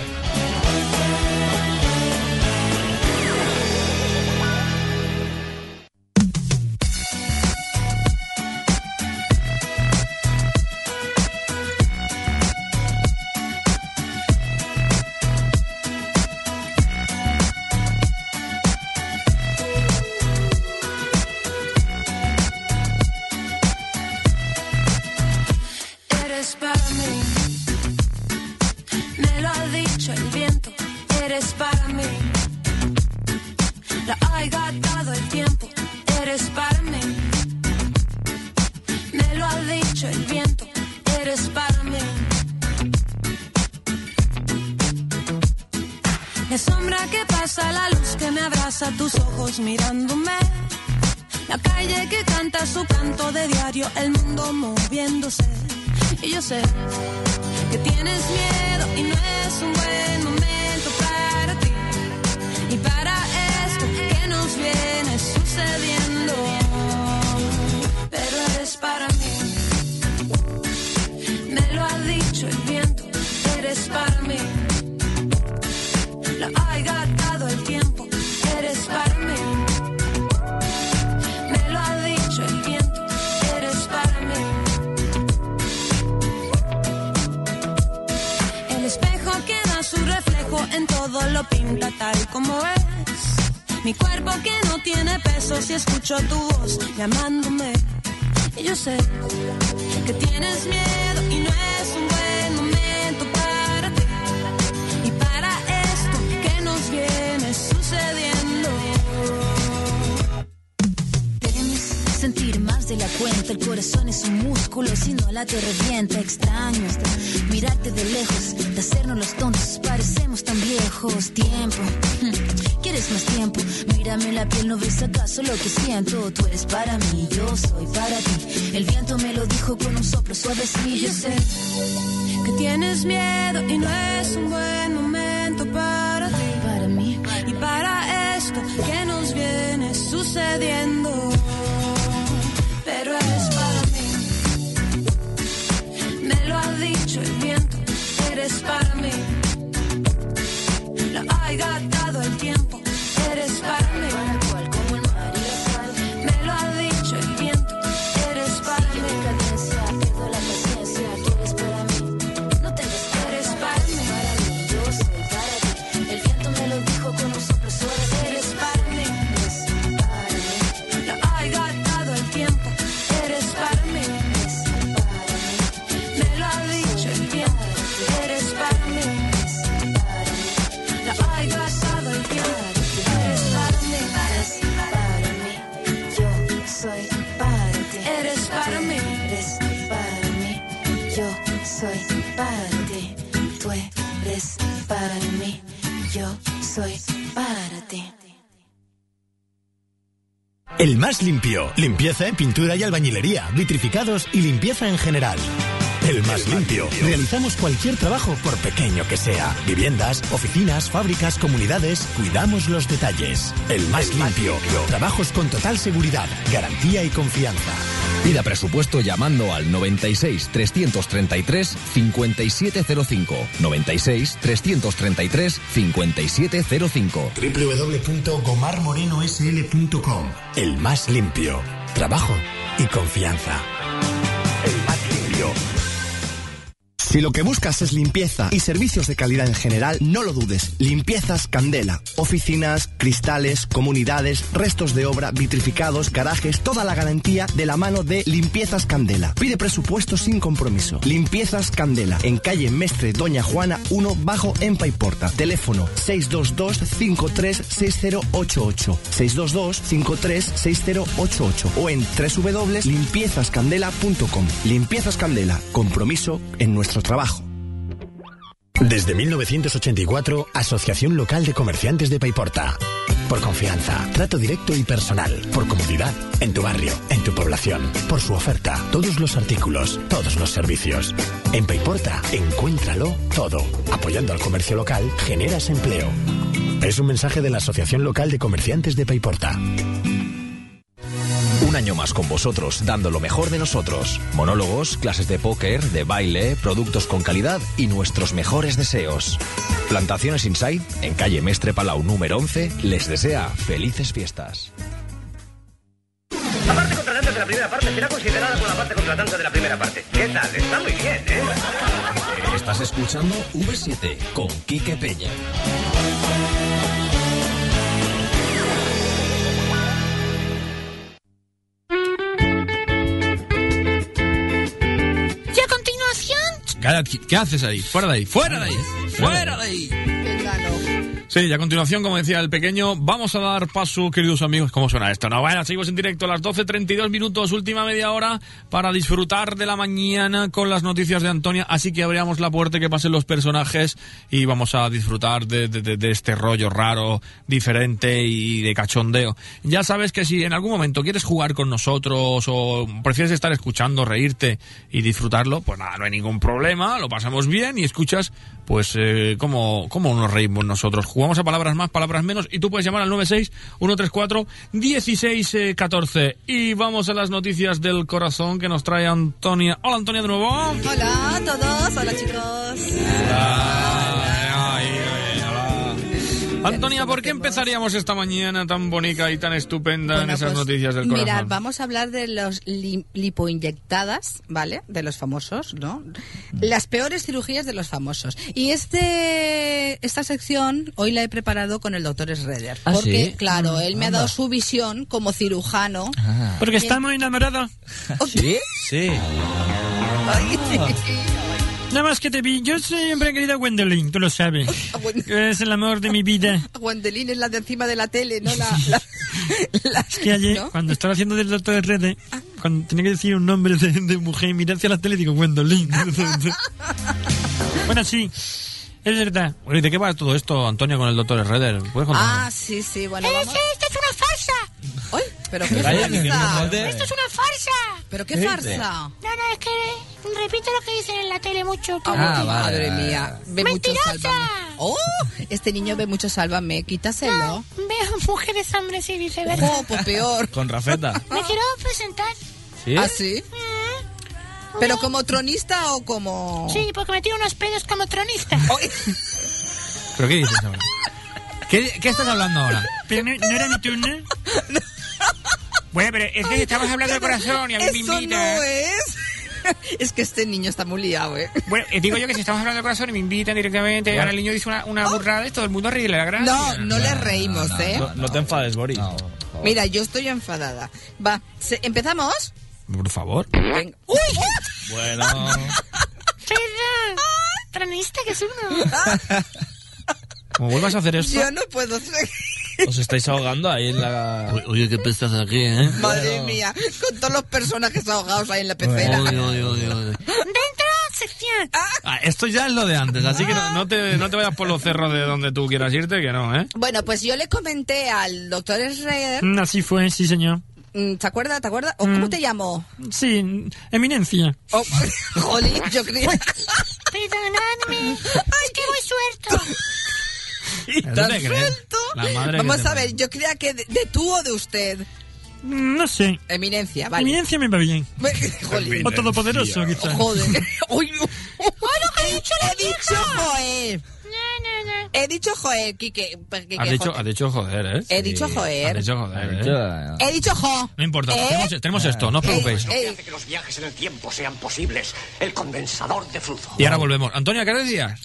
Eres para mí, me lo ha dicho el viento. Eres para mí, la ha gastado el tiempo. Eres para mí, me lo ha dicho el viento.
Es sombra que pasa, la luz que me abraza, tus ojos mirándome. La calle que canta su canto de diario, el mundo moviéndose. Y yo sé que tienes miedo y no es un buen momento para ti. Y para esto que nos viene sucediendo. Pero eres para mí. Me lo ha dicho el viento, eres para mí. Lo ha gastado el tiempo, eres para mí. Me lo ha dicho el viento, eres para mí. El espejo que da su reflejo en todo lo pinta tal como es. Mi cuerpo que no tiene peso si escucho tu voz llamándome. Y yo sé que tienes miedo y no es un buen momento para ti. Y para esto que nos viene sucediendo.
Temes sentir más de la cuenta. El corazón es un músculo, si no late revienta. Extraño mirarte de lejos, de hacernos los tontos. Parecemos tan viejos. Tiempo, hmm, ¿quieres más tiempo? Mírame la piel, ¿no ves acaso lo que siento? Tú eres para mí, yo soy para ti. El viento me lo dijo con un soplo suavecillo.
Y yo sé que tienes miedo y no es un buen momento para ti. Para mí. Y para esto que nos viene sucediendo. Pero eres para mí. Me lo ha dicho el viento. Eres para mí. Lo ha gastado el tiempo. Eres para mí. Me lo ha dicho el viento. Eres para mí.
No te eres para mí. Yo soy para ti. El viento me lo dijo con un soplo suave. Eres para mí.
Lo ha gastado el tiempo, eres para mí. Me lo ha dicho el tiempo, eres para mí. Lo ha gastado el tiempo, eres para mí. para mí, yo soy para ti. Eres para mí, eres para mí, yo soy para ti. Tú eres para mí, yo soy para ti.
El más limpio. Limpieza en pintura y albañilería, vitrificados y limpieza en general. El más limpio. Realizamos cualquier trabajo, por pequeño que sea. Viviendas, oficinas, fábricas, comunidades. Cuidamos los detalles. El más limpio. Trabajos con total seguridad, garantía y confianza.
Pida presupuesto llamando al 96 333 5705. 96 333 5705.
www.gomarmorenoSL.com. El más limpio. Trabajo y confianza. El más limpio.
Si lo que buscas es limpieza y servicios de calidad en general, no lo dudes. Limpiezas Candela. Oficinas, cristales, comunidades, restos de obra, vitrificados, garajes, toda la garantía de la mano de Limpiezas Candela. Pide presupuesto sin compromiso. Limpiezas Candela, en calle Mestre Doña Juana 1 bajo en Paiporta. Teléfono 622-536088. 622-536088 o en www.limpiezascandela.com. Limpiezas Candela, compromiso en nuestro trabajo.
Desde 1984, Asociación Local de Comerciantes de Paiporta. Por confianza, trato directo y personal. Por comodidad, en tu barrio, en tu población. Por su oferta, todos los artículos, todos los servicios. En Paiporta, encuéntralo todo. Apoyando al comercio local, generas empleo. Es un mensaje de la Asociación Local de Comerciantes de Paiporta.
Un año más con vosotros, dando lo mejor de nosotros. Monólogos, clases de póker, de baile, productos con calidad y nuestros mejores deseos. Plantaciones Inside, en calle Mestre Palau número 11, les desea felices fiestas.
La parte contratante de la primera parte será considerada con la parte contratante de la primera parte. ¿Qué tal? Está muy bien, ¿eh?
Estás escuchando V7 con Quique Peña.
Y a continuación,
Cara, ¿Qué, qué haces ahí? Fuera de ahí, fuera de ahí, fuera de ahí.
Venga, no.
Sí, y a continuación, como decía el pequeño, vamos a dar paso, queridos amigos, ¿cómo suena esto? No, bueno, seguimos en directo a las 12.32 minutos, última media hora, para disfrutar de la mañana con las noticias de Antonia. Así que abríamos la puerta, que pasen los personajes y vamos a disfrutar de, de- de- de este rollo raro, diferente y de cachondeo. Ya sabes que si en algún momento quieres jugar con nosotros o prefieres estar escuchando, reírte y disfrutarlo, pues nada, no hay ningún problema, lo pasamos bien y escuchas pues eh, cómo, cómo nos reímos nosotros. Jugamos a palabras más, palabras menos y tú puedes llamar al 96-134-1614. eh, Y vamos a las noticias del corazón que nos trae Antonia. Hola Antonia de nuevo.
Hola a todos, hola chicos.
Antonia, ¿por qué empezaríamos esta mañana tan bonita y tan estupenda en esas noticias del corazón?
Mirad, vamos a hablar de los li- lipoinyectadas, ¿vale? De los famosos, ¿no?
Mm.
Las peores cirugías de los famosos. Y este esta sección hoy la he preparado con el doctor Schroeder.
¿Ah,
porque,
sí?
Mm,
claro, él me ha dado
Anda.
su visión como cirujano.
Ah.
Porque
está
muy enamorada.
¿Oh, ¿Sí?
Sí. Nada más que te vi. Yo siempre he querido a Wendelin, tú lo sabes.
Ah,
Es el amor de mi vida.
Wendelin es la de encima de la tele, ¿no? La, la-
Es que ayer, cuando estaba haciendo del doctor de redes,
Ah.
cuando tenía que decir un nombre de, de mujer, miré hacia la tele y digo, Gwendolyn. bueno, sí, es verdad.
Bueno, ¿y de qué va todo esto, Antonio, con el doctor Herreder? ¿Puedes contar?
Ah, sí, sí, bueno. vamos-
¡Esto es una farsa!
¡Ay! ¿Pero qué
Vaya, que
farsa?
me
¡Esto es una farsa!
¿Pero qué farsa?
No, no, es que repito lo que dicen en la tele mucho. que-
Ah, madre mía. Ve mucho Sálvame. ¡Oh! Este niño ve mucho Sálvame. Quítaselo.
Veo mujeres hombres y viceversa.
Oh, pues peor.
Con Rafeta.
Me quiero presentar.
¿Sí?
¿Ah, sí? ¿Pero como tronista o como...?
Oh. Sí, porque me tiro unos pedos como tronista.
¿Pero qué dices ahora? ¿Qué, qué estás hablando ahora?
Pero no, ¿no era mi turno. Bueno, pero es que estamos hablando del corazón y a mí me
Eso
invitan.
no es. Es que este niño está muy liado, ¿eh?
Bueno, eh, digo yo que si estamos hablando del corazón y me invitan directamente, ahora el niño dice una, una burrada, es todo el mundo ríe, la gracia.
No, no le reímos, ¿eh?
No, no te enfades, Boris.
Mira, yo estoy enfadada. Va, ¿se- ¿empezamos?
Por favor.
Venga. ¡Uy!
Bueno.
Perdón. Tronista que es uno.
Como vuelvas a hacer esto.
Yo no puedo ser...
Os estáis ahogando ahí en la.
Oye, qué pestas aquí, ¿eh?
Madre mía, con todos los personajes ahogados ahí en la pecera.
Oye, oye, oye, oye.
¡Dentro, sección!
Ah, esto ya es lo de antes, así que no, no te, no te vayas por los cerros de donde tú quieras irte, que no, ¿eh?
Bueno, pues yo le comenté al doctor Schreier.
Mm, Así fue, sí, señor.
mm, ¿Te acuerdas? ¿Te acuerdas? ¿O cómo te llamó?
Sí, eminencia.
Oh, jolín, yo creía.
Perdonadme. Es que voy suelto.
¿Y
tan suelto?
La madre que
Vamos
te
a ver, yo creía que de, de tú o de usted.
Mm, No sé.
Eminencia, vale.
Eminencia me va bien.
Jolín.
O todopoderoso, quizás.
Joder. Uy, uy. He dicho joder. He dicho joder, Quique. Porque
Has
que
dicho,
joder.
has dicho joder, ¿eh?
He dicho joder.
Has dicho joder, ¿eh?
He dicho jo.
No importa,
¿Eh?
tenemos, tenemos esto, no os preocupéis.
Eh, eh,
Que los viajes en el tiempo sean posibles. El condensador de flujo.
Y ahora volvemos. Antonia, ¿qué decías?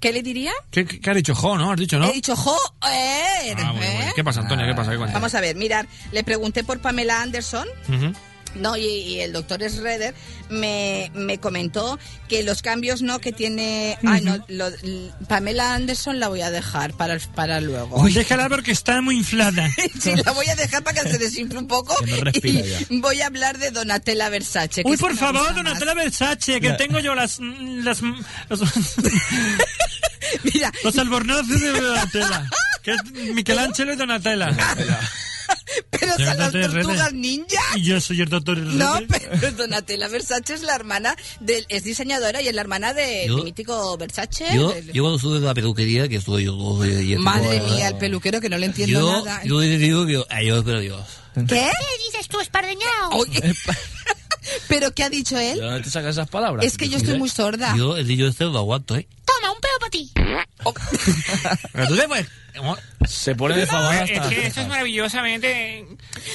¿Qué le diría?
¿Qué, qué, qué has dicho? Jo, ¿no? ¿Has dicho, no?
He dicho joder.
Ah, bueno, bueno. ¿Qué pasa, Antonia? ¿Qué pasa? ¿Qué pasa?
Vamos a ver, mirad, le pregunté por Pamela Anderson.
Ujú.
No, y, y el doctor Schroeder me, me comentó que los cambios no que tiene. Ay, no, lo- l- Pamela Anderson la voy a dejar para, el- para luego.
Oye, déjala porque está muy inflada.
Sí, la voy a dejar para que se desinfle un poco.
Que no respira
y
ya.
voy a hablar de Donatella Versace. que
Uy,
es
por
una
favor,
cosa
Donatella Versace, que
Ya.
tengo yo las. las, las- Los albornoces de Donatella. Que es Michelangelo y Donatella.
Pero
Yo
son las
Donatella Herrera.
tortugas ninja.
Y yo soy el doctor.
No,
Herrera.
pero Donatella Versace es la hermana del. Es diseñadora y es la hermana del
Yo-
mítico Versace.
Yo,
del-
yo cuando sube a la peluquería, que estoy yo todo de diez
Madre
horas,
mía, el peluquero que no le entiendo
Yo,
nada.
yo le digo que, adiós, pero Dios.
¿Qué?
¿Qué dices tú, espardeñao?
¿Pero qué ha dicho él?
¿De dónde te sacas esas palabras?
Es que yo
¿Eh?
estoy muy sorda.
Yo, el dicho este lo aguanto, ¿eh?
Toma, un pedo para ti.
Pero tú te puedes...
Se pone de
Ah,
favor
Es
hasta.
que esto es maravillosamente.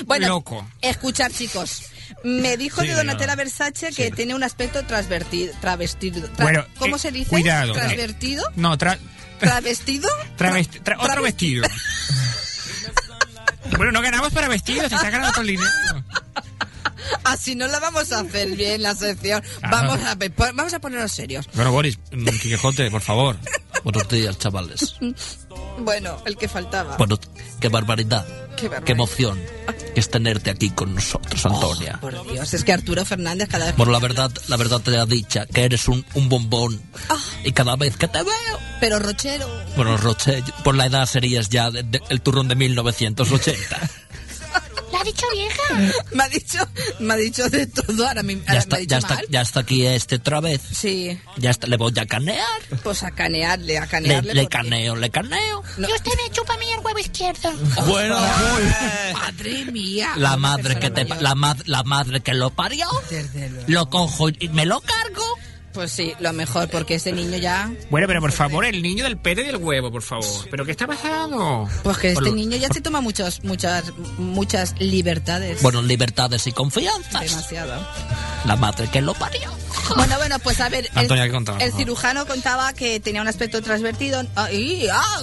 Bueno,
Loco.
escuchar, chicos. Me dijo
Sí,
de Donatella
no.
Versace que tiene un aspecto transvertido. travestido. tra-
Bueno,
¿Cómo
eh,
se dice?
cuidado, eh.
¿Transvertido?
No, tra-
¿Travestido?
travesti- tra- otro vestido. bueno, no ganamos para vestidos, te sacan otro dinero.
Así no la vamos a hacer bien la sección. Vamos a, ver, po- vamos a ponernos serios.
este,
Bueno, Boris, mm, Quijote, por favor. Por tortillas, chavales.
Bueno, el que faltaba.
Bueno, qué barbaridad.
Qué barbaridad.
Qué emoción es tenerte aquí con
Oh,
nosotros, Antonia.
Por Dios, es que Arturo Fernández cada vez...
Bueno, la verdad, la verdad te la dicha, que eres un, un bombón.
Ah.
Y cada vez que te veo...
Pero Rochero,
Bueno, Roche, por la edad serías ya de- de- el turrón de 1980.
¿La ha dicho vieja? me ha dicho, me ha dicho de todo. Ahora me, ahora
Ya
Ah, me
está,
ha dicho
ya está,
mal.
ya está aquí este otra vez.
Sí.
Ya está, le voy a canear.
Pues a canearle, a
Le,
canearle.
le
porque-
caneo, le caneo.
Y usted me chupa a mí el huevo izquierdo.
Bueno,
Madre mía.
la madre que te, la, mad- la madre que lo parió, lo cojo y me lo cargo.
Pues sí, lo mejor, porque ese niño ya.
Bueno, pero
Por favor, el niño del pene y del huevo, por favor. ¿Pero qué está pasando?
Pues que este
Por lo-
niño ya se toma muchos, muchas, muchas libertades.
Bueno, libertades y confianzas.
Demasiado.
La madre que lo parió.
Bueno, bueno, pues a ver. El,
Antonia, ¿qué contabas?
el cirujano contaba que tenía un aspecto transvertido. Ah, y- ah,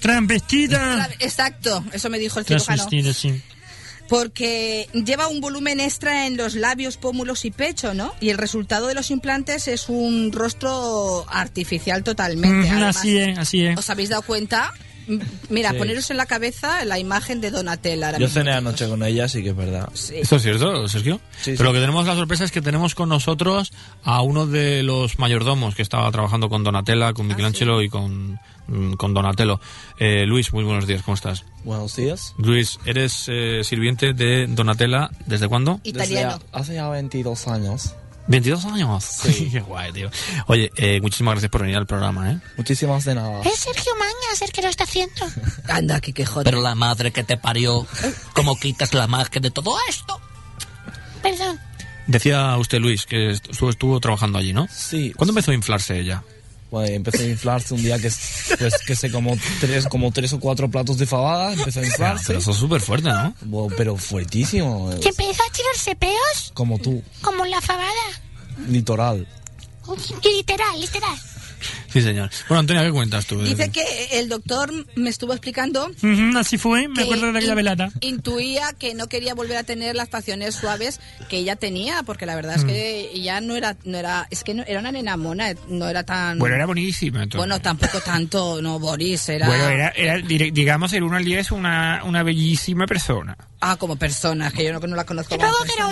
Transvestida.
tra- Exacto, eso me dijo el cirujano.
Transvestida, sí.
Porque lleva un volumen extra en los labios, pómulos y pecho, ¿no? Y el resultado de los implantes es un rostro artificial totalmente.
Ujú,
Además,
así es, así es.
¿Os habéis dado cuenta? M- Mira,
Sí.
poneros en la cabeza la imagen de Donatella. ahora
Yo
mismo.
cené anoche con ella, sí que es verdad.
¿Esto es cierto, Sergio? Pero lo que tenemos la sorpresa es que tenemos con nosotros a uno de los mayordomos que estaba trabajando con Donatella,
Ah,
con Michelangelo y con, mm, con Donatello. Eh, Luis, muy buenos días, ¿cómo estás?
Buenos días.
Luis, eres eh, sirviente de Donatella, ¿desde cuándo?
Italiano. hace ya 22 años.
22 años. Qué guay, tío. Oye, eh, muchísimas gracias por venir al programa, ¿eh?
Muchísimas de nada.
Es Sergio Mañas el que lo está haciendo.
Anda, que qué joder. Eh.
Pero la madre que te parió, ¿cómo quitas la magia de todo esto?
Perdón.
Decía usted, Luis, que est- estuvo, estuvo trabajando allí, ¿no? Sí. ¿Cuándo empezó a inflarse ella?
Bueno, y empezó a inflarse un día que, pues, que se como tres, como tres o cuatro platos de fabada, empezó a inflarse.
Pero eso es súper fuerte, ¿no?
pero fuertísimo, eh,
Que empezó a tirarse peos
como tú,
como la fabada.
litoral.
Literal, literal.
Sí, señor. Bueno, Antonia, ¿qué cuentas tú?
Dice que el doctor me estuvo explicando
Ujú, así fue, me
que
acuerdo de aquella
in-
velada.
Intuía que no quería volver a tener las facciones suaves que ella tenía, porque la
Mm.
verdad es que ya no era, no era, es que no- era una nena mona, eh, no era tan
Bueno, era buenísima. entonces.
Bueno, tampoco tanto, no Boris era,
Bueno, era, era, dire- digamos, el 1 al 10 una, una bellísima persona.
ah como persona, que yo no, no la conozco. Como persona.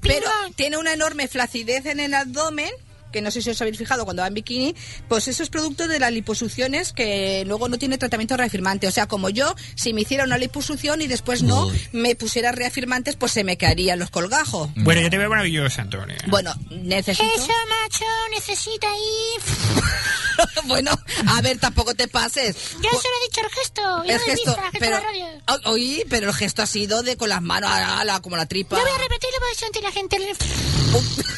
Pero tiene una enorme flacidez en el abdomen que no sé si os habéis fijado cuando va en bikini, pues eso es producto de las liposucciones que luego no tiene tratamiento reafirmante. O sea, como yo, si me hiciera una liposucción y después no me pusiera reafirmantes, pues se me caerían los colgajos.
Bueno, yo te veo maravillosa, Antonio.
Bueno, necesito.
Eso, macho, necesita ir.
bueno, a ver, tampoco te pases.
Yo solo he dicho el gesto. y no de
El gesto,
vista, gesto
pero,
de radio.
o- oí, pero el gesto ha sido de con las manos a la- como la tripa.
Yo voy a repetirlo porque sentir la gente. le-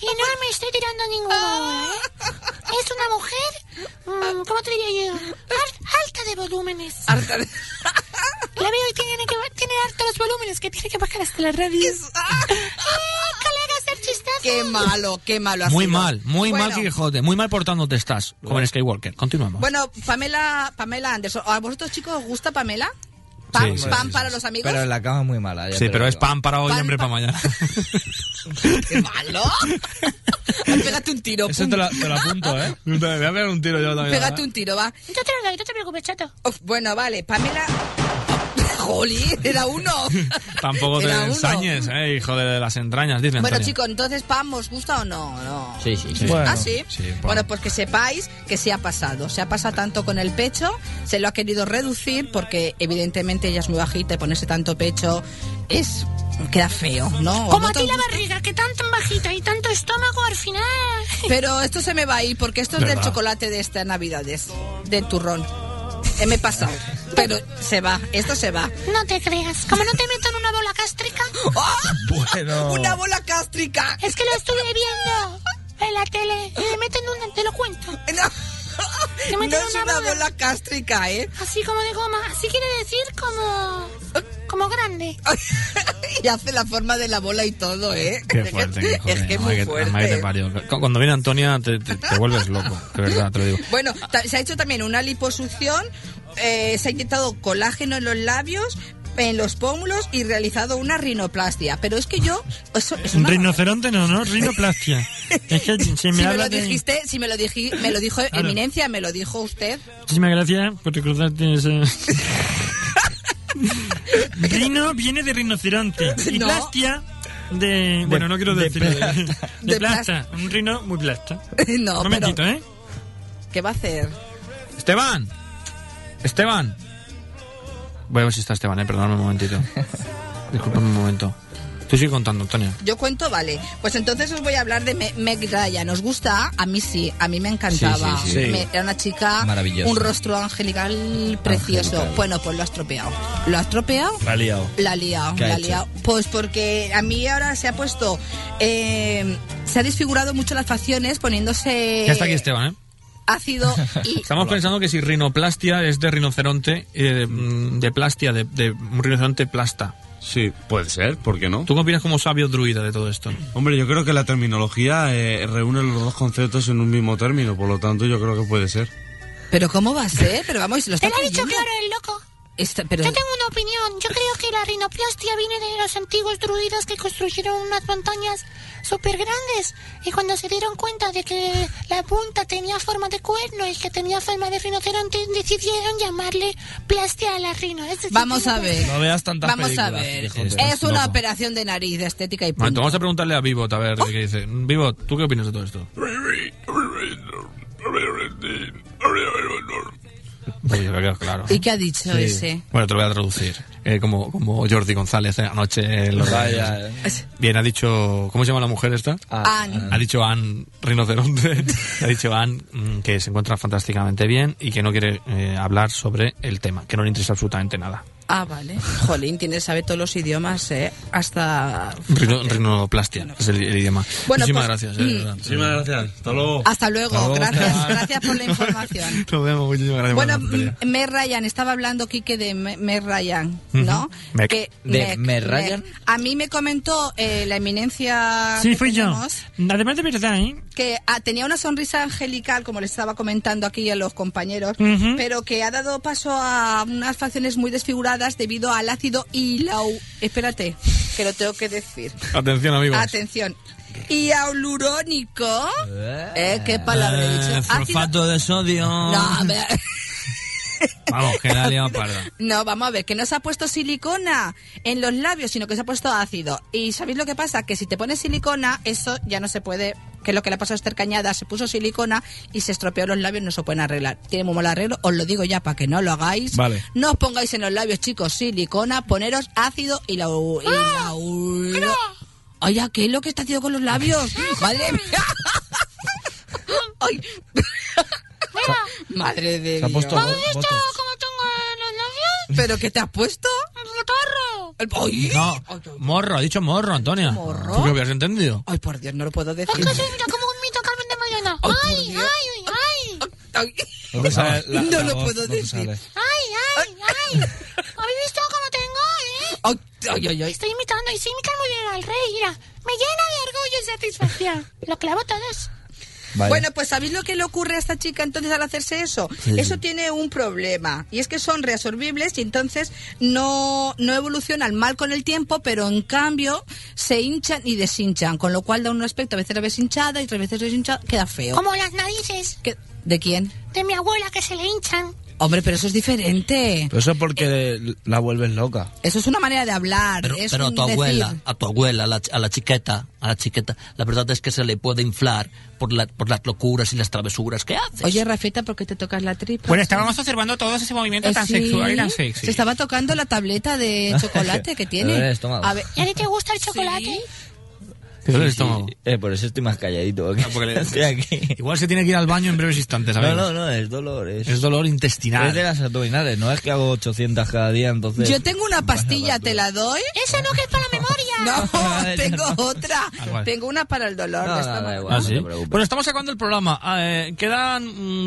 y no me estoy tirando ninguno. ¿eh? Es una mujer, mm, ¿cómo te diría yo? Al- alta de volúmenes.
Alta de...
La veo y tiene, que, tiene alta los volúmenes que tiene que bajar hasta la radio. ¡Eh, colegas del chistazo!
Qué malo, qué malo. ha
Muy
sido.
mal, muy mal,
Bueno.
Quijote. Muy mal portándote estás, joven Skywalker. Continuamos.
Bueno, Pamela, Pamela Anderson, ¿a vosotros chicos os gusta Pamela? ¿Pan,
Sí, sí,
pan
sí,
para los amigos?
Pero en la cama es muy mala. ya
sí,
te lo
pero es
digo.
pan para hoy, hambre para mañana.
¡Qué malo! Pégate un tiro. pum.
apunto, ¿eh? Me voy a pegar un tiro yo también.
Pégate un tiro, va.
Yo te lo doy, no te preocupes, chato.
Uf, bueno, vale, Pamela... ¡Jolín! Era uno.
Tampoco te
Era uno.
ensañes, eh, hijo de las entrañas, dice
Bueno,
Antonia.
chicos, entonces, ¿Pam os gusta o no? no.
Sí, sí, sí.
¿Ah, sí?
Sí, Pam.
bueno, pues que sepáis que se ha pasado. Se ha pasado tanto con el pecho, se lo ha querido reducir porque evidentemente ella es muy bajita y ponerse tanto pecho es... queda feo, ¿no?
Como a
¿No te
ti la
gusta?
barriga, que tan tan bajita y tanto estómago al final.
Pero esto se me va a ir porque esto es
¿Verdad?
del chocolate de estas navidades, del turrón. Eh, Me he pasado. Pero se va, esto se va.
No te creas, como no te meto en una bola cástrica.
Bueno.
Una bola cástrica.
Es que lo estuve viendo en la tele y me meten una, te lo cuento. Te
No
meten
es una bola cástrica, ¿eh?
Así como de goma, así quiere decir como. como grande.
Y hace la forma de la bola y todo, ¿eh?
Qué fuerte, qué joder.
es que es
Madre
muy
que-
fuerte.
madre que te parió. Cu- Cuando viene Antonia te, te- te vuelves loco, de verdad, te lo digo.
Bueno, ta- se ha hecho también una liposucción, eh, se ha inyectado colágeno en los labios, en los pómulos y realizado una rinoplastia. Pero es que yo... eso es una-
Rinoceronte no, ¿no? Rinoplastia. es que si me
si me
hablas
lo
de-
dijiste, si me lo, diji- me lo dijo
Claro.
Eminencia, me lo dijo usted.
Muchísimas gracias por recordarte pues ese... Rino viene de rinoceronte. Y
No.
plastia de... Bueno, no quiero
de
decirlo. De,
plata.
de
De
plasta. Un rino muy plasta.
No,
Un momentito, ¿eh?
¿Qué va a hacer?
Esteban. Esteban. Voy a ver si está Esteban, eh. Perdóname un momentito. Disculpame un momento. Tú sigue contando, Antonio.
Yo cuento, vale. Pues entonces os voy a hablar de Me- Meg Ryan. ¿Os gusta? A mí sí, a mí me encantaba.
Sí, sí, sí.
Me- era una chica,
Maravillosa.
un rostro angelical precioso.
Angelical.
Bueno, pues lo ha estropeado. ¿Lo ha estropeado?
La ha liado.
La ha liado,
¿Qué ha
la ha
hecho?
liado. Pues porque a mí ahora se ha puesto. eh, se ha desfigurado mucho las facciones poniéndose
Ya está aquí Esteban, eh.
ácido y.
Estamos pensando que si rinoplastia es de rinoceronte, eh, mm, de plastia, de, de un rinoceronte plasta.
Sí, puede ser, ¿por qué no?
¿Tú qué opinas como sabio druida de todo esto?
Hombre, yo creo que la terminología eh, reúne los dos conceptos en un mismo término, por lo tanto yo creo que puede ser.
Pero ¿cómo va a ser? Pero vamos, lo
Te
está
lo ha dicho
creyendo.
claro el loco.
Está- pero,
Yo tengo una opinión. Yo creo que la rinoplastia viene de los antiguos druidas que construyeron unas montañas súper grandes. Y cuando se dieron cuenta de que la punta tenía forma de cuerno y que tenía forma de rinoceronte, decidieron llamarle plastia a la rino. Es decir,
Vamos a ver.
No veas tantas
Vamos a
películas,
ver.
hijo,
estás
Es una
loco.
operación de nariz, de estética y
Bueno,
punto.
vamos a preguntarle a Vivot a ver qué dice. Vivot, ¿tú qué opinas de todo esto?
Pues
Oye, lo veo claro.
¿Y qué ha dicho
Sí.
ese?
Bueno, te lo voy a traducir. Eh, como, como Jordi González eh, anoche. en los
Vaya,
eh.
eh.
radios. Bien, ha dicho. ¿Cómo se llama la mujer esta?
Ann.
Ha dicho Ann Rinoceronte. ha dicho Ann mm, que se encuentra fantásticamente bien y que no quiere eh, hablar sobre el tema, que no le interesa absolutamente nada.
Ah, vale. Jolín, tiene, sabe todos los idiomas, ¿eh? Hasta...
Rino- rinoplastia es el, el idioma.
Bueno,
Muchísimas
pues,
gracias. eh, de verdad.
Muchísimas gracias. Hasta luego.
Hasta luego,
Hasta luego,
gracias,
chaval.
gracias por la información.
Nos vemos, muchísimas gracias.
Bueno, mm,
por la tontería.
Mer Ryan, estaba hablando Quique de Me- Mer Ryan, ¿no?
Ujú. Meg.
Que-
¿De Meg Ryan?
A mí me comentó eh, la eminencia
Sí,
que
fui yo.
tenemos,
Además de verdad, ¿eh?
que ah, tenía una sonrisa angelical, como le estaba comentando aquí a los compañeros,
Ujú.
pero que ha dado paso a unas facciones muy desfiguradas debido al ácido hilau... Espérate, que lo tengo que decir.
Atención, amigos.
Atención. Hialurónico. Eh, ¿Qué palabra he dicho?
Eh,
Ácido-
sulfato de sodio.
No, a ver.
Vamos, que la ha liado parda.
No, vamos a ver, que no se ha puesto silicona en los labios, sino que se ha puesto ácido. Y ¿sabéis lo que pasa? Que si te pones silicona, eso ya no se puede, que es lo que le ha pasado a Esther Cañada, se puso silicona y se estropeó los labios, no se pueden arreglar. Tiene muy mal arreglo, os lo digo ya para que no lo hagáis.
Vale.
No os pongáis en los labios, chicos, silicona, poneros ácido y la... u- Y la u- Oye, ¿qué es lo que está haciendo con los labios? Madre mía. Ay. Madre de
Se ha
Dios.
puesto ¿Has visto votos.
cómo tengo los labios? ¿Pero qué te has puesto? El torro.
No, morro, ha dicho morro, Antonia. ¿Tú qué habías entendido?
Ay, por Dios, no lo puedo decir.
Mira cómo vomito Carmen de Mairena. Ay, ay, ay.
No, te sale la-
No
la
lo
voz,
puedo
no te sale.
Ay, ay, ay. ¿Habéis visto cómo tengo, eh?
Ay, ay, ay, ay.
Estoy imitando y sí imitar muy bien al rey, mira. Me llena de orgullo y satisfacción. Lo clavo todos.
Bueno, pues ¿sabéis lo que le ocurre a esta chica entonces al hacerse eso?
Sí.
Eso tiene un problema y es que son reabsorbibles y entonces no, no evolucionan mal con el tiempo, pero en cambio se hinchan y deshinchan, con lo cual da un aspecto, a veces la ves hinchada y otras veces deshinchada, queda feo.
Como las narices
¿De quién?
de mi abuela que se le hinchan.
Hombre, pero eso es diferente. Eh,
Pero eso es porque la vuelves loca.
Eso es una manera de hablar.
Pero,
es
pero a
un
tu
decir.
abuela, a tu abuela, a la, ch- a la chiqueta, a la chiqueta, la verdad es que se le puede inflar por, la- por las locuras y las travesuras que hace.
Oye, Rafita, ¿por qué te tocas la tripa?
Bueno, estábamos observando todo ese movimiento
Eh,
tan
sí.
sexual y tan sexy.
Se estaba tocando la tableta de chocolate que
Me duele
tiene.
el estómago.
A ver,
¿Y a ti te gusta el chocolate?
¿Te duele el
Sí, sí.
estómago?
Eh, por eso estoy más calladito. porque estoy aquí.
Igual se tiene que ir al baño en breves instantes,
No,
amigos.
no, no, es dolor. Es,
Es dolor intestinal.
Es de las abdominales, no es que hago 800 cada día,
Pues,
entonces...
yo tengo una pastilla, ¿te la doy? Esa no que es para la memoria. No, tengo otra.
Ah, bueno.
Tengo una para el dolor. de estómago.
Ah, ¿sí? Bueno, estamos acabando el programa. Ah, eh, quedan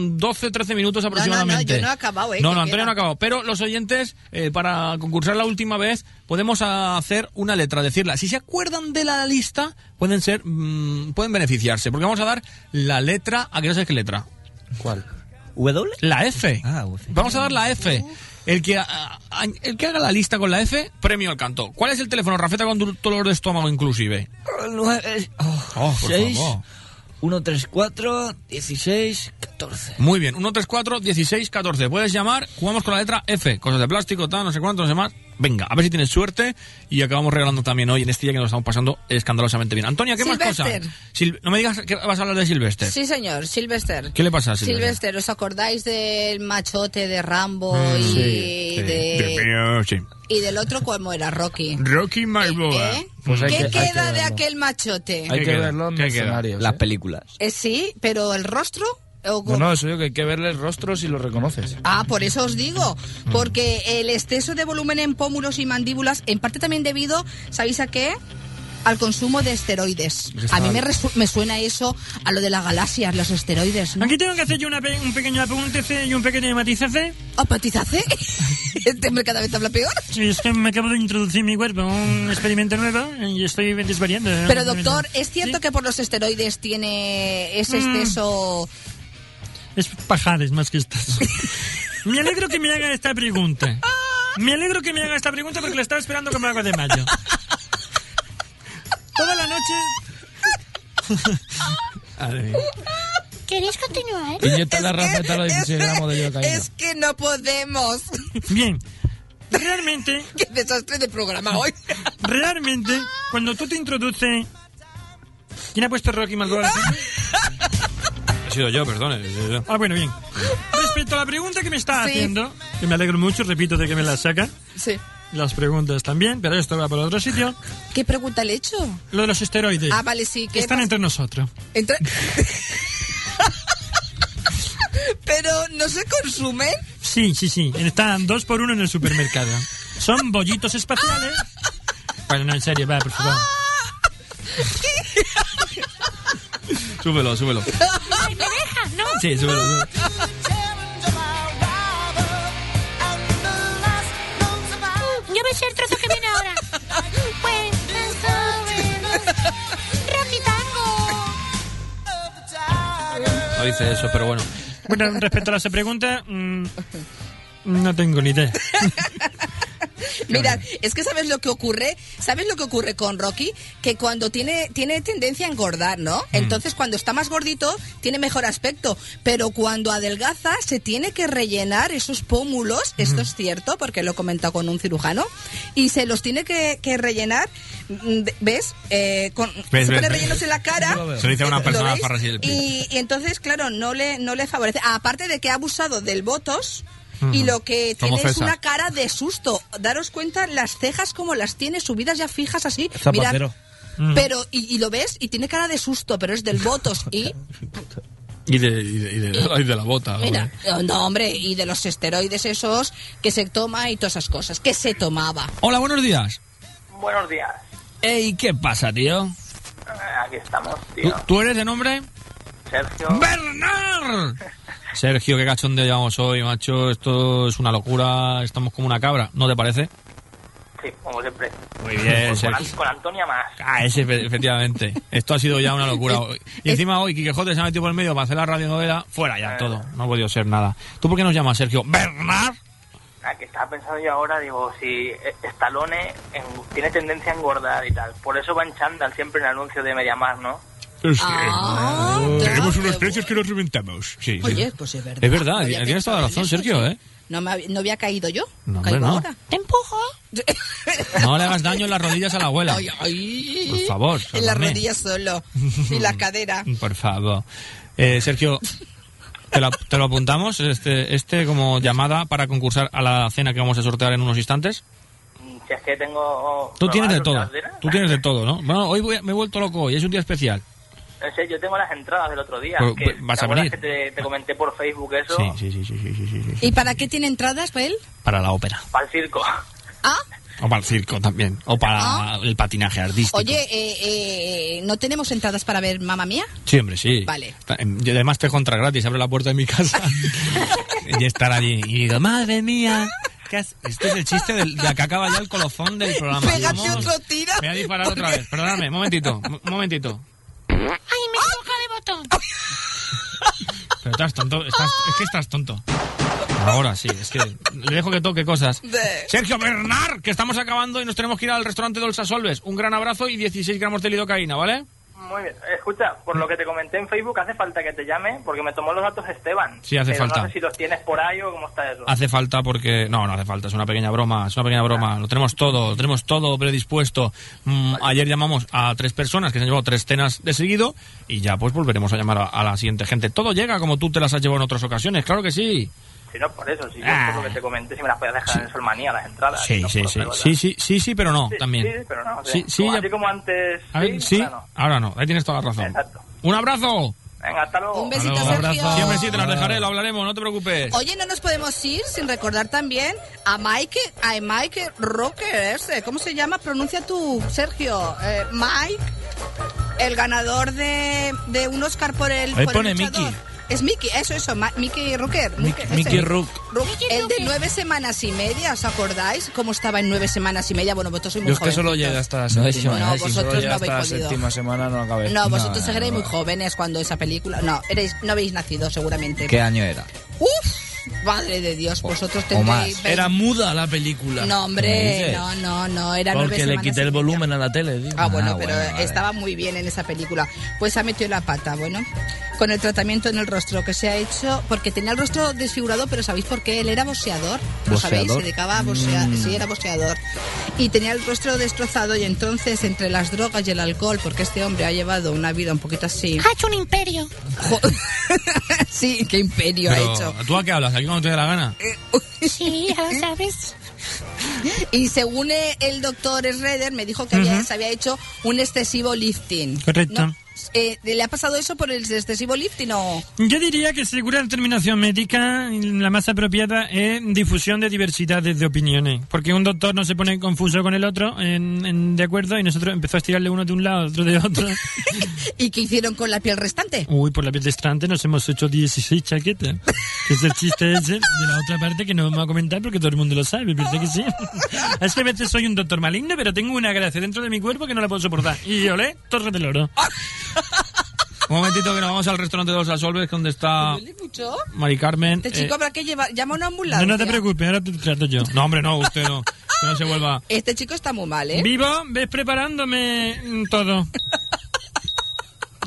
mm, 12, 13 minutos aproximadamente.
yo no he acabado, eh,
No,
que
no, Antonio
queda.
no ha acabado. Pero los oyentes, eh, para concursar la última vez, podemos hacer una letra, decirla. Si se acuerdan de la lista, pueden ser, mm, pueden beneficiarse. Porque vamos a dar la letra, ¿a qué no sabes qué letra?
¿Cuál? ¿W?
La F. Vamos a dar la F. El que, ah, ah, el que haga la lista con la F, premio al canto. ¿Cuál es el teléfono, Rafeta, con du- dolor de estómago inclusive? Oh, por
6,
favor.
1, 3, 4, 16, 14.
Muy bien, 134 16 14. Puedes llamar, jugamos con la letra F, cosas de plástico, tal, no sé cuánto, no sé más. Venga, a ver si tienes suerte y acabamos regalando también hoy en este día que nos estamos pasando escandalosamente bien. Antonia, ¿qué más
Sylvester.
cosas? Sil- no me digas que vas a hablar de Silvester.
Sí, señor, Sylvester.
¿Qué le pasa a Sylvester?
Sylvester? ¿os acordáis del machote de Rambo
Mm,
Mm,
y, de, y del otro, ¿cómo era? Rocky.
Rocky Malboa.
¿Eh?
Pues
¿Qué queda de aquel machote?
Hay que verlo en
¿Qué queda?
mercenarios.
Las
películas.
Eh, sí, pero el rostro... o
No,
con-
no, eso digo que hay que verle el rostro si lo reconoces.
Ah, por eso os digo, porque el exceso de volumen en pómulos y mandíbulas, en parte también debido, ¿sabéis a qué? Al consumo de esteroides. A mí me, resu- me suena eso a lo de las galaxias, los esteroides. ¿no?
Aquí tengo que hacer yo una pe- un pequeño apunte y un pequeño matizaje.
¿Apatizaje? este hombre cada vez habla Ah, peor.
Sí, es que me acabo de introducir en mi cuerpo un experimento nuevo y estoy desvariando. eh,
Pero doctor, ¿es cierto que por los esteroides tiene ese
Mm.
exceso?
Es pajares más que estas. Me alegro que me haga esta pregunta. Me alegro que me haga esta pregunta porque la estaba esperando como agua de mayo. Toda la noche.
¿Queréis continuar?
Inyecta la
Es que-
receta a los 16 gramos de lidocaína.
que no podemos.
Bien. Realmente.
Qué desastre de programa hoy.
Realmente, cuando tú te introduces. ¿Quién ha puesto Rocky Malboa?
He sido yo, perdone. he sido yo.
Ah, bueno, bien. Respecto a la pregunta que me está
Sí.
haciendo, que me alegro mucho, repito, de que me la saca.
Sí.
Las preguntas también, pero esto va por otro sitio.
¿Qué pregunta le he hecho?
Lo de los esteroides.
Ah, vale, sí. ¿qué
Están
pasa?
entre nosotros.
Entre- Pero no se consumen.
Sí, sí, sí. Están dos por uno en el supermercado. Son bollitos espaciales. Bueno, no, en serio, va, por favor.
Súbelo, súbelo.
¿Me deja? ¿No?
Sí, súbelo. súbelo.
Yo me sé el trozo que viene ahora. When the sun rises, Rocky Tango.
No dice eso, pero bueno.
Bueno, respecto a las preguntas, mm, no tengo ni idea.
Mira, es que sabes lo que ocurre, sabes lo que ocurre con Rocky, que cuando tiene tiene tendencia a engordar, ¿no?
Mm.
Entonces cuando está más gordito tiene mejor aspecto, pero cuando adelgaza se tiene que rellenar esos pómulos,
Mm.
esto es cierto porque lo he comentado con un cirujano y se los tiene que, que rellenar, mm, de- ¿ves? Eh, con,
Ves,
se
ves,
pone
ves.
rellenos en la cara.
Yo lo veo. Se lo dice a una
¿Lo
persona
veis?
farra así del pie.
y, y entonces claro no le no le favorece, aparte de que ha abusado del botox. Y
Ujú.
lo que
Como
tiene es
César.
una cara de susto. Daros cuenta las cejas como las tiene subidas ya fijas así.
Zapatero.
Mirad, pero, y, y lo ves, y tiene cara de susto, pero es del botox. Y,
Y de, y de, y de- ay, de la bota.
mira, eh, no, hombre, y de los esteroides esos que se toma y todas esas cosas, que se tomaba.
Hola, buenos días.
Buenos días.
Ey, ¿qué pasa, tío?
Eh, Aquí estamos,
¿Tú,
tío.
tú eres de nombre?
Sergio.
¡Bernard! Sergio, qué cachondeo llevamos hoy, macho. Esto es una locura. Estamos como una cabra, ¿no te parece?
Sí, como siempre.
Muy bien,
Con- con,
Sergio.
con Antonia más.
Ah, ese, efe- efectivamente. Esto ha sido ya una locura. Y encima hoy Quijote se ha metido por el medio para hacer la radionovela. Fuera ya, todo. No ha podido ser nada. ¿Tú por qué nos llamas, Sergio? ¡Bernard!
La que estaba pensando yo ahora, digo, si eh, Stallone en- tiene tendencia a engordar y tal. Por eso va en chándal siempre en el anuncio de Mediamar, ¿no?
Ah, tenemos Eh, unos precios que nos reventamos. Sí, sí.
Oye, pues es verdad.
Es verdad,
No había
tienes toda la razón, Sergio, ¿eh?
No, me hab- no había caído yo.
No, hombre,
caigo
no.
ahora. ¿Te empujo?
No le hagas daño en las rodillas a la abuela.
Ay, ay.
Por favor,
En las
sálvame.
rodillas solo. Y la cadera.
Por favor. Eh, Sergio, ¿te lo, te lo apuntamos? Este, este como llamada para concursar a la cena que vamos a sortear en unos instantes.
Si es que tengo...
Tú
¿me
tienes
vas a
de todo.
sortear cena?
Tú tienes de todo, ¿no? Bueno, hoy voy- me he vuelto loco hoy. Es un día especial.
No sé, yo tengo las entradas del otro día.
Pues,
que,
pues, vas a
¿te acuerdas
venir.
que te, te comenté por Facebook eso?
Sí, sí, sí, sí, sí, sí, sí, sí.
¿Y para qué tiene entradas, Pael?
Para la ópera.
Para el circo.
O para el circo también. O para el patinaje artístico.
Oye, eh, eh, ¿no tenemos entradas para ver Mamma Mía?
Siempre, sí.
Vale.
Ta- Y además te contra gratis. Abro la puerta de mi casa y estar allí. Y digo, madre mía. ¿qué has- Este es el chiste del, de acá acaba ya el colofón del programa.
Pégate
Vamos.
otro tiro,
Me voy a disparar otra vez. Perdóname, un momentito. Un momentito.
Ay, me toca de botón.
Pero estás tonto, estás- es que estás tonto. Ahora sí, es que le dejo que toque cosas. Sergio Bernard, que estamos acabando y nos tenemos que ir al restaurante Dolsa Solves. Un gran abrazo y 16 gramos de lidocaína, ¿vale?
Muy bien. Eh, Escucha, por lo que te comenté en Facebook, hace falta que te llame porque me tomó los datos Esteban.
Sí, hace
Pero
falta.
No sé si los tienes por ahí o cómo está eso.
Hace falta porque... No, no hace falta, es una pequeña broma, es una pequeña broma. Lo tenemos todo, lo tenemos todo predispuesto. Mm, Ayer llamamos a tres personas que se han llevado tres cenas de seguido y ya pues volveremos a llamar a, a la siguiente gente. Todo llega como tú te las has llevado en otras ocasiones, claro que sí.
Si no, por eso, si yo
Ah.
por lo que te comenté, si me las podías dejar en Solmanía las entradas.
Sí,
No,
sí,
por
sí,
otra cosa.
sí, sí, sí, sí, pero no,
Sí,
también.
Sí, pero no. o sea,
Sí, sí,
como-
ya-
así como antes.
A ver,
sí,
sí,
ahora no.
ahora no, ahí tienes toda la razón. Un abrazo.
Venga, hasta luego.
Un besito,
Hasta luego.
Sergio.
Siempre sí, te las dejaré, lo hablaremos, no te preocupes.
Oye, no nos podemos ir sin recordar también a Mike, a Mike Rocker, ese. ¿Cómo se llama? Pronuncia tú, Sergio. Eh, Mike, el ganador de, de un Oscar por el.
Ahí
por el
pone
luchador.
Mickey.
Es Mickey, eso, eso, Ma- Mickey Rocker.
Mickey-
Ese.
Mickey Rook.
Rook, El de nueve semanas y media, ¿os acordáis? ¿Cómo estaba en nueve semanas y media? Bueno, vosotros sois muy
Yo es que
jovencitos.
solo llegué hasta la
No, es
séptima.
que- No,
solo
vosotros
llegué
no
hasta la
habéis podido.
séptima semana no acabé.
No, vosotros seréis muy jóvenes cuando esa película. No, erais, no habéis nacido seguramente.
¿Qué año era?
¡Uf! Madre de Dios, vosotros
o más.
tendréis.
Era muda la película.
No,
¿Qué
hombre,
dices?
no, no, no, era nueve
Porque le
semanas
quité el
y media.
volumen a la tele. digo.
Ah, bueno, pero estaba muy bien en esa película. Pues ha metido la pata, bueno, con el tratamiento en el rostro que se ha hecho, porque tenía el rostro desfigurado, pero ¿sabéis por qué? Él era boxeador, ¿lo sabéis? Se
¿Boxeador?
dedicaba a boxear,
Mm.
sí, era boxeador. Y tenía el rostro destrozado y entonces entre las drogas y el alcohol, porque este hombre ha llevado una vida un poquito así... Ha hecho un imperio. sí, qué imperio ha
Pero,
hecho. Eh.
¿Tú a qué hablas? ¿Aquí cuando te dé la gana?
Sí, ya lo sabes. Y según eh, el doctor Schroeder, me dijo que había-
Ujú.
se había hecho un excesivo lifting.
Correcto.
No, eh, ¿Le ha pasado eso por el excesivo lifting o...?
Yo diría que según la determinación médica, la más apropiada es difusión de diversidades de opiniones. Porque un doctor no se pone confuso con el otro, en- en- de acuerdo, y nosotros empezó a estirarle uno de un lado, otro de otro.
¿Y qué hicieron con la piel restante?
Uy, por la piel de estrante nos hemos hecho 16 chaquetas. Que es el chiste ese de la otra parte que no vamos a comentar porque todo el mundo lo sabe, ¿verdad que sí? Es que a veces soy un doctor maligno, pero tengo una gracia dentro de mi cuerpo que no la puedo soportar. Y olé, torre del oro.
Un momentito que nos vamos al restaurante de los Asolves, donde está
¿Mucho?
Mari Carmen.
Este chico
eh,
habrá que llevar... Llama a una
No,
ambulancia.
no te preocupes, ahora te trato yo. No, hombre, no, usted no. Que no se vuelva.
Este chico está muy mal, ¿eh?
Vivo, ves preparándome mm, todo.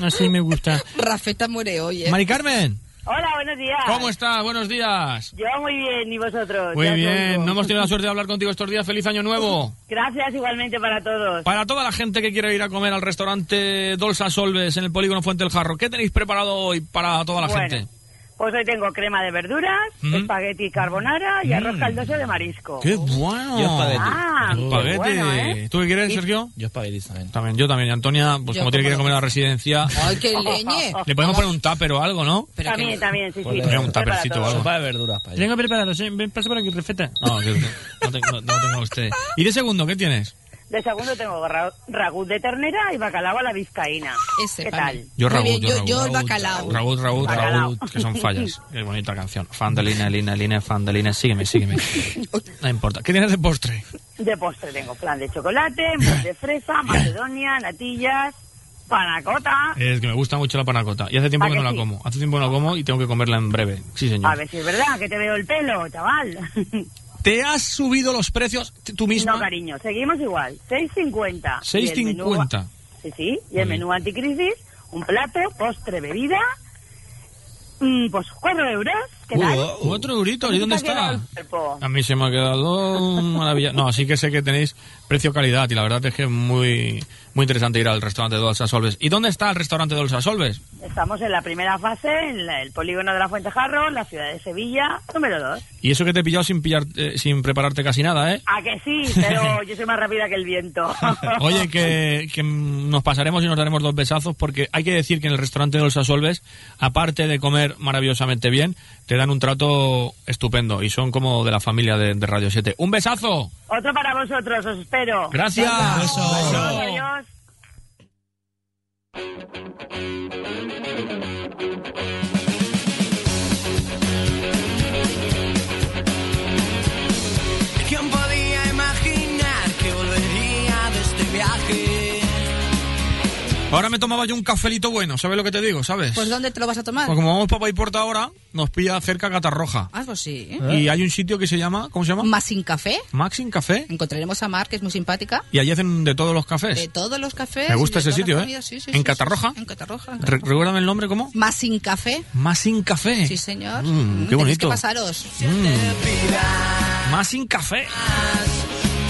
Así me gusta.
Rafeta muere hoy, ¿eh?
Mari Carmen,
Hola, buenos días.
¿cómo estás? Buenos días.
Yo muy bien, ¿y vosotros?
Muy
Ya
bien,
os
no
oigo.
hemos tenido la suerte de hablar contigo estos días. Feliz año nuevo.
Gracias igualmente para todos.
Para toda la gente que quiera ir a comer al restaurante Dolsa Solves en el polígono Fuente del Jarro, ¿qué tenéis preparado hoy para toda la
Bueno,
gente?
Pues hoy tengo crema de verduras,
Mm.
espagueti carbonara y arroz
Mm.
caldoso de marisco.
¡Qué bueno!
Yo espagueti. Ah, qué
Espagueti.
bueno, ¿eh?
¿Tú qué quieres,
Y-
Sergio?
Yo espagueti también.
También, yo también. Y Antonia, pues
Yo
como tiene que ir a
como
comer a la residencia,
¡Ay, qué
¿eh?
leñe!
le podemos poner un tupper o algo, ¿no?
también, también, sí, sí.
Ponle Pues un tapercito o algo. Ah,
Sopa de verduras para allá.
tengo preparado, sí, ven, pasa por aquí, refeta.
No, que- no, te- no- no tengo usted. ¿Y de segundo qué tienes?
De segundo tengo ra- ragú de ternera y bacalao a la vizcaína. ¿Qué tal?
Yo
Muy
Raúl,
bien,
yo,
yo-
Raúd.
yo el bacalao.
Raúd, Raúd,
Bacalao.
Raúd, que son fallas. Qué bonita canción. Fan de Lina, Lina, Lina, fan de Lina. Sígueme, sígueme. No importa. ¿Qué tienes de postre?
De postre tengo plan de chocolate, mousse de fresa, macedonia, natillas, panacota.
Es que me gusta mucho la panacota. Y hace tiempo
¿A
que no
que
la
sí?
como. Hace tiempo que no la como y tengo que comerla en breve. Sí, señor.
A ver si es verdad que te veo el pelo, chaval.
¿Te has subido los precios t- tú mismo?
No, cariño, seguimos igual. 6.50. Ah, Y el menú-
6.50.
Sí, sí. Y el menú anticrisis, un plato, postre, bebida. mm, pues 4 euros. ¿Qué tal?
Uh, Otro eurito. ¿Y dónde
Nunca queda
está?
el cuerpo.
A mí se me ha quedado maravilla. No, sí que sé que tenéis precio-calidad y la verdad es que es muy, muy interesante ir al restaurante de Dolsa Solves. ¿Y dónde está el restaurante de Dolsa Solves?
Estamos en la primera fase, en la- el polígono de la Fuente Jarro, la ciudad de Sevilla, número 2.
Y eso que te he pillado sin, pillar, eh, sin prepararte casi nada, ¿eh?
A que sí, pero yo soy más rápida que el viento.
Oye, que, que nos pasaremos y nos daremos dos besazos porque hay que decir que en el restaurante de los Asolves, aparte de comer maravillosamente bien, te dan un trato estupendo y son como de la familia de, de Radio 7. ¡Un besazo!
Otro para vosotros, os espero.
Gracias.
Venga,
Beso.
adiós, adiós.
¿Quién podía imaginar que volvería de este viaje?
Ahora me tomaba yo un cafelito bueno, ¿sabes lo que te digo? ¿Sabes?
Pues ¿dónde te lo vas a tomar?
Pues como vamos para Paiporta ahora, nos pilla cerca Catarroja.
Ah, pues sí.
Y hay un sitio que se llama, ¿cómo se llama?
Más sin café.
Maxin Café.
Encontraremos a Mar, que es muy simpática.
Y allí hacen de todos los
De
cafés.
todos los cafés.
Me gusta
y
ese
de todas
sitio,
las
¿eh?
comidas. Sí, sí,
En
sí, sí,
Catarroja.
sí, en Catarroja. en
Re- Recuérdame el nombre, ¿cómo?
Más sin café.
Más sin café.
Sí, señor.
Mm, qué
tenéis
bonito. Mm.
que pasaros.
Más sin café.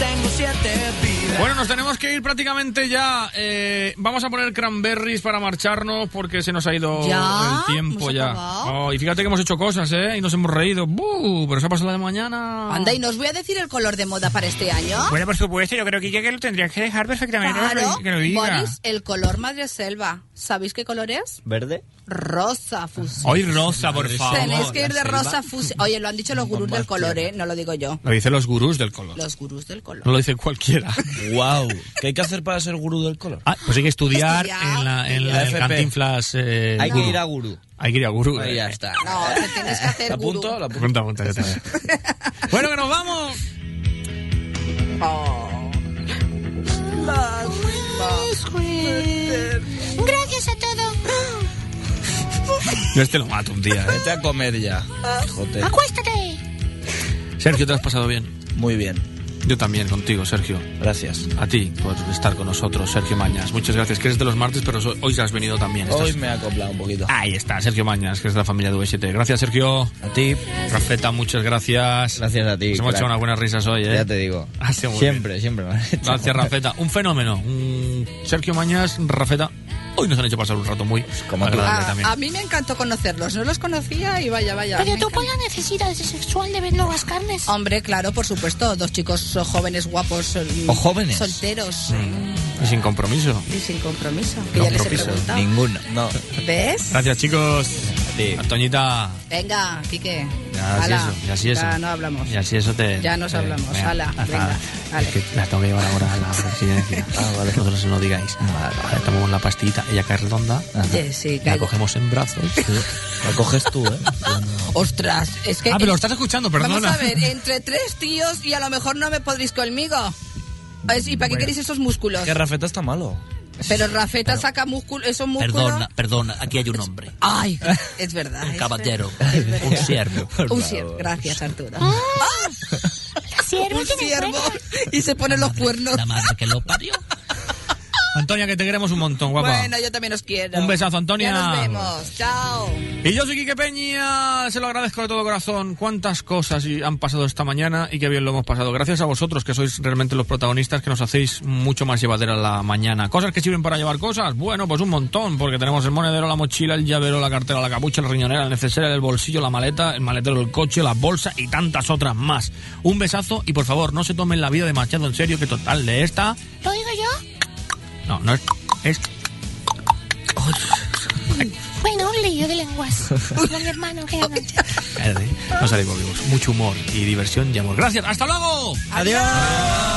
Tengo siete vidas.
Bueno, nos tenemos que ir prácticamente ya. Eh, vamos a poner cranberries para marcharnos porque se nos ha ido
¿Ya?
el tiempo
¿Hemos
ya.
acabado?
Oh, y fíjate que hemos hecho cosas, ¿eh? Y nos hemos reído. ¡Buh! Pero se ha pasado la de mañana.
Anda, y nos voy a decir el color de moda para este año.
Bueno, por supuesto, yo creo que ya que lo tendrías que dejar perfectamente
Claro,
que lo diga.
Boris, el color madre selva. ¿Sabéis qué color es?
¿Verde?
Rosa fusión.
Hoy rosa, por favor.
Tenéis que ir de rosa fusión. Oye, lo han dicho los gurús del color, ¿eh? No lo digo yo.
Lo dicen los gurús del color.
Los gurús del color.
No lo dice cualquiera.
¡Wow! ¿Qué hay que hacer para ser gurú del color?
Ah, pues hay que estudiar,
Estudiar,
en la, en la,
estudiar.
en
FP.
Cantinflas. eh,
Hay que
gurú.
ir a gurú.
Hay que ir a gurú. eh.
Ahí ya está.
No, te tienes que hacer gurú.
apunto? ¿La
Apunta,
apunto?
apunta, yo también. bueno, que nos vamos.
Gracias a todos.
Yo este lo mato un día.
Vete a comer ya. Joder.
Acuéstate.
Sergio, ¿te lo has pasado bien?
Muy bien.
Yo también, contigo, Sergio.
Gracias.
A ti por estar con nosotros, Sergio Mañas. Muchas gracias, que eres de los martes, pero so- hoy has venido también. Estás-
Hoy me he acoplado un poquito.
Ahí está, Sergio Mañas, que es de la familia de V7. Gracias, Sergio. A ti. Rafeta, muchas gracias.
Gracias a ti.
Nos hemos
crack.
hecho unas buenas risas hoy, ¿eh?
Ya te digo.
Ha sido muy
siempre, siempre. me han hecho.
Gracias, Rafeta. Un fenómeno. Un Sergio Mañas, Rafeta. Hoy nos han hecho pasar un rato muy agradable
A,
también.
a mí me encantó conocerlos. No los conocía y vaya, vaya.
Pero
me
tú por la necesidad sexual de ver nuevas carnes.
Hombre, claro, por supuesto, dos chicos eh, jóvenes, guapos, eh,
O jóvenes.
solteros
Y sin compromiso.
y sin compromiso. ah. Que ya les he preguntado.
Ninguno. No.
¿Ves?
Gracias, chicos. Antoñita.
Venga, Quique.
Ya, así
Ala.
eso, ya, así eso.
Ya no hablamos.
Y así eso te...
Ya nos
te-
hablamos.
venga,
Ala,
hasta
venga,
ahora.
ale.
Es que las tengo que llevar ahora a la presidencia. Ah, vale. Vosotros no digáis. Vale, vale, tomamos la pastillita, ella cae redonda.
Sí, sí,
La
caigo.
cogemos en brazos. La coges tú, ¿eh?
Ostras, es que.
Ah, pero lo estás escuchando, perdona.
Vamos a ver, eh, entre tres tíos y a lo mejor no me podréis conmigo. Es- ¿Y para qué
Bueno.
queréis esos músculos?
Que Rafeta está malo.
Pero Rafeta saca músculo, Este. esos músculos.
Perdona, perdona, aquí hay un hombre.
Ay, es verdad.
Un
es
caballero, un siervo.
verdad. Un siervo. Gracias, Arturo.
Siervo
un
tiene
siervo. Y se pone los cuernos.
La madre que lo parió.
Antonia, que te queremos un montón, guapa.
Bueno, yo también os quiero.
Un besazo, Antonia.
Ya nos vemos. Chao.
Y yo soy Quique Peña, se lo agradezco de todo corazón. Cuántas cosas y- han pasado esta mañana y qué bien lo hemos pasado. Gracias a vosotros, que sois realmente los protagonistas, que nos hacéis mucho más llevadera la mañana. ¿Cosas que sirven para llevar cosas? Bueno, pues un montón, porque tenemos el monedero, la mochila, el llavero, la cartera, la capucha, la riñonera, el neceser, el bolsillo, la maleta, el maletero, el coche, la bolsa y tantas otras más. Un besazo y por favor, no se tomen la vida de Machado en serio, que total de esta...
¿Lo digo yo?
No, no es... es
Bueno, un lío de lenguas. Como mi hermano que ama.
no salimos vivos. Mucho humor y diversión y amor. Gracias, hasta luego.
Adiós.